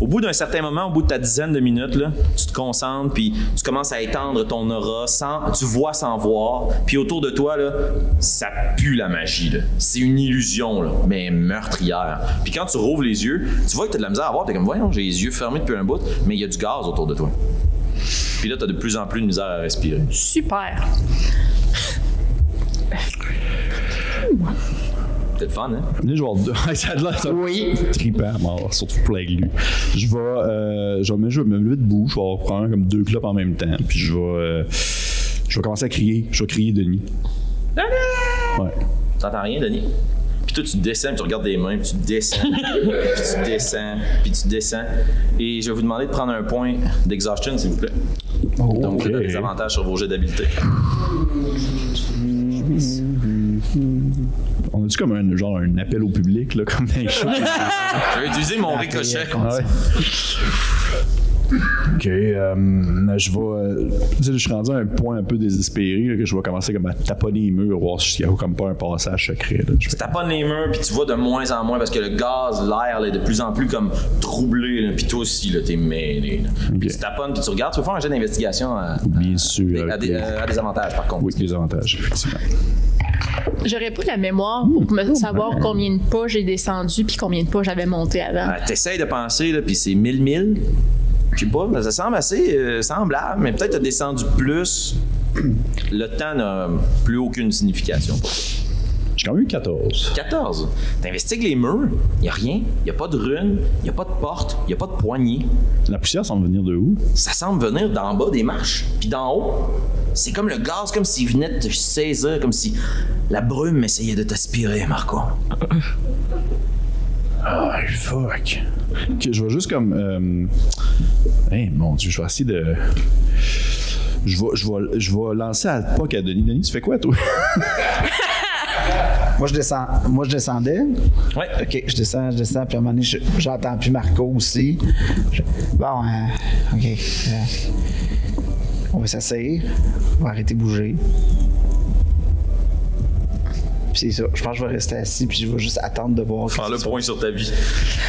Speaker 8: Au bout d'un certain moment, au bout de ta dizaine de minutes, là, tu te concentres, puis tu commences à étendre ton aura, sans, tu vois sans voir, puis autour de toi, là, ça pue la magie. là. C'est une illusion, là, mais meurtrière. Puis quand tu rouvres les yeux, tu vois que tu as de la misère à voir, t'es comme, voyons, j'ai les yeux fermés depuis un bout, mais il y a du gaz autour de toi. Puis là, tu as de plus en plus de misère à respirer.
Speaker 9: Super.
Speaker 8: C'est le fun, hein?
Speaker 4: Venez, je vais *laughs* avoir deux. ça a l'air oui. trippant, mort, surtout plein de lui. Je vais, euh, je, vais me, je vais me lever debout, je vais avoir probablement comme deux clopes en même temps, puis je vais, euh, je vais commencer à crier, je vais crier Denis. Ouais.
Speaker 8: T'entends rien, Denis? Puis toi, tu descends, puis tu regardes des mains, puis tu descends, *laughs* puis tu descends, puis tu descends. Et je vais vous demander de prendre un point d'exhaustion, s'il vous plaît. Donc, vous avez des avantages sur vos jets d'habilité.
Speaker 4: On a-tu comme un, genre un appel au public, là, comme dans
Speaker 8: *laughs*
Speaker 4: les shows?
Speaker 8: Je vais utiliser mon ricochet.
Speaker 4: Ok, euh, je vais. euh, tu sais, je suis rendu à un point un peu désespéré là, que je vais commencer comme à taponner les murs, voir s'il n'y a comme pas un passage secret. là. Je
Speaker 8: Tu
Speaker 4: fais-
Speaker 8: taponnes les murs, puis tu vois de moins en moins, parce que le gaz, l'air, là, est de plus en plus comme troublé, là. puis toi aussi, là, t'es mêlé. là. Puis
Speaker 4: Ok.
Speaker 8: tu taponnes, puis tu regardes. Tu veux faire un jet d'investigation à,
Speaker 4: Bien sûr.
Speaker 8: à
Speaker 4: avec
Speaker 8: des,
Speaker 4: les-
Speaker 8: à des avantages, par contre.
Speaker 4: Oui, les avantages, effectivement.
Speaker 9: J'aurais pris la mémoire pour
Speaker 4: Oh,
Speaker 9: me
Speaker 4: ben.
Speaker 9: savoir combien de
Speaker 8: Euh,
Speaker 9: pas j'ai descendu puis combien de pas j'avais monté avant.
Speaker 8: Ah, T'essayes de penser, là, puis c'est 1000 000, Je sais pas, mais ça semble assez euh, semblable, mais peut-être t'as descendu plus. *clears throat* Le temps n'a plus aucune signification pour toi.
Speaker 4: J'ai quand même eu 14.
Speaker 8: 14. T'investigues les murs, y a rien, y a pas de runes, y a pas de porte, y a pas de poignée.
Speaker 4: La poussière semble venir de où?
Speaker 8: Ça semble venir d'en bas des marches, puis d'en haut. C'est comme le gaz, comme s'il venait de te saisir, comme si la brume essayait de t'aspirer, Marco.
Speaker 4: Ah, fuck. Ok, je vais juste comme. euh, Hey, mon Dieu, je vais essayer de. Je vais, je vais, je vais lancer à POC à Denis. Denis, tu fais quoi, toi?
Speaker 2: Moi, je descends. Moi, je descendais.
Speaker 8: Ouais.
Speaker 2: OK, je descends, je descends, puis à un moment donné, je- j'entends plus Marco aussi. Je- Bon, euh, OK. euh, on va s'asseoir. On va arrêter de bouger. Puis c'est ça. Je pense que je vais rester assis, puis je vais juste attendre de voir.
Speaker 8: Prends le point sur ta vie.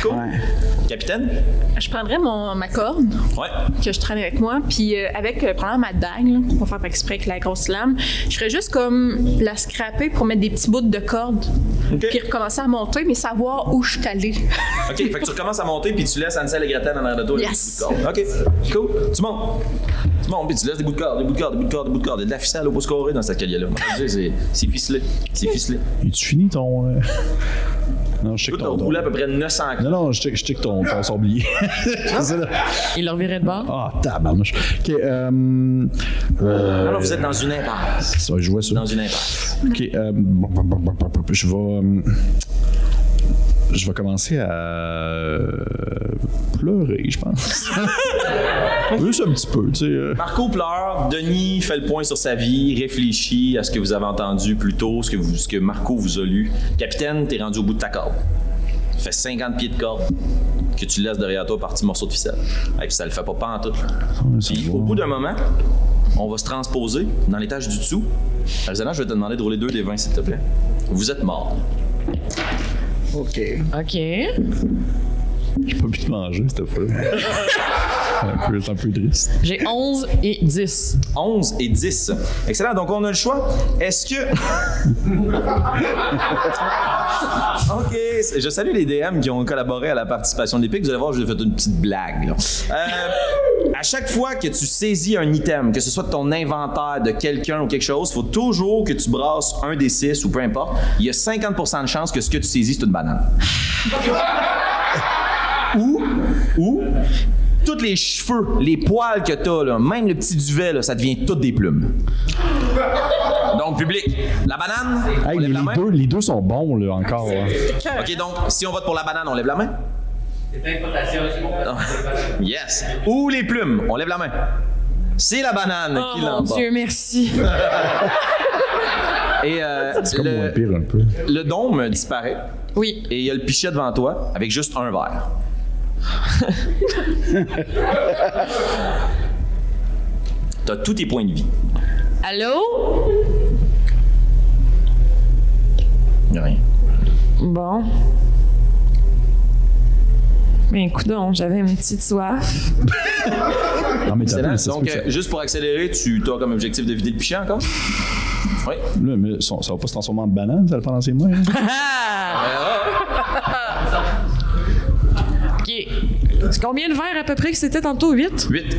Speaker 8: Cool.
Speaker 2: Ouais.
Speaker 8: Capitaine?
Speaker 9: Je prendrais mon, ma corde
Speaker 8: Ouais.
Speaker 9: que je traîne avec moi, puis euh, avec, euh, probablement ma dague, là, pour faire exprès avec la grosse lame, je ferais juste comme la scraper pour mettre des petits bouts de corde,
Speaker 8: Ok.
Speaker 9: puis recommencer à monter, mais savoir où je suis allée.
Speaker 8: OK, fait que tu recommences à monter puis tu laisses Ansel et Gretel en arrière de toi. avec
Speaker 9: Yes.
Speaker 8: des bouts de corde. OK, cool. Tu montes. Tu montes puis tu laisses des bouts de corde, des bouts de corde, des bouts de corde, des bouts de corde. Il y a de la ficelle au pouce carré dans cette calière-là. Mon Dieu, c'est- C'est ficelé. C'est ficelé.
Speaker 4: Et tu finis ton. euh, Non, je check
Speaker 8: Tout
Speaker 4: ton.
Speaker 8: a
Speaker 4: ton-
Speaker 8: roulé à peu près 900
Speaker 4: Non, non, je check, je check ton, ton sablier. *laughs* C'est là.
Speaker 3: Il leur virait de bord.
Speaker 4: Ah, tabarnouche. Ok, euh. euh,
Speaker 8: Alors, vous êtes dans une impasse.
Speaker 4: ça, je vois ça.
Speaker 8: Dans une impasse.
Speaker 4: Ok, euh, bon, bon, bon, bon, bon, bon, je vais. euh, Je vais commencer à euh, pleurer, je *laughs* pense. Juste un petit peu, tu sais. euh.
Speaker 8: Marco pleure, Denis fait le point sur sa vie, réfléchit à ce que vous avez entendu plus tôt, ce que, vous- ce que Marco vous a lu. Capitaine, t'es rendu au bout de ta corde. Ça fait 50 pieds de corde que tu laisses derrière toi par petits morceaux de ficelle. Et puis ça le fait pas pas en tout. Puis au bout d'un moment, on va se transposer dans l'étage du dessous. Alzana, je vais te demander de rouler deux des 20, s'il te plaît. Vous êtes mort.
Speaker 2: OK.
Speaker 3: OK.
Speaker 4: J'ai pas pu de manger cette fois-là. *laughs* un, peu, c'est un peu triste.
Speaker 3: J'ai 11 et 10.
Speaker 8: 11 et 10. Excellent. Donc, on a le choix. Est-ce que. OK. c'est- Je salue les DM qui ont collaboré à la participation de l'Épique. Vous allez voir, je vais faire une petite blague. là. Euh, à chaque fois que tu saisis un item, que ce soit de ton inventaire, de quelqu'un ou quelque chose, il faut toujours que tu brasses un des six ou peu importe. Il y a 50 de chance que ce que tu saisis, c'est une banane. *laughs* ou, ou, tous les cheveux, les poils que t'as, là, même le petit duvet, là, ça devient toutes des plumes. Donc, public, la banane,
Speaker 4: Hey,
Speaker 8: on
Speaker 4: les,
Speaker 8: lève la main.
Speaker 4: deux, les deux sont bons, là, encore. hein.
Speaker 8: *laughs* OK, donc, si on vote pour la banane, on lève la main? Ah, Yes. Ou les plumes, on lève la main. C'est la banane
Speaker 3: Oh
Speaker 8: qui
Speaker 3: mon
Speaker 8: l'emporte.
Speaker 3: Dieu, *laughs* merci.
Speaker 8: Et euh,
Speaker 4: C'est comme moins
Speaker 8: le,
Speaker 4: pire, un peu.
Speaker 8: le dôme disparaît
Speaker 3: Oui.
Speaker 8: et il y a le pichet devant toi avec juste
Speaker 3: *laughs*
Speaker 8: un verre. T'as tous tes points de vie.
Speaker 3: Allô?
Speaker 8: Y a Rien.
Speaker 3: Bon. Mais coudon, j'avais une petite soif.
Speaker 4: Non, mais t'as
Speaker 8: Excellent.
Speaker 4: pas, ça se peut
Speaker 8: Donc,
Speaker 4: que ça-
Speaker 8: euh, juste pour accélérer, tu as comme objectif de vider le pichet encore? Oui.
Speaker 4: Là, mais ça, ça va pas se transformer en banane, ça le prend dans ses mains. hein?
Speaker 3: Ah! OK. C'est combien de verres à peu près que c'était tantôt? 8?
Speaker 8: 8.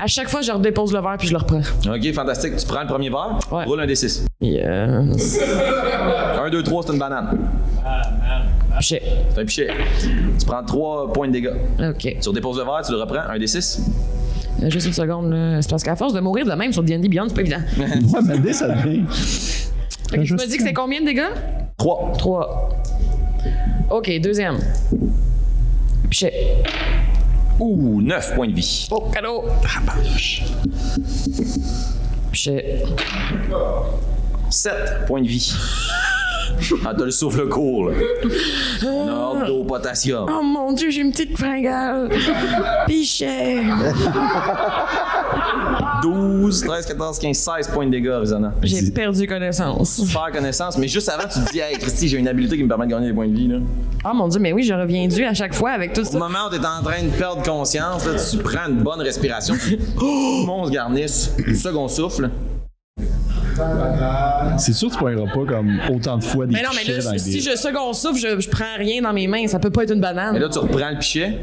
Speaker 3: À chaque fois, je redépose le verre puis je le reprends.
Speaker 8: OK, fantastique. Tu prends le premier verre,
Speaker 3: Ouais.
Speaker 8: roule un des 6.
Speaker 3: Yes.
Speaker 8: 1, 2, 3, c'est une banane.
Speaker 3: Shit.
Speaker 8: C'est un pichet. Tu prends 3 points de dégâts.
Speaker 3: OK.
Speaker 8: Tu redéposes le verre, tu le reprends, un des 6.
Speaker 3: Euh, Juste une seconde, là. C'est parce qu'à force de mourir de même sur D&D Beyond, c'est pas évident.
Speaker 4: *laughs* Ouais, mais dès Euh, ça devient.
Speaker 3: Fait que tu m'as dit que c'est combien de dégâts?
Speaker 8: 3.
Speaker 3: 3. OK, deuxième. Shit.
Speaker 8: Ouh, 9 points de vie.
Speaker 3: Oh, cadeau! Shit.
Speaker 8: 7 points de *laughs* vie. Ah, t'as le souffle court, là. On a hâte d'eau au potassium.
Speaker 3: Oh mon dieu, j'ai une petite
Speaker 4: *laughs*
Speaker 3: fringale! Pichet!
Speaker 4: Ah,
Speaker 8: 12, 13, 14, 15, 16 points de dégâts, Arizona.
Speaker 3: J'ai perdu connaissance.
Speaker 8: Faire connaissance, mais juste avant, tu te dis, hey, Christy, j'ai une habilité qui me permet de gagner des points de vie, là.
Speaker 3: Ah mon dieu, mais oui, je reviens dû à chaque fois avec tout
Speaker 8: Au
Speaker 3: ça.
Speaker 8: moment où t'es en train de perdre conscience, là, tu *laughs* prends une bonne respiration, puis oh, mon se garnisse, second souffle.
Speaker 4: C'est sûr que tu poigneras pas comme autant de fois des
Speaker 3: Mais non, mais
Speaker 4: pichets dans
Speaker 3: là,
Speaker 4: les-
Speaker 3: si je second souffle, je, je prends rien dans mes mains. Ça peut pas être une banane.
Speaker 8: Mais là, tu reprends le pichet.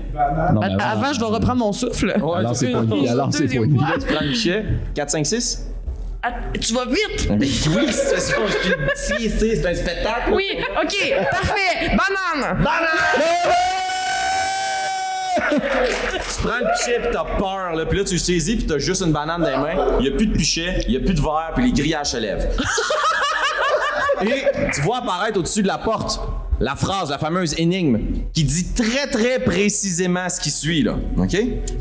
Speaker 4: Non, mais
Speaker 3: Avant,
Speaker 4: avant,
Speaker 3: je vais reprendre mon souffle.
Speaker 4: Alors, c'est
Speaker 3: Une,
Speaker 4: pas lui.
Speaker 3: une
Speaker 4: Alors, c'est pas
Speaker 3: deuxième
Speaker 4: lui.
Speaker 3: fois.
Speaker 8: Tu prends le pichet. 4, 5, 6.
Speaker 3: Ah, tu vas vite!
Speaker 8: Oui, c'est ce qu'on dit ici. C'est un spectacle.
Speaker 3: *laughs* Oui, ok, parfait! Banane!
Speaker 8: Tu prends le pichet, puis t'as peur, là. Puis là, tu le saisis, puis t'as juste une banane dans les mains. Il y a plus de pichet, il y a plus de verre, puis les grillages se lèvent. Et tu vois apparaître au-dessus de la porte la phrase, la fameuse énigme, qui dit très très précisément ce qui suit, là. OK?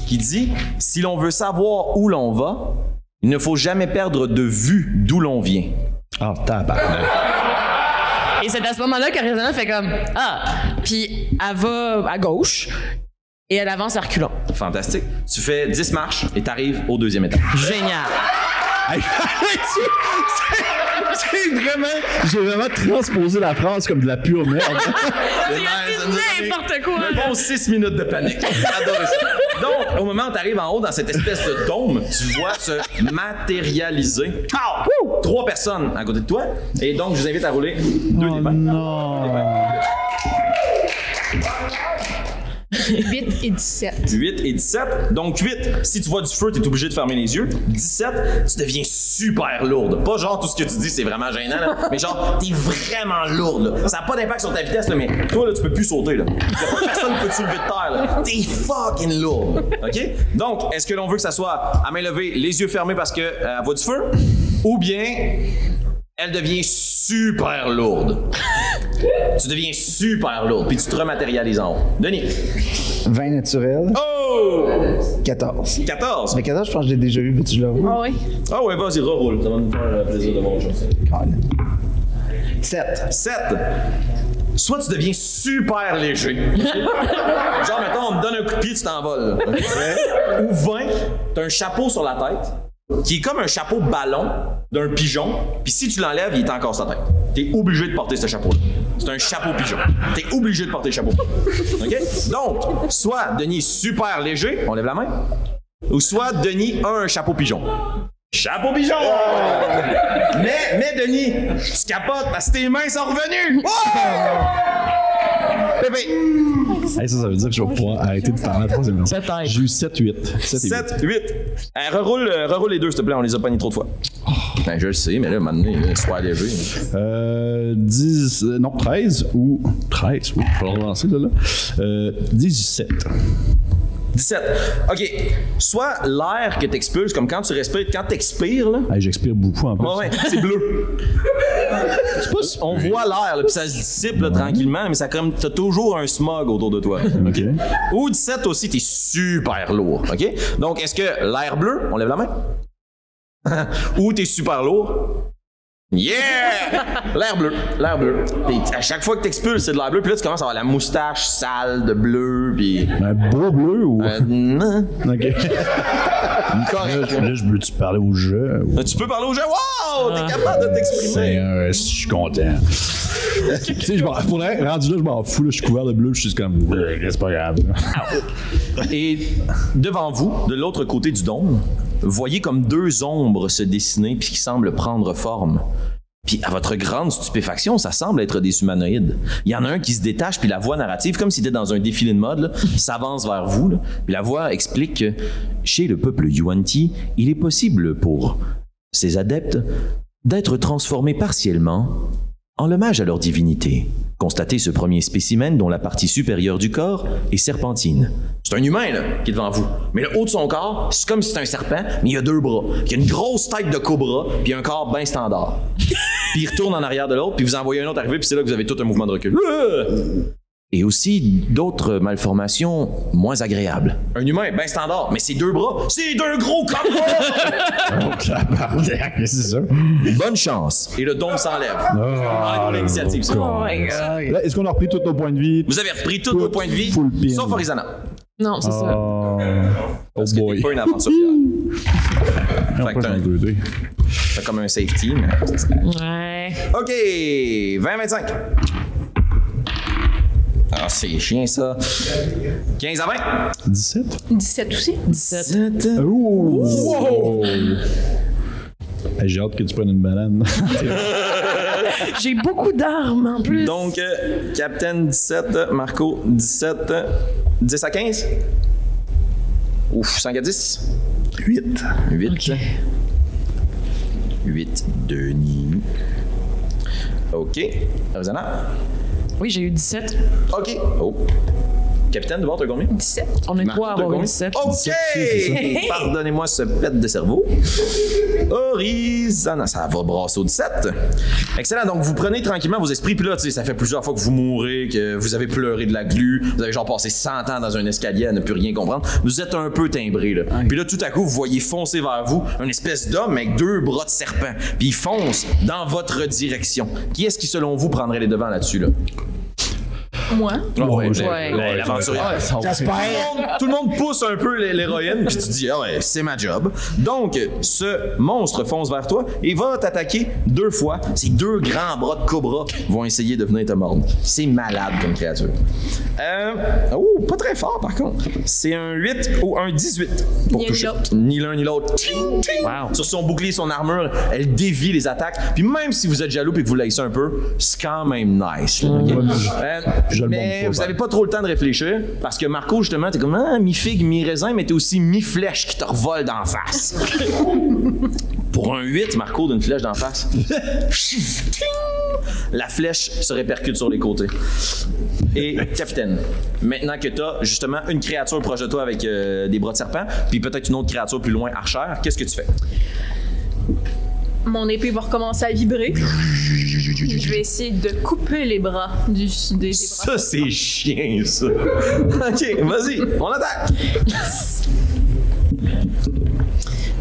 Speaker 8: Qui dit Si l'on veut savoir où l'on va, il ne faut jamais perdre de vue d'où l'on vient.
Speaker 4: Ah, tabarnak.
Speaker 3: Et c'est à ce moment-là qu'Arizona fait comme Ah! Puis elle va à gauche et elle avance à reculant.
Speaker 8: Fantastique. Tu fais 10 marches et t'arrives au deuxième étage.
Speaker 3: Génial!
Speaker 4: Hey, c'est- c'est vraiment. *laughs* J'ai vraiment transposé la phrase comme de la pure merde.
Speaker 3: C'est n'importe quoi!
Speaker 8: Un bon 6 minutes de panique. *laughs* J'adore ça. Donc, au moment où tu arrives en haut dans cette espèce de dôme, tu vois se matérialiser Pow! Wouh! trois personnes à côté de toi. Et donc, je vous invite à rouler deux des vingt.
Speaker 4: non.
Speaker 9: 8 et 17.
Speaker 8: 8 et 17. Donc 8, si tu vois du feu, tu es obligé de fermer les yeux. 17, tu deviens super lourde. Pas genre tout ce que tu dis, c'est vraiment gênant, là. *laughs* mais genre, t'es vraiment lourde. Là. Ça n'a pas d'impact sur ta vitesse, là, mais toi, là, tu peux plus sauter. Là. Y a pas personne qui peut te soulever de terre. là. T'es fucking lourde. OK? Donc, est-ce que l'on veut que ça soit à main levée, les yeux fermés parce que euh, elle voit du feu? Ou bien elle devient super lourde. tu deviens super lourde, puis tu te rematérialises en haut. Denis.
Speaker 2: 20 naturels,
Speaker 8: Oh!
Speaker 2: 14.
Speaker 8: 14.
Speaker 2: Mais 14, je pense que j'ai déjà eu, mais tu l'as vu.
Speaker 9: Ah oui.
Speaker 8: Ah ouais, vas-y, reroule. Ça va nous faire euh, plaisir de voir autre chose.
Speaker 2: 7.
Speaker 8: 7. Soit tu deviens super *laughs* léger. Genre, mettons, on me donne un coup de pied, tu t'envoles. là. Ou 20, t'as un chapeau sur la tête qui est comme un chapeau ballon d'un pigeon. Puis si tu l'enlèves, il est encore sur la tête. T'es obligé de porter ce chapeau-là. C'est un chapeau pigeon. T'es obligé de porter le chapeau. OK? Donc, soit Denis super léger, on lève la main, ou soit Denis a un chapeau pigeon. Chapeau pigeon! Oh! Mais, mais Denis, tu capotes parce que tes mains sont revenues! Pépé,
Speaker 4: Hey, ça, ça veut dire que je vais pouvoir arrêter de parler à la troisième personne.
Speaker 3: Peut-être.
Speaker 4: J'ai eu 7-8. 7-8.
Speaker 8: 7, 8. reroule, euh, reroule les deux, s'il te plaît, on les a pognés trop de fois. Ben, je le sais, mais là, maintenant, soir léger.
Speaker 4: Euh, 10, euh, non, 13 ou 13, oui, faut le relancer là. Euh, 17.
Speaker 8: 17. OK. Soit l'air que t'expulses, comme quand tu respires, quand t'expires, là.
Speaker 4: Hey, J'expire beaucoup en plus.
Speaker 8: Ouais, ouais, c'est bleu. On voit l'air, là, puis ça se dissipe là, tranquillement, mais ça comme t'as toujours un smog autour de *laughs* toi.
Speaker 4: OK.
Speaker 8: Ou 17 aussi, t'es super lourd, OK? Donc, est-ce que l'air bleu, on lève la main? *laughs* Ou t'es super lourd? Yeah! L'air bleu, l'air bleu. T'es- à chaque fois que t'expulses, c'est de l'air bleu, puis là, tu commences à avoir la moustache sale de bleu, puis...
Speaker 4: Un Ben, beau bleu ou.
Speaker 8: Euh, non.
Speaker 4: OK.
Speaker 8: Correct.
Speaker 4: Là, je veux-tu parler au jeu? ou-
Speaker 8: Tu peux parler aux gens, wow! T'es capable de t'exprimer!
Speaker 4: Seigneur, si euh, je suis content. tu sais, je m'en- pour vrai, rendu là, je m'en fous, là, je suis couvert de bleu, je suis juste comme. Ouais, C'est pas grave.
Speaker 8: Et devant vous, de l'autre côté du dôme, voyez comme deux ombres se dessiner puis qui semblent prendre forme. Puis à votre grande stupéfaction, ça semble être des humanoïdes. Il y en a un qui se détache puis la voix narrative, comme s'il était dans un défilé de mode, là, s'avance vers vous. là. Puis la voix explique que chez le peuple Yuan-Ti, il est possible pour ses adeptes d'être transformés partiellement en l'hommage à leur divinité. Constatez ce premier spécimen dont la partie supérieure du corps est serpentine. C'est un humain, là, qui est devant vous. Mais le haut de son corps, c'est comme si c'était un serpent, mais il a deux bras. Il a une grosse tête de cobra, puis un corps bien *laughs* standard. puis il retourne en arrière de l'autre, puis vous envoyez un autre arriver, puis c'est là que vous avez tout un mouvement de recul. Et aussi d'autres malformations moins agréables. Un humain, bien standard, mais ses deux bras, c'est deux gros cobras!
Speaker 4: *laughs* Tabarnak, c'est ça.
Speaker 8: Bonne chance. Et le dôme s'enlève.
Speaker 4: Ah,
Speaker 8: Bonne initiative, ça. Oh
Speaker 4: Là, Est-ce qu'on a repris tous nos points de vie?
Speaker 8: Vous avez repris tous vos points de vie,
Speaker 4: Full pin.
Speaker 8: sauf Horizana.
Speaker 3: Non, c'est ça.
Speaker 4: Oh, oh
Speaker 8: Parce que t'es
Speaker 4: boy.
Speaker 8: pas une aventurière.
Speaker 4: On
Speaker 8: fait que
Speaker 4: peut
Speaker 8: t'as
Speaker 4: en
Speaker 8: un-
Speaker 4: 2D.
Speaker 8: T'as comme un safety, mais...
Speaker 3: Ouais.
Speaker 8: OK, 20-25. Ah, c'est chien, ça. 15 à 20.
Speaker 4: 17?
Speaker 9: 17 aussi.
Speaker 3: 17.
Speaker 4: Ouh! Wow! Hey, J'ai hâte que tu prennes une banane. *laughs*
Speaker 13: J'ai beaucoup d'armes en plus.
Speaker 8: Donc, euh, Captain 17, Marco 17, 10 à 15. Ouf, 5 à 10.
Speaker 1: 8.
Speaker 8: 8. 8, Denis. OK. Rosanna.
Speaker 3: Oui, j'ai eu 17.
Speaker 8: OK. Oh. Capitaine, devant, t'as combien?
Speaker 9: 17.
Speaker 3: On est trois à
Speaker 8: T'as
Speaker 3: avoir eu
Speaker 8: combien?
Speaker 3: 17.
Speaker 8: OK! *laughs* Pardonnez-moi ce pet de cerveau. Horizon. Ça va brasser au 17. Excellent. Donc, vous prenez tranquillement vos esprits. Puis là, tu sais, ça fait plusieurs fois que vous mourrez, que vous avez pleuré de la glu. Vous avez genre passé 100 ans dans un escalier à ne plus rien comprendre. Vous êtes un peu timbré, là. Puis là, tout à coup, vous voyez foncer vers vous une espèce d'homme avec deux bras de serpent. Puis il fonce dans votre direction. Qui est-ce qui, selon vous, prendrait les devants là-dessus, là?
Speaker 9: Moi.
Speaker 8: Ah ouais,
Speaker 4: Ouais,
Speaker 8: ben,
Speaker 3: ouais,
Speaker 8: ben, l'aventurière.
Speaker 4: Ah,
Speaker 8: Tout le monde- Tout le monde pousse un peu l'hé- l'héroïne, puis tu dis, ah ouais, c'est ma job. Donc, ce monstre fonce vers toi et va t'attaquer deux fois. Ses deux grands bras de cobra vont essayer de venir te mordre. C'est malade comme créature. Euh, oh, pas très fort par contre. C'est un 8 ou un 18 pour
Speaker 9: Ni
Speaker 8: toucher.
Speaker 9: l'autre.
Speaker 8: Ni l'un ni l'autre. Ting, ting.
Speaker 3: Wow.
Speaker 8: Sur son bouclier, son armure, elle dévie les attaques. Puis même si vous êtes jaloux et que vous laissez un peu, c'est quand même nice. là, ok? Euh,
Speaker 4: je le montre
Speaker 8: mais
Speaker 4: pas,
Speaker 8: vous avez pas trop le temps de réfléchir parce que Marco, justement, t'es comme ah, mi-figue, mi-raisin, mais t'es aussi mi-flèche qui te revole d'en face. Pour un 8, Marco, d'une flèche d'en face. *laughs* Ting! La flèche se répercute sur les côtés. Et capitaine, maintenant que t'as justement une créature proche de toi avec euh, des bras de serpent, puis peut-être une autre créature plus loin, archère, qu'est-ce que tu fais?
Speaker 9: Mon épée va recommencer à vibrer. Je vais essayer de couper les bras du, des, des bras.
Speaker 8: Ça, c'est chien, ça. *laughs* ok, vas-y, on attaque.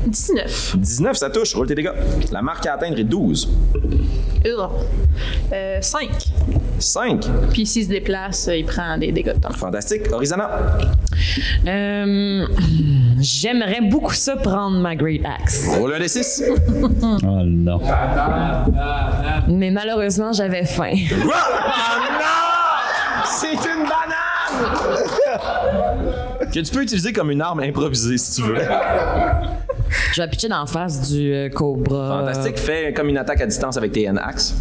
Speaker 9: 19.
Speaker 8: 19, ça touche, roule tes dégâts. La marque à atteindre est 12.
Speaker 9: Ugh. Euh, 5.
Speaker 8: 5.
Speaker 9: Puis s'il se déplace, il prend des dégâts de temps.
Speaker 8: Fantastique. Horizana.
Speaker 3: Euh, J'aimerais beaucoup ça prendre ma Great Axe.
Speaker 8: Roule un des 6.
Speaker 4: oh non.
Speaker 3: Mais malheureusement, j'avais faim.
Speaker 8: Oh non! C'est une banane! *laughs* que tu peux utiliser comme une arme improvisée si tu veux.
Speaker 3: Je vais pitcher d'en face du euh, cobra.
Speaker 8: Fantastique. Fais comme une attaque à distance avec tes N-axes.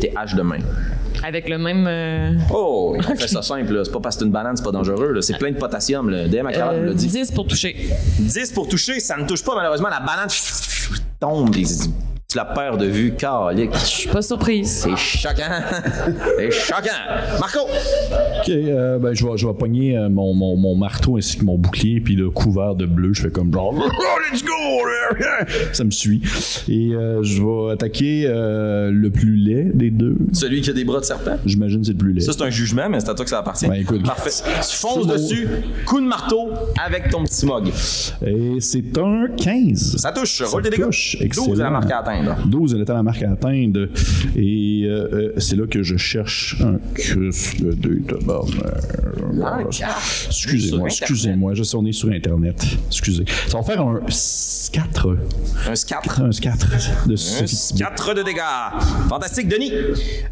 Speaker 8: Tes haches de main.
Speaker 3: Avec le même. euh,
Speaker 8: Oh, on fait ça simple. là. C'est pas parce que c'est une banane, c'est pas dangereux. là. C'est plein de potassium. Là. DM à carotte
Speaker 3: euh,
Speaker 8: l'a dit.
Speaker 3: 10 pour toucher.
Speaker 8: 10 pour toucher, ça ne touche pas malheureusement. La banane tombe. et Tu la perds de vue. Calique.
Speaker 3: Je suis pas surprise.
Speaker 8: C'est choquant. C'est choquant. Marco!
Speaker 4: Ok, euh, ben, je vais, je vais pogner euh, mon, mon, mon marteau ainsi que mon bouclier, puis le couvert de bleu. Je fais comme genre, *laughs* oh, let's go! *laughs* Ça me suit. Et euh, je vais attaquer euh, le plus laid des deux.
Speaker 8: Celui qui a des bras de serpent.
Speaker 4: J'imagine que c'est le plus laid.
Speaker 8: Ça, c'est un jugement, mais c'est à toi que ça appartient.
Speaker 4: Ben, écoute.
Speaker 8: Parfait. Tu fonces
Speaker 4: C'est
Speaker 8: dessus, coup de marteau avec ton petit mug.
Speaker 4: Et c'est un 15.
Speaker 8: Ça touche,
Speaker 4: Ça
Speaker 8: roule tes dégâts.
Speaker 4: touche,
Speaker 8: 12 à
Speaker 4: excellent.
Speaker 8: la marque à atteindre.
Speaker 4: 12, elle était à la marque à atteindre. Et euh, euh, c'est là que je cherche un cus de deux
Speaker 8: Ah,
Speaker 4: tabarnak.
Speaker 8: sur
Speaker 4: Ah, Excusez-moi,
Speaker 8: Internet.
Speaker 4: excusez-moi. Je sais, on est sur Internet. Excusez. Ça va faire un 4.
Speaker 8: Un 4.
Speaker 4: Un 4 de
Speaker 8: Un
Speaker 4: sophistication.
Speaker 8: 4 de dégâts. Fantastique, Denis.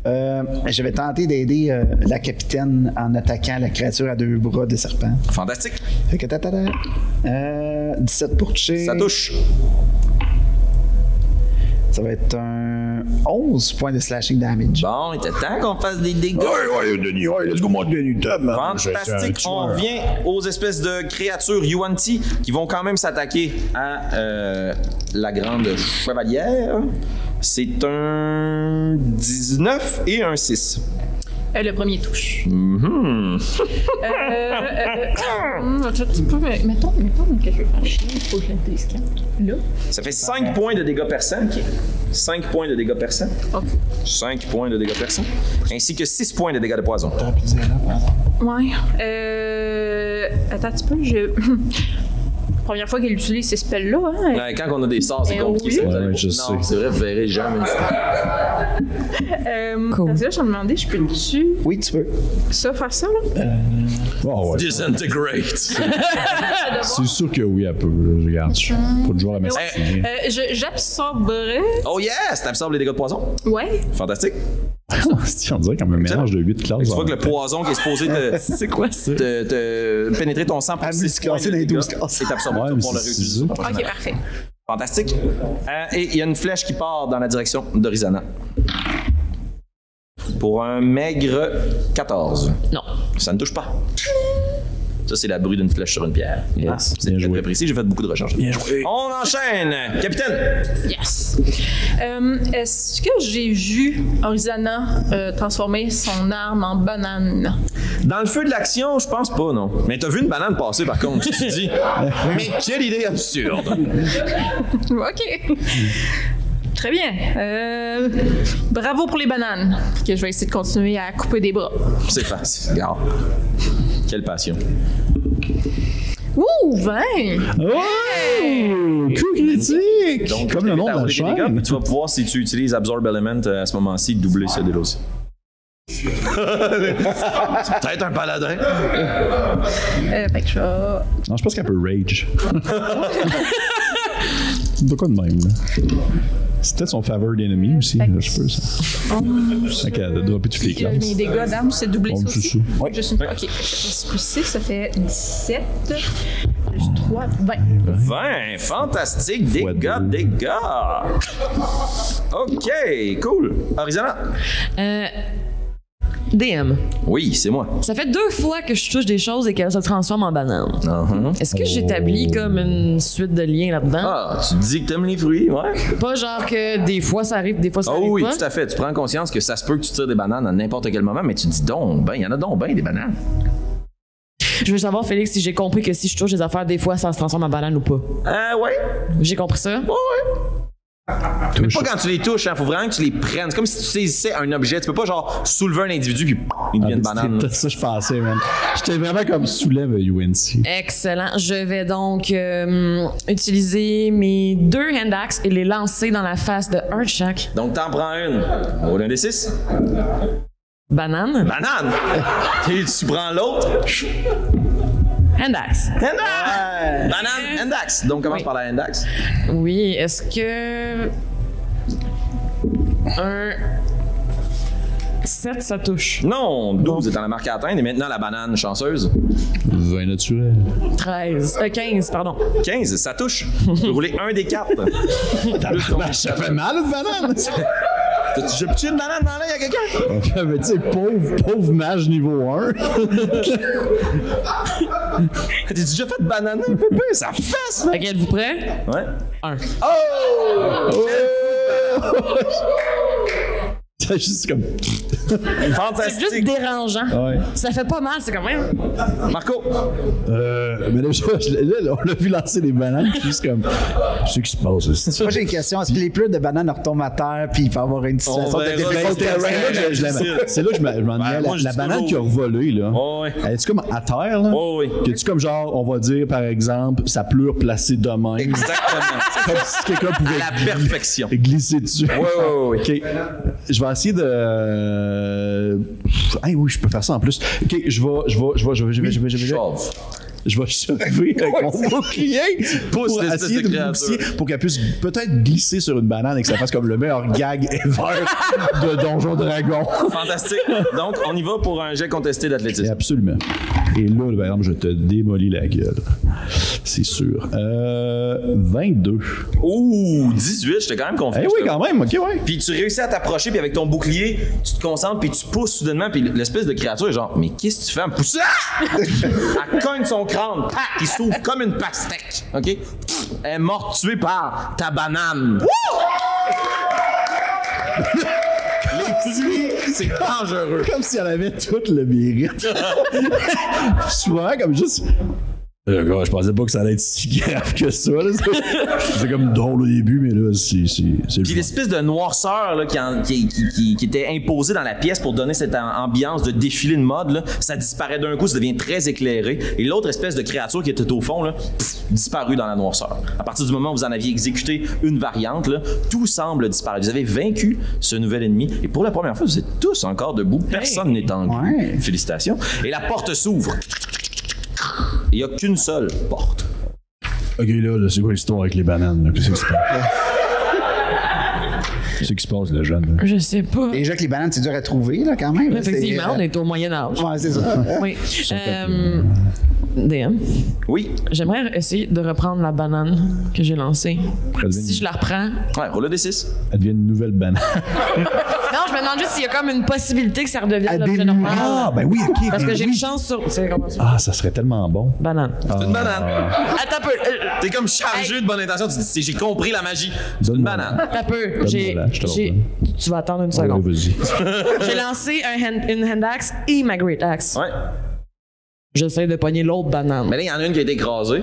Speaker 2: Euh, je vais tenter d'aider euh, la capitaine en attaquant la créature à deux bras de serpent.
Speaker 8: Fantastique.
Speaker 2: Fait que ta, ta, ta. Euh, 17 pour toucher.
Speaker 8: Ça touche.
Speaker 2: Ça va être un 11 points de slashing damage.
Speaker 8: Bon, il était temps qu'on fasse des dégâts.
Speaker 1: Ouais, ouais, Denis, ouais, let's go, moi, Denis, top, man.
Speaker 8: Ah, Fantastique. On revient aux espèces de créatures Yuan-Ti qui vont quand même s'attaquer à euh, la grande chevalière. C'est un 19 et un 6.
Speaker 9: Euh, le premier touche. Euh, euh, euh, hum, attends, tu peux me- mettons, mettons que je vais faire chier, il faut que je le déscarte. Là.
Speaker 8: Ça fait 5 points de dégâts perçants. 5 points de dégâts perçants. 5 points de dégâts perçants. Ainsi que 6 points de dégâts de poison.
Speaker 9: Ouais. Euh, attends un petit peu, je. *laughs* Première fois qu'elle utilise ces spells-là, hein.
Speaker 8: Ouais, Ben, quand on a des sorts, c'est
Speaker 9: Mais
Speaker 8: compliqué.
Speaker 9: oui.
Speaker 8: ça, vous allez
Speaker 4: Ouais,
Speaker 8: pas-
Speaker 4: je
Speaker 8: non,
Speaker 4: sais.
Speaker 8: c'est vrai, vous verrez jamais ça.
Speaker 9: Euh,
Speaker 3: Cool.
Speaker 9: parce que là, je me demandais, je peux dessus
Speaker 2: Oui, tu peux.
Speaker 9: ça, faire ça, là?
Speaker 4: Oh, ouais.
Speaker 8: Disintegrate.
Speaker 4: C'est sûr que oui, un peu. là. Je Regarde, je suis pas le joueur à
Speaker 8: Eh,
Speaker 4: m'assassiner.
Speaker 9: Euh, je- J'absorberais.
Speaker 8: Oh yes! T'absorbes les dégâts de poison.
Speaker 9: Ouais.
Speaker 8: Fantastique.
Speaker 4: Si, *laughs* on dirait comme un mélange de huit classes.
Speaker 8: Tu vois
Speaker 4: en
Speaker 8: que le
Speaker 4: même temps.
Speaker 8: poison qui est supposé te,
Speaker 4: *laughs*
Speaker 3: C'est quoi ça?
Speaker 8: te- te pénétrer ton sang pour
Speaker 2: À
Speaker 8: six points
Speaker 2: multiplier
Speaker 8: de
Speaker 2: les
Speaker 8: dégâts,
Speaker 2: 12 classes.
Speaker 8: C'est absorbé
Speaker 4: Ouais,
Speaker 8: tu vas pouvoir
Speaker 4: mais
Speaker 8: le
Speaker 4: c'est
Speaker 8: réutiliser.
Speaker 4: ça.
Speaker 9: Ok, parfait.
Speaker 8: Fantastique. Euh, et il y a une flèche qui part dans la direction d'Orizana. Pour un maigre 14.
Speaker 3: Non.
Speaker 8: Ça ne touche pas. Ça, c'est la bruit d'une flèche sur une pierre.
Speaker 4: Yes,
Speaker 8: c'est
Speaker 4: Ah, bien
Speaker 8: très,
Speaker 4: joué.
Speaker 8: très précis, j'ai fait beaucoup de recherches.
Speaker 1: Bien joué.
Speaker 8: On enchaîne! Capitaine!
Speaker 9: Yes. Euh, Est-ce que j'ai vu Orizana euh, transformer son arme en banane?
Speaker 8: Dans le feu de l'action, je pense pas, non. Mais t'as vu une banane passer, par contre, tu
Speaker 4: *laughs*
Speaker 8: te dis. Mais quelle idée absurde!
Speaker 9: *laughs* OK. Très bien. Euh, bravo pour les bananes. Que je vais essayer de continuer à couper des bras.
Speaker 8: C'est facile, regarde. Quelle passion.
Speaker 9: Ouh, Euh, 20!
Speaker 4: Oh! Coup critique! comme le nom de
Speaker 8: t'as
Speaker 4: la
Speaker 8: roulé des dégâts,
Speaker 4: chaîne.
Speaker 8: puis Tu vas pouvoir, si tu utilises Absorb Element euh, à ce moment-ci, doubler ce délai aussi. Peut-être un paladin.
Speaker 9: Euh, fait que je vais-
Speaker 4: Non, je pense qu'elle peut rage. de quoi de même, là? C'est peut-être son favored enemy aussi, là, je peux ça. Fait qu'elle a droppé toutes les
Speaker 9: Puis, euh, mes
Speaker 4: classes.
Speaker 9: dégâts d'armes, c'est doublé
Speaker 4: Bon,
Speaker 9: ça
Speaker 4: c'est
Speaker 9: aussi.
Speaker 4: ça.
Speaker 9: Juste une... OK. Plus plus 6, ça fait 17. Plus 3, 20.
Speaker 8: 20, fantastique,
Speaker 4: Fois
Speaker 8: dégâts,
Speaker 4: deux.
Speaker 8: dégâts. OK, cool. Arizona.
Speaker 3: Euh, DM.
Speaker 8: Oui, c'est moi.
Speaker 3: Ça fait deux fois que je touche des choses et qu'elles se transforment en bananes.
Speaker 8: Uh-huh.
Speaker 3: Est-ce que j'établis comme une suite de liens là-dedans?
Speaker 8: Ah, tu te dis que t'aimes les fruits, ouais?
Speaker 3: Pas genre que des fois ça arrive, des fois ça
Speaker 8: Ah
Speaker 3: arrive
Speaker 8: oui,
Speaker 3: pas.
Speaker 8: tout à fait. Tu prends conscience que ça se peut que tu tires des bananes à n'importe quel moment, mais tu te dis donc, ben, il y en a donc ben des bananes.
Speaker 3: Je veux savoir, Félix, si j'ai compris que si je touche des affaires, des fois ça se transforme en banane ou pas.
Speaker 8: Ah ouais?
Speaker 3: J'ai compris ça?
Speaker 8: Mais pas quand tu les touches, hein. Faut vraiment que tu les prennes. C'est comme si tu saisissais un objet. Tu peux pas, genre, soulever un individu puis pouf, il
Speaker 4: Ah,
Speaker 8: devient une banane.
Speaker 4: C'était ça, que je pensais, man. J'étais vraiment comme soulève à UNC.
Speaker 3: Excellent. Je vais donc euh, utiliser mes deux hand axes et les lancer dans la face de un de chaque
Speaker 8: Donc, t'en prends une. Roule un des six.
Speaker 3: banane.
Speaker 8: *laughs* Banane! Et tu prends l'autre.
Speaker 3: Hand axe.
Speaker 8: Handax! Banane, Handax. Donc, commence
Speaker 3: Oui.
Speaker 8: par la Handax.
Speaker 3: Oui, est-ce que. Un. 7, ça touche.
Speaker 8: Non, 12 étant la marque à atteindre. Et maintenant, la banane chanceuse.
Speaker 4: 20 naturel.
Speaker 3: 13. euh, 15, pardon.
Speaker 8: 15, ça *laughs* touche. Tu peux rouler un des quatre.
Speaker 4: Ça fait mal, hein? une banane!
Speaker 8: J'ai pitché une banane dans l'œil à quelqu'un.
Speaker 4: *laughs* Mais tu sais, pauvre, pauvre mage niveau 1.
Speaker 8: T'as déjà fait bananer, bébé? Ça fesse, mec.
Speaker 3: Ok, êtes-vous prêts?
Speaker 8: Ouais.
Speaker 3: Un.
Speaker 4: *laughs* C'est juste comme.
Speaker 3: C'est juste
Speaker 8: Fantastique.
Speaker 3: dérangeant.
Speaker 4: Ouais.
Speaker 3: Ça fait pas mal, c'est quand même.
Speaker 8: Marco.
Speaker 4: Euh, mais là, je- je- là, on l'a vu lancer des bananes, puis juste comme. C'est qui se passe, c'est
Speaker 2: Moi, j'ai une question. Est-ce que les pleurs de bananes retombent à terre puis il peut avoir une situation
Speaker 8: On
Speaker 2: de
Speaker 8: verra
Speaker 2: difficulté?
Speaker 8: les
Speaker 4: C'est là que je- je l'avais- c'est là que je m'en demandais.
Speaker 8: Ouais, moi,
Speaker 4: la,
Speaker 8: je
Speaker 4: la
Speaker 8: dis
Speaker 4: banane qui a
Speaker 8: toujours-
Speaker 4: volé, là.
Speaker 8: Oh, ouais.
Speaker 4: Elle est-tu comme à terre, là?
Speaker 8: Oh, oui.
Speaker 4: Que tu comme genre, on va dire, par exemple, sa pleure placée de même.
Speaker 8: Exactement.
Speaker 4: comme si quelqu'un
Speaker 8: À
Speaker 4: pouvait
Speaker 8: la perfection.
Speaker 4: glisser dessus.
Speaker 8: ouais, ouais.
Speaker 4: OK. Je vais essayer de. Ah oui, je peux faire ça en plus. OK, je vais. Je vais. Je vais. Je vais. Je vais. Je vais. Je vais. Je vais.
Speaker 8: Chauve.
Speaker 4: Je vais
Speaker 8: *laughs*
Speaker 4: chauffer avec mon bouclier pour
Speaker 8: l'espèce
Speaker 4: essayer
Speaker 8: de
Speaker 4: de bousiller,
Speaker 8: créature.
Speaker 4: pour qu'elle puisse peut-être glisser sur une banane et que ça fasse comme le meilleur gag ever de Donjon Dragon.
Speaker 8: Fantastique. Donc, on y va pour un jet contesté
Speaker 4: Et
Speaker 8: d'athlétisme.
Speaker 4: absolument. Et là, par exemple, je te démolis la gueule. C'est sûr. Euh, 22.
Speaker 8: Ouh, 18, j'étais quand même
Speaker 4: Eh
Speaker 8: confiant.
Speaker 4: oui,
Speaker 8: j'étais-
Speaker 4: quand même. OK, ouais.
Speaker 8: Puis tu réussis à t'approcher, puis avec ton bouclier, tu te concentres, puis tu pousses soudainement, puis l'espèce de créature est genre, mais qu'est-ce que tu fais en me poussant? Elle cogne son crâne, tac, il s'ouvre comme une pastèque, OK? Pff, Elle est morte tuée par ta banane. Les petits, c'est dangereux.
Speaker 4: Comme si elle avait tout le mérite. Souvent, comme juste. Euh, gars, je pensais pas que ça allait être si grave que ça. là. C'était comme drôle au début, mais là, c'est c'est- c'est le
Speaker 8: Puis
Speaker 4: fun.
Speaker 8: l'espèce de noirceur là, qui, en- qui- qui- qui- qui était imposée dans la pièce pour donner cette am- ambiance de défilé de mode, là, ça disparaît d'un coup, ça devient très éclairé. Et l'autre espèce de créature qui était au fond, là, pff, disparue dans la noirceur. À partir du moment où vous en aviez exécuté une variante, là, tout semble disparaître. Vous avez vaincu ce nouvel ennemi. Et pour la première fois, vous êtes tous encore debout. Personne n'est en
Speaker 2: Ouais.
Speaker 8: Félicitations. Et la porte s'ouvre. Il n'y a qu'une seule porte.
Speaker 4: Ok, là, là, c'est quoi l'histoire avec les bananes? là? Qu'est-ce qui se passe?
Speaker 1: C'est ce qui se passe, le jeune.
Speaker 3: Je sais pas.
Speaker 2: Déjà que les bananes, c'est dur à trouver, là, quand même.
Speaker 3: Effectivement, on
Speaker 2: C'est,
Speaker 3: est au Moyen-Âge.
Speaker 2: euh, Ouais, c'est ça.
Speaker 3: *laughs* Oui. Euh, DM,
Speaker 8: Oui.
Speaker 3: j'aimerais essayer de reprendre la banane que j'ai lancée. Si je la reprends.
Speaker 8: Ouais, roule le D6.
Speaker 1: Elle devient une nouvelle banane.
Speaker 3: Non, je me demande juste s'il y a comme une possibilité que ça redevienne
Speaker 2: À
Speaker 3: l'objet
Speaker 2: des-
Speaker 3: normal.
Speaker 1: Ah, ben oui, OK.
Speaker 3: Parce que
Speaker 1: ben
Speaker 3: j'ai
Speaker 1: oui.
Speaker 3: une chance sur. C'est comment ça?
Speaker 1: Ah, ça serait tellement bon.
Speaker 3: Banane.
Speaker 8: C'est une banane.
Speaker 3: Attends un peu. euh,
Speaker 8: T'es comme chargé de bonne intention. Tu dis, c'est- j'ai compris la magie. C'est une
Speaker 1: Donne-moi.
Speaker 8: banane.
Speaker 3: Attends un peu. J'ai.
Speaker 1: voilà, je te
Speaker 3: j'ai- Tu vas attendre une seconde.
Speaker 1: Ouais, vas-y.
Speaker 3: J'ai lancé un hand- une hand axe et ma great axe.
Speaker 8: Ouais.
Speaker 3: J'essaie de pogner l'autre banane.
Speaker 8: Mais là, il y en a une qui a été écrasée.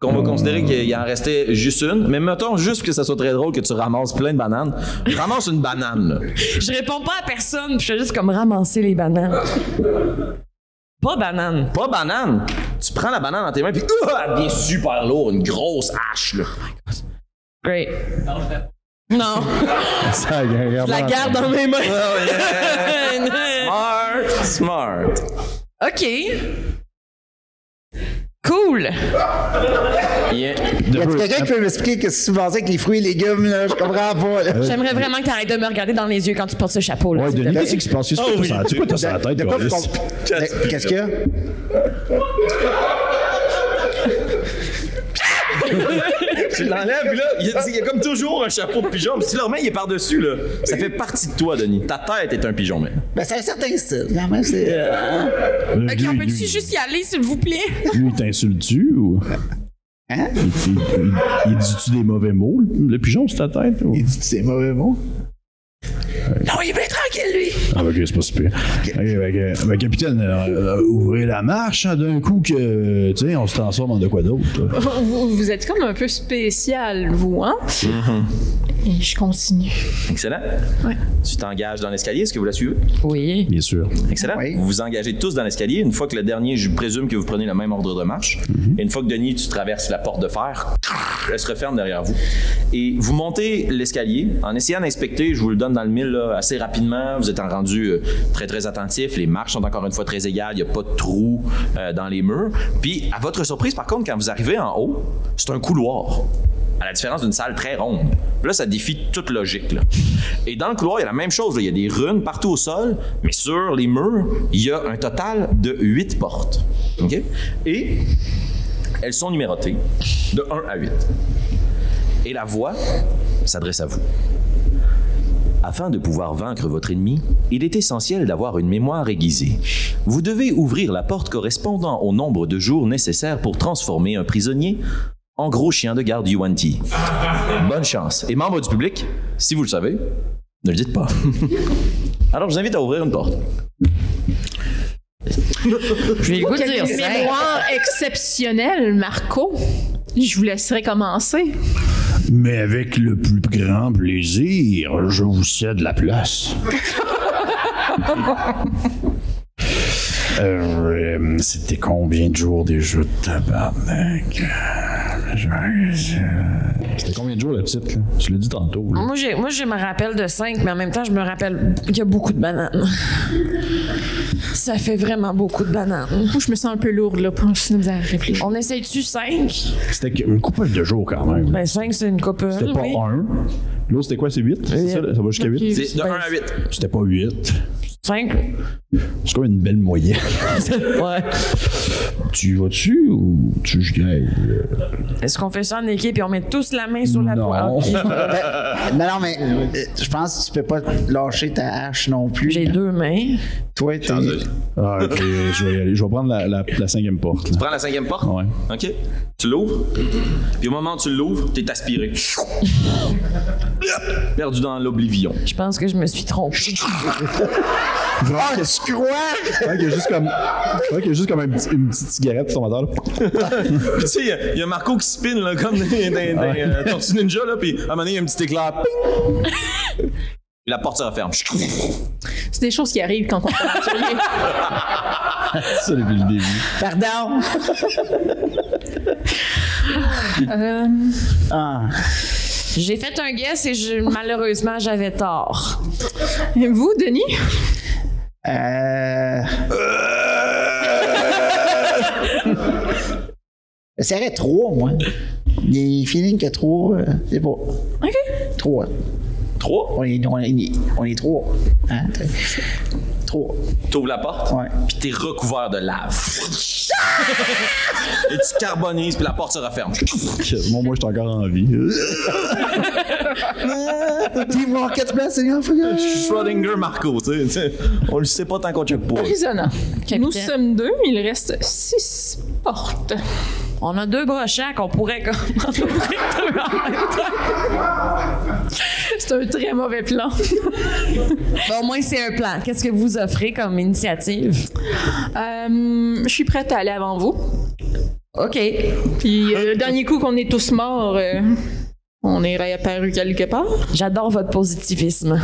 Speaker 8: Qu'on va considérer qu'il il en restait juste une. Mais mettons juste que ça soit très drôle que tu ramasses plein de bananes. Ramasse une banane, là.
Speaker 3: Je réponds pas à personne, puis je fais juste comme ramasser les bananes. Pas banane.
Speaker 8: Pas banane. Tu prends la banane dans tes mains, puis ouah, elle devient super lourde. Une grosse hache, là.
Speaker 3: Great. Non,
Speaker 1: *laughs* Ça, regarde.
Speaker 3: je la garde dans mes mains.
Speaker 1: Ah
Speaker 8: Smart, smart.
Speaker 3: *laughs* ok. Cool.
Speaker 1: Euh,
Speaker 8: Yeah.
Speaker 2: Y a quelqu'un qui peut m'expliquer que ce que tu pensais avec les fruits et légumes, là? Je comprends pas, là.
Speaker 3: J'aimerais vraiment que tu arrêtes de me regarder dans les yeux quand tu portes ce chapeau-là.
Speaker 1: Ouais,
Speaker 3: s'il te
Speaker 1: Denis,
Speaker 3: plaît.
Speaker 1: qu'est-ce qui se passe? C'est quoi t'as sur la- c'est quoi t'as sur la tête,
Speaker 2: De quoi vous
Speaker 1: Carlis?
Speaker 2: comp- De- Qu'est-ce qu'il y a?
Speaker 8: Tu l'enlèves, puis là, Euh, il y, a, il y a comme toujours un chapeau de pigeon. Puis tu le remets, il est par-dessus, là. Ça fait partie de toi, Denis. Ta tête est un pigeon, mais.
Speaker 2: Ben, c'est un certain style. Quand même, c'est. euh,
Speaker 1: Lui,
Speaker 3: Ok, on
Speaker 1: lui,
Speaker 3: peut-tu juste y aller, s'il vous plaît?
Speaker 1: Lui, il t'insulte-tu ou.
Speaker 2: Hein?
Speaker 1: Il, il- il- il dit-tu des mauvais mots, le le pigeon, sur ta tête? ou-
Speaker 2: Il dit que c'est mauvais mot.
Speaker 3: Non, il est bien tranquille, lui.
Speaker 1: Ah, ok, c'est pas super. capitaine, euh, euh, ouvrez la marche hein, d'un coup que, euh, tu sais, on se transforme en de quoi d'autre. là.
Speaker 9: Vous, vous êtes comme un peu spécial, vous, hein? Et je continue.
Speaker 8: Excellent.
Speaker 9: Ouais.
Speaker 8: Tu t'engages dans l'escalier. Est-ce que vous la suivez?
Speaker 3: Oui.
Speaker 1: Bien sûr.
Speaker 8: Excellent.
Speaker 2: Oui.
Speaker 8: Vous vous engagez tous dans l'escalier. Une fois que le dernier, je présume que vous prenez le même ordre de marche. Et une fois que Denis, tu traverses la porte de fer, elle se referme derrière vous. Et vous montez l'escalier en essayant d'inspecter, je vous le donne dans le mille là, assez rapidement. Vous êtes en rendu euh, très, très attentif. Les marches sont encore une fois très égales. Il n'y a pas de trou euh, dans les murs. Puis, à votre surprise, par contre, quand vous arrivez en haut, c'est un couloir. À la différence d'une salle très ronde. Là, ça défie toute logique. là. Et dans le couloir, il y a la même chose. là. Il y a des runes partout au sol, mais sur les murs, il y a un total de huit portes. OK? Et elles sont numérotées de 1 à 8. Et la voix s'adresse à vous. Afin de pouvoir vaincre votre ennemi, il est essentiel d'avoir une mémoire aiguisée. Vous devez ouvrir la porte correspondant au nombre de jours nécessaires pour transformer un prisonnier en gros chien de garde Yuan-Ti. Bonne chance. Et membres du public, si vous le savez, ne le dites pas. *laughs* Alors, je vous invite à ouvrir une porte.
Speaker 3: Je vais le goût de dire
Speaker 9: Quelle
Speaker 3: ça.
Speaker 9: mémoire exceptionnelle, Marco. Je vous laisserai commencer.
Speaker 1: Mais avec le plus grand plaisir, je vous cède la place. Euh, euh, C'était combien de jours des jeux de tabarnak? C'était combien de jours la petite, là? Tu l'as dit tantôt, là.
Speaker 3: Ah, Moi, j'ai- moi, je me rappelle de 5, mais en même temps, je me rappelle qu'il y a beaucoup de bananes. Ça fait vraiment beaucoup de bananes.
Speaker 9: Moi, je me sens un peu lourde, là, pour finir à réfléchir.
Speaker 3: On essaye-tu 5?
Speaker 1: C'était que- une couple de jours quand même.
Speaker 3: Ben, 5, c'est une coupe.
Speaker 1: C'était pas
Speaker 3: oui.
Speaker 1: un. L'autre, c'était quoi? C'est 8? C'est ça, là? ça va jusqu'à 8?
Speaker 8: C'est de 1
Speaker 3: Ben,
Speaker 8: à 8.
Speaker 1: C'était pas 8.
Speaker 3: 5?
Speaker 1: C'est comme une belle moyenne.
Speaker 3: *laughs* Ouais.
Speaker 1: tu y vas-tu ou tu euh, gagnes?
Speaker 3: Est-ce qu'on fait ça en équipe et on met tous la main sur la
Speaker 1: Non.
Speaker 3: poire?
Speaker 1: *laughs*
Speaker 2: Euh, non, non, mais euh, je pense que tu peux pas lâcher ta hache non plus.
Speaker 3: J'ai deux mains.
Speaker 2: Toi, t'es.
Speaker 1: Ah, ok, je vais y aller. Je vais prendre la, la, la cinquième porte. là.
Speaker 8: Prends la cinquième porte.
Speaker 1: Ouais.
Speaker 8: OK. Tu l'ouvres. Puis au moment où tu l'ouvres, t'es aspiré. Perdu dans l'oblivion.
Speaker 3: Je pense que je me suis trompée.
Speaker 2: Oh, le squat!
Speaker 1: Ouais, qu'il y a juste comme, ouais, qu'il y a juste comme un petit- une petite cigarette sur ton moteur.
Speaker 8: Puis tu sais, il y a- il y, a Marco qui spin là, comme des, des, des, euh, Tortues Ninja, là, puis à un moment donné, il y a un petit éclair. Ping! Puis La porte se referme.
Speaker 9: C'est des choses qui arrivent quand on est aventurier.
Speaker 1: C'est ça depuis le début.
Speaker 2: *laughs* Pardon!
Speaker 9: Euh,
Speaker 2: Ah,
Speaker 3: J'ai fait un guess et je- malheureusement, j'avais tort.
Speaker 9: et *laughs* vous, Denis?
Speaker 2: euh... *laughs* Ça serait trois, moi. Il est feeling que trois. euh, je sais pas.
Speaker 9: OK.
Speaker 2: Trois.
Speaker 8: Trois.
Speaker 2: On est, on est- on est trois. Hein? Trois.
Speaker 8: T'ouvres la porte.
Speaker 2: Ouais.
Speaker 8: Puis t'es recouvert de lave. Et tu carbonises, puis la porte se referme.
Speaker 4: Bon, moi, je suis encore en vie.
Speaker 2: Team Rocketman, c'est un fou-
Speaker 8: Schrödinger Marco, tu sais, tu sais. On le sait pas tant qu'on check pas.
Speaker 9: Prisonnant. Nous sommes deux, il reste six portes.
Speaker 3: On a deux bras chaque, on pourrait comme *laughs* en ouvrir deux en même temps.
Speaker 9: C'est un très mauvais *laughs* plan.
Speaker 3: Mais au moins, c'est un plan. Qu'est-ce que vous offrez comme initiative?
Speaker 9: Euh, je suis prête à aller avant vous.
Speaker 3: OK.
Speaker 9: Puis euh, le dernier coup qu'on est tous morts, euh, on est réapparu quelque part.
Speaker 3: J'adore votre positivisme.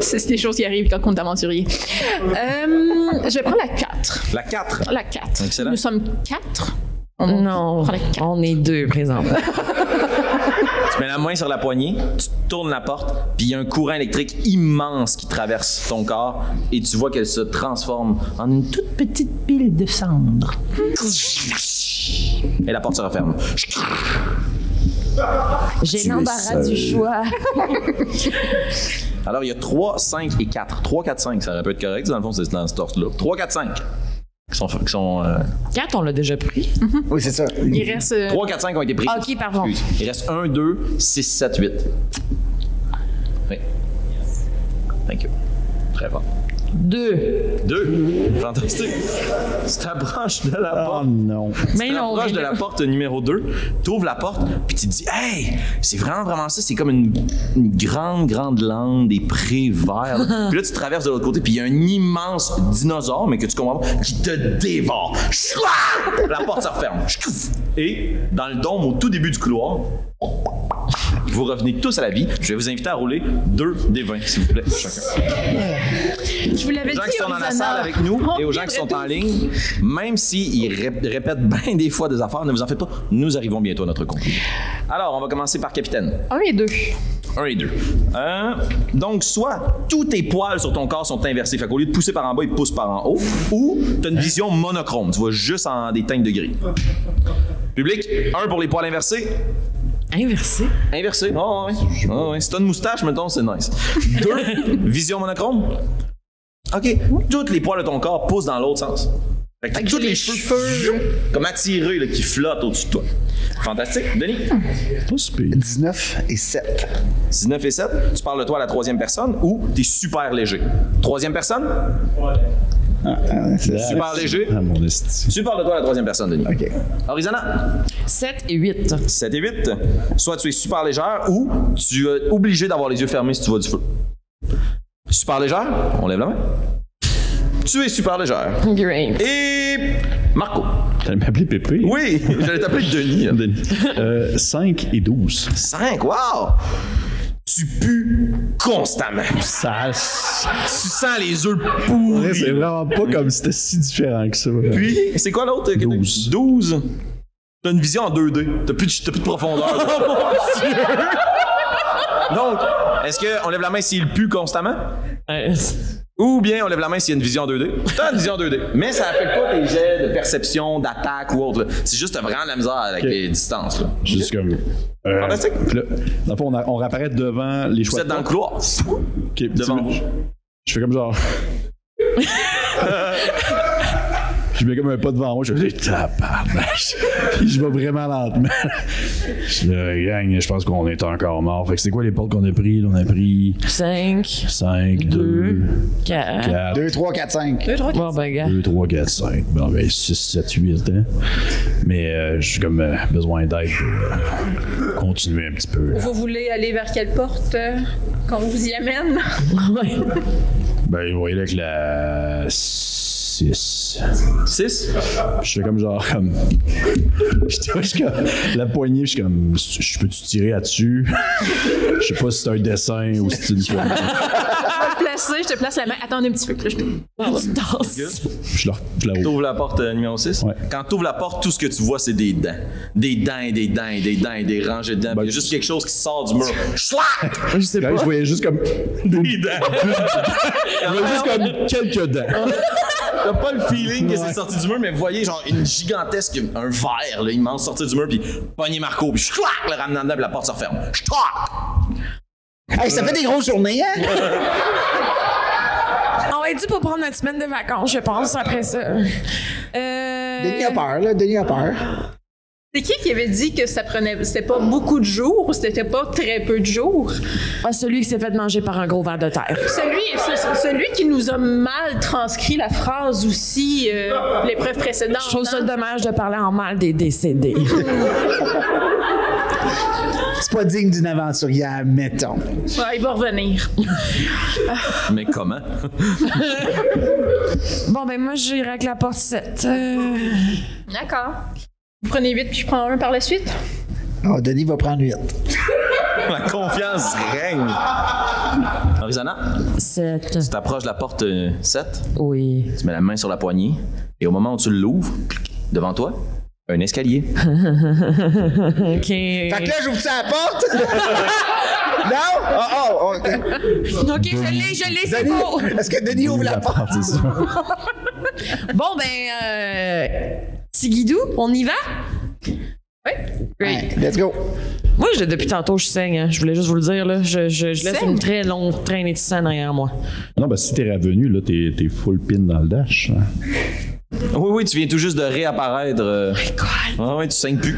Speaker 9: C'est c'est des choses qui arrivent quand on est aventurier. Euh, je prends la 4.
Speaker 8: La 4.
Speaker 9: La 4.
Speaker 8: Excellent.
Speaker 9: Nous sommes 4.
Speaker 3: Non,
Speaker 9: prend la carte.
Speaker 3: on est deux présentement.
Speaker 8: Tu mets la main sur la poignée, tu tournes la porte, puis il y a un courant électrique immense qui traverse ton corps et tu vois qu'elle se transforme en une toute petite pile de cendres. Et la porte se referme.
Speaker 3: J'ai l'embarras du choix.
Speaker 8: Alors, il y a 3, 5 et 4. 3, 4, 5, ça aurait pu être correct. Dans le fond, c'est dans cette torse-là. 3, 4, 5. Qui sont, qui sont, euh,
Speaker 3: Quatre, on l'a déjà pris.
Speaker 2: Oui, c'est ça.
Speaker 9: Il reste. euh,
Speaker 8: 3, 4, 5 ont été pris.
Speaker 3: OK, pardon.
Speaker 8: Excuse. Il reste 1, 2, 6, 7, 8. Oui. Thank you. Très fort.
Speaker 3: Deux.
Speaker 8: Deux. Fantastique. Tu t'approches de la porte.
Speaker 4: Oh non.
Speaker 3: Mais
Speaker 8: tu
Speaker 3: non,
Speaker 8: t'approches
Speaker 3: mais
Speaker 8: de la porte numéro 2, tu ouvres la porte, puis tu te dis Hey, c'est vraiment, vraiment ça. C'est comme une, une grande, grande lande des prés verts. là. puis là, tu traverses de l'autre côté, puis il y a un immense dinosaure, mais que tu comprends pas, qui te dévore. Chouah! La porte se referme. Chououf! Et dans le dôme, au tout début du couloir, vous revenez tous à la vie. Je vais vous inviter à rouler deux des 20, s'il vous plaît, chacun
Speaker 9: Je vous l'avais dit,
Speaker 8: gens qui sont dans la
Speaker 9: Horizona.
Speaker 8: salle avec nous
Speaker 9: On
Speaker 8: et aux gens qui sont
Speaker 9: viendrait
Speaker 8: en
Speaker 9: tous.
Speaker 8: ligne, même s'ils ré- répètent bien des fois des affaires, ne vous en faites pas, nous arrivons bientôt à notre conclusion. Alors, on va commencer par Capitaine.
Speaker 9: Un et deux.
Speaker 8: 1 et 2. donc, soit tous tes poils sur ton corps sont inversés, fait qu'au lieu de pousser par en bas, ils te poussent par en haut, ou tu as une vision monochrome, tu vois juste en des teintes de gris. Public, 1 pour les poils inversés,
Speaker 3: Inversé.
Speaker 8: Inversé. Oh, ouais. Ah ouais. Si t'as une moustache, mettons, c'est *laughs* nice. Deux, vision monochrome. OK. Toutes les poils de ton corps poussent dans l'autre sens. Fait que t'as tous les, cheveux comme attirés là, qui flottent au-dessus de toi. Fantastique. Denis,
Speaker 4: Pas si pire.
Speaker 2: 19 et 7.
Speaker 8: 19 et 7, tu parles de toi à la troisième personne ou t'es super léger. Troisième personne, super léger.
Speaker 4: Ah, mon esti.
Speaker 8: Tu parles de toi à la troisième personne, Denis.
Speaker 2: OK.
Speaker 8: Horizona,
Speaker 3: Sept et huit.
Speaker 8: 7 et 8. Soit tu es super légère ou tu es obligé d'avoir les yeux fermés si tu vois du feu. Super légère, on lève la main. Tu es super légère.
Speaker 3: Great.
Speaker 8: Et Marco.
Speaker 4: T'allais m'appeler Pépé?
Speaker 8: Oui, *laughs* j'allais t'appeler Denis.
Speaker 4: Denis. Euh, 5 et 12.
Speaker 8: 5, wow! Tu pues constamment.
Speaker 4: Ça.
Speaker 8: Tu sens les œufs pourris.
Speaker 4: C'est vraiment pas comme si c'était si différent que ça.
Speaker 8: Puis, c'est quoi l'autre?
Speaker 4: 12.
Speaker 8: 12. T'as une vision en 2D. T'as plus de, t'as plus de profondeur. Donc, est-ce qu'on lève la main s'il pue constamment? Ou bien on lève la main s'il y a une vision 2D. T'as une vision 2D. Mais ça affecte pas tes jets de perception, d'attaque ou autre. là. C'est juste t'as vraiment de la misère avec les distances. là.
Speaker 4: Juste comme. Euh,
Speaker 8: Fantastique.
Speaker 4: puis là, dans le fond, on, a- on réapparaît devant les
Speaker 8: Vous
Speaker 4: choix.
Speaker 8: êtes dans le couloir. devant.
Speaker 4: devant. Je fais comme *laughs* genre. je mets comme un pas devant moi, je fais tabarnache. Puis je vais vraiment lentement. Je dis, euh, gang, je pense qu'on est encore mort. Fait que c'est quoi les portes qu'on a pris? là? On a pris
Speaker 3: Cinq.
Speaker 4: 5,
Speaker 3: Deux.
Speaker 4: 2,
Speaker 3: Quatre.
Speaker 4: 4,
Speaker 2: 2, 3, 4, 5.
Speaker 3: Bon, ben, gars.
Speaker 4: 2, 3, 4, 5. Bon, ben 6, 7, 8. Hein? Mais euh, j'ai comme euh, besoin d'aide pour euh, continuer un petit peu.
Speaker 9: Vous voulez aller vers quelle porte euh, qu'on vous y *laughs* amène?
Speaker 4: Ben, vous voyez là que la 6.
Speaker 8: 6.
Speaker 4: Je suis comme genre comme. Je touche comme la poignée, je suis comme. Je peux-tu tirer là-dessus? Je sais pas si c'est un dessin ou si c'est une poignée.
Speaker 9: Je te place, je te place la main. Attendez un petit peu. là, je te-
Speaker 3: Tu danses.
Speaker 4: Je la, je la ouvre.
Speaker 8: T'ouvres la porte euh, numéro 6.
Speaker 4: Ouais.
Speaker 8: Quand t'ouvres la porte, tout ce que tu vois, c'est des dents. Des dents et des dents et des dents et des rangées de dents. Il y a juste quelque chose qui sort du mur. Schlac!
Speaker 4: Je sais pas. Je voyais juste comme.
Speaker 8: Des dents.
Speaker 4: Je voyais juste comme quelques dents.
Speaker 8: T'as pas le feeling que c'est sorti du mur, mais voyez genre une gigantesque, un verre là, immense sorti du mur, puis pogner Marco, puis schlac, le ramenant dedans, puis la porte se referme. Schlac!
Speaker 2: Hey, ça fait des grosses journées, hein?
Speaker 14: On va être dû pour prendre notre semaine de vacances, je pense, après ça. Euh,
Speaker 2: Denis a peur, là. Denis a peur.
Speaker 9: C'est qui qui avait dit que ça prenait, c'était pas beaucoup de jours ou c'était pas très peu de jours?
Speaker 14: ah, celui qui s'est fait manger par un gros ver de terre.
Speaker 9: Celui, ce- ce- celui qui nous a mal transcrit la phrase aussi, euh, l'épreuve précédente.
Speaker 14: Je
Speaker 3: Ah,
Speaker 14: trouve ça
Speaker 9: hein?
Speaker 14: dommage de parler en mal des décédés.
Speaker 2: C'est pas digne d'une aventurière, mettons.
Speaker 9: Ouais, Bah, il va revenir.
Speaker 8: Mais comment?
Speaker 14: bon, ben moi, j'irai avec la porte 7.
Speaker 9: D'accord. Vous prenez 8 puis je prends un par la suite?
Speaker 2: Ah, Denis va prendre 8.
Speaker 8: La confiance règne. Arizona,
Speaker 3: 7.
Speaker 8: tu t'approches de la porte euh, 7,
Speaker 3: Oui.
Speaker 8: tu mets la main sur la poignée, et au moment où tu l'ouvres, clic, devant toi, un escalier.
Speaker 3: OK.
Speaker 2: Fait que là, j'ouvre ça la porte? non? Oh, oh, ok.
Speaker 14: OK, je l'ai, je l'ai, c'est
Speaker 2: *laughs*
Speaker 14: beau.
Speaker 2: Denis, est-ce que Denis ouvre la porte?
Speaker 3: Bon, ben, euh, petit guidou, on y va?
Speaker 2: Ouais, let's go.
Speaker 3: Moi, je- depuis tantôt, je saigne. hein. Je voulais juste vous le dire. Là. Je, je- je laisse une très longue traînée de sang derrière moi.
Speaker 4: Non, ben si t'es revenu, là, t'es t'es full pin dans le dash. hein.
Speaker 8: *laughs* Oui, oui, tu viens tout juste de réapparaître. euh. Ah oui, tu saignes plus.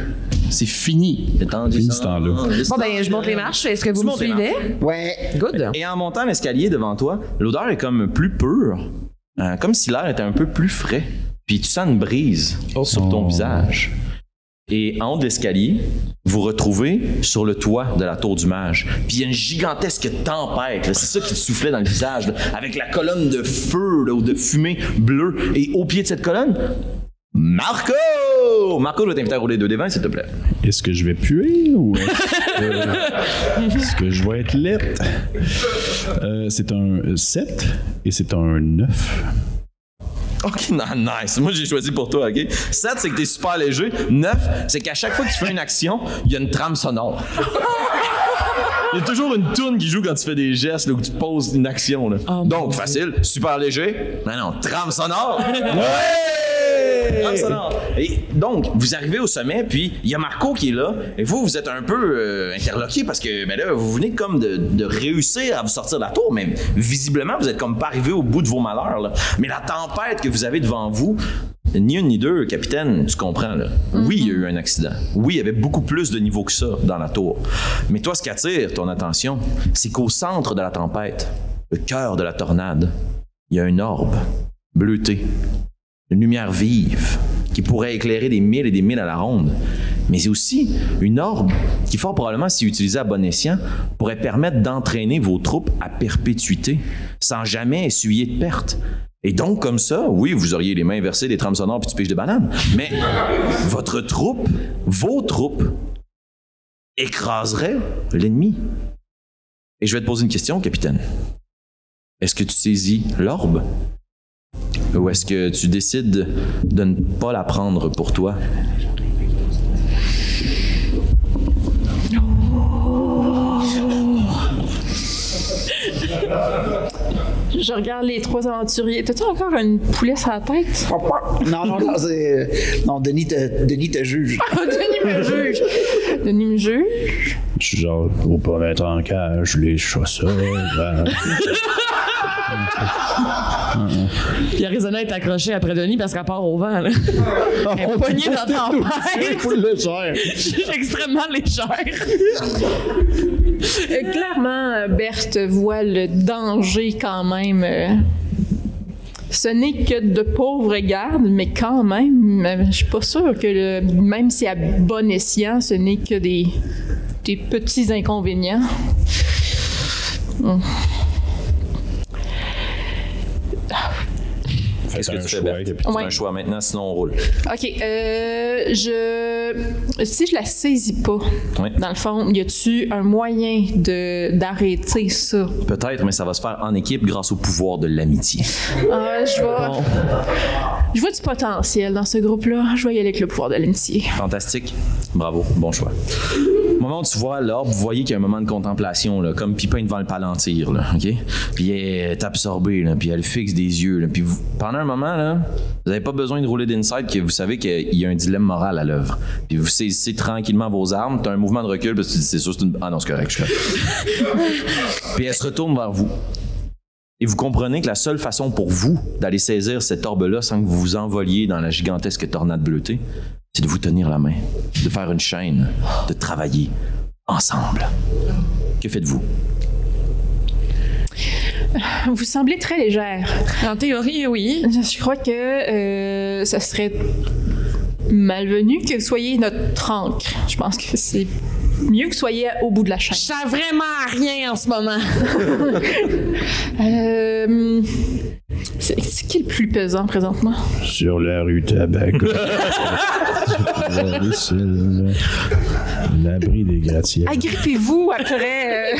Speaker 8: C'est fini. Étendu.
Speaker 4: Fini ce temps-là.
Speaker 3: Bon, ben, je monte les marches. Est-ce que vous
Speaker 8: Tu
Speaker 3: me
Speaker 8: montes les
Speaker 3: suivez?
Speaker 2: Ouais.
Speaker 3: Good.
Speaker 8: Et en montant l'escalier devant toi, l'odeur est comme plus pure, euh, comme si l'air était un peu plus frais. Puis tu sens une brise sur ton
Speaker 4: Oh.
Speaker 8: visage. Et en haut de l'escalier, vous retrouvez sur le toit de la tour du mage. Puis il y a une gigantesque tempête. là. C'est ça qui te soufflait dans le visage, là, avec la colonne de feu là, ou de fumée bleue. Et au pied de cette colonne, Marco! Marco, je vais t'inviter à rouler 2 des 20, s'il te plaît.
Speaker 4: Est-ce que je vais puer ou est-ce que, est-ce que je vais être lettre? Euh, c'est un 7 et c'est un 9.
Speaker 8: Ok, *laughs* non, nice. Moi, j'ai choisi pour toi, ok? 7, c'est que t'es super léger. 9, c'est qu'à chaque fois que tu fais une action, il y a une trame sonore. Il y a toujours une toune qui joue quand tu fais des gestes là, ou que tu poses une action. Là. Donc, facile, super léger. Non, non, trame sonore. ouais! Trame sonore. Et donc, vous arrivez au sommet, puis il y a Marco qui est là. Et vous, vous êtes un peu euh, interloqué parce que ben là, vous venez comme de, de réussir à vous sortir de la tour, mais visiblement, vous êtes comme pas arrivé au bout de vos malheurs. là. Mais la tempête que vous avez devant vous, ni une ni deux, capitaine, tu comprends, là. Oui, il y a eu un accident. Oui, il y avait beaucoup plus de niveaux que ça dans la tour. Mais toi, ce qui attire ton attention, c'est qu'au centre de la tempête, le cœur de la tornade, il y a un orbe bleuté, une lumière vive qui pourrait éclairer des milles et des milles à la ronde. Mais c'est aussi une orbe qui, fort probablement, si utilisée à bon escient, pourrait permettre d'entraîner vos troupes à perpétuité, sans jamais essuyer de pertes. Et donc, comme ça, oui, vous auriez les mains versées, des trames sonores, puis tu piges de bananes. Mais votre troupe, vos troupes, écraseraient l'ennemi. Et je vais te poser une question, capitaine. Est-ce que tu saisis l'orbe? Ou est-ce que tu décides de ne pas la prendre pour toi?
Speaker 9: Je regarde les trois aventuriers. T'as-tu encore une poulet sur la tête?
Speaker 2: Non, non, non, c'est- euh, Non, Denis te, Denis te juge.
Speaker 9: *laughs* Denis me juge. Denis me juge.
Speaker 4: Je suis genre, faut pas mettre en cage les chats sauvages.
Speaker 3: Puis Arizona est accrochée après Denis parce qu'elle part au vent. Là. Elle est poignée dans la tempête.
Speaker 4: Full légère.
Speaker 3: *laughs* Je suis extrêmement légère.
Speaker 9: Euh, clairement, euh, Berthe voit le danger quand même. euh. Ce n'est que de pauvres gardes, mais quand même, euh, je suis pas sûre que le- même si à bon escient, ce n'est que des, des petits inconvénients. Hum.
Speaker 8: Est-ce que
Speaker 4: un
Speaker 8: tu fais
Speaker 4: choix,
Speaker 8: Berthe?
Speaker 4: capitaine.
Speaker 8: Tu as un choix maintenant, sinon on roule.
Speaker 9: OK, euh, je si je la saisis pas,
Speaker 8: Oui.
Speaker 9: dans le fond, y a-tu un moyen de d'arrêter ça
Speaker 8: Peut-être, mais ça va se faire en équipe grâce au pouvoir de l'amitié.
Speaker 9: Ah, je vois. Je vois du potentiel dans ce groupe-là. Je vais y aller avec le pouvoir de l'amitié.
Speaker 8: Fantastique. Bravo. Bon choix. Au moment où tu vois l'orbe, vous voyez qu'il y a un moment de contemplation, là, comme Pippin devant le palantir. Là, OK? Puis elle est absorbée, là, puis elle fixe des yeux. là, puis vous- pendant un moment, là, vous n'avez pas besoin de rouler d'inside, que vous savez qu'il y a un dilemme moral à l'œuvre. Puis vous saisissez tranquillement vos armes. Tu as un mouvement de recul parce que tu dis, c'est sûr, c'est une. Ah non, c'est correct, je suis là. puis elle se retourne vers vous. Et vous comprenez que la seule façon pour vous d'aller saisir cette orbe-là sans que vous vous envoliez dans la gigantesque tornade bleutée, c'est de vous tenir la main, de faire une chaîne, de travailler ensemble. Que faites-vous?
Speaker 9: Vous semblez très légère.
Speaker 14: En théorie, oui.
Speaker 9: Je crois que euh, ça serait malvenu que vous soyez notre encre. Je pense que c'est mieux que vous soyez au bout de la chaîne.
Speaker 14: Je sens vraiment à rien en ce moment.
Speaker 9: Euh, c'est c'est qui le plus pesant présentement?
Speaker 1: Sur la rue Tabac. L'abri des gratte-ciels.
Speaker 9: Agrippez-vous après. euh.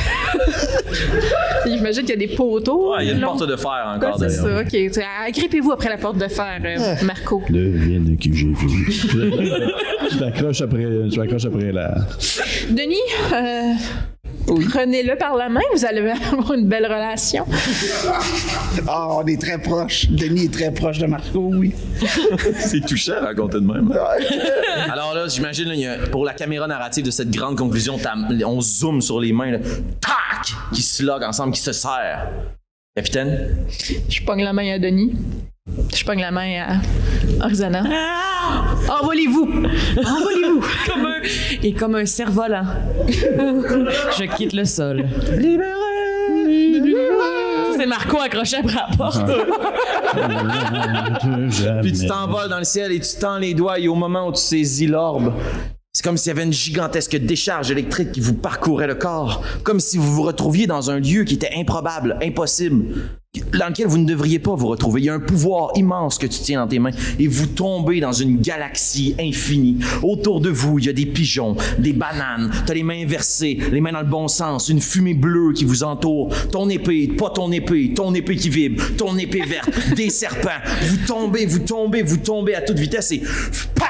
Speaker 9: *laughs* J'imagine qu'il y a des poteaux.
Speaker 8: il y a une
Speaker 9: longs.
Speaker 8: porte de fer
Speaker 9: Ouais,
Speaker 8: encore
Speaker 9: c'est
Speaker 8: d'ailleurs.
Speaker 9: ça, ok. Tu- Agrippez-vous après la porte de fer, euh, Marco.
Speaker 1: Devine de qui j'ai vu. je l'accroche après, je l'accroche après la.
Speaker 9: Denis, euh, prenez-le par la main, vous allez avoir une belle relation.
Speaker 2: Ah, on est très proche. Denis est très proche de Marco, oui.
Speaker 8: C'est touchant à raconter de même. *laughs* Alors là, j'imagine, là, il y a- pour la caméra narrative de cette grande conclusion, t'as- on zoome sur les mains, là, tac, qui se logent ensemble, qui se serrent. Capitaine,
Speaker 9: Je pogne la main à Denis. Je pogne la main à Orzana.
Speaker 3: Ah,
Speaker 9: Envolez-vous! Envolez-vous!
Speaker 3: *laughs* Comme un- Et comme un cerf-volant. je quitte le sol. Ça, C'est Marco accroché après la porte.
Speaker 8: puis tu t'envoles dans le ciel et tu tends les doigts et au moment où tu saisis l'orbe, c'est comme s'il y avait une gigantesque décharge électrique qui vous parcourait le corps, comme si vous vous retrouviez dans un lieu qui était improbable, impossible, dans lequel vous ne devriez pas vous retrouver. Il y a un pouvoir immense que tu tiens dans tes mains et vous tombez dans une galaxie infinie. Autour de vous, il y a des pigeons, des bananes, t'as les mains inversées, les mains dans le bon sens, une fumée bleue qui vous entoure, ton épée, pas ton épée, ton épée qui vibre, ton épée verte, *laughs* des serpents. Vous tombez, vous tombez, vous tombez à toute vitesse et... Pah!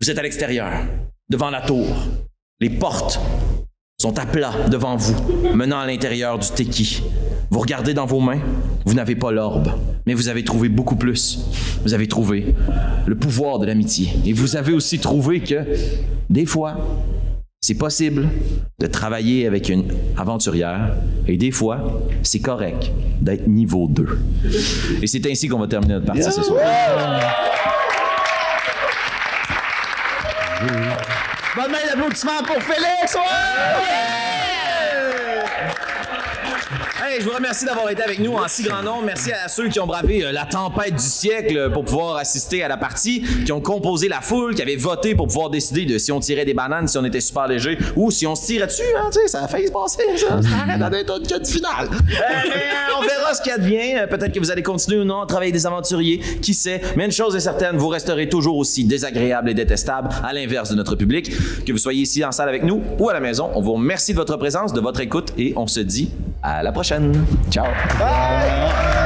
Speaker 8: Vous êtes à l'extérieur, devant la tour. Les portes sont à plat devant vous, menant à l'intérieur du Teki. Vous regardez dans vos mains, vous n'avez pas l'orbe, mais vous avez trouvé beaucoup plus. Vous avez trouvé le pouvoir de l'amitié. Et vous avez aussi trouvé que, des fois, c'est possible de travailler avec une aventurière et des fois, c'est correct d'être niveau 2. Et c'est ainsi qu'on va terminer notre partie ce soir.
Speaker 2: Bonne main d'applaudissement pour Félix!
Speaker 8: Hey, je vous remercie d'avoir été avec nous en si grand nombre. Merci à ceux qui ont bravé euh, la tempête du siècle euh, pour pouvoir assister à la partie, qui ont composé la foule, qui avaient voté pour pouvoir décider de si on tirait des bananes, si on était super léger ou si on se tirait dessus. Hein, tu sais, ça a failli se passer, ça. Ça arrête d'en être une queue de finale. Euh, mais, euh, on verra ce qui advient. Euh, Peut-être que vous allez continuer ou non à travailler avec des aventuriers. Qui sait? Mais une chose est certaine, vous resterez toujours aussi désagréable et détestable, à l'inverse de notre public. Que vous soyez ici en salle avec nous ou à la maison, on vous remercie de votre présence, de votre écoute et on se dit à la prochaine. Ciao!
Speaker 2: Bye!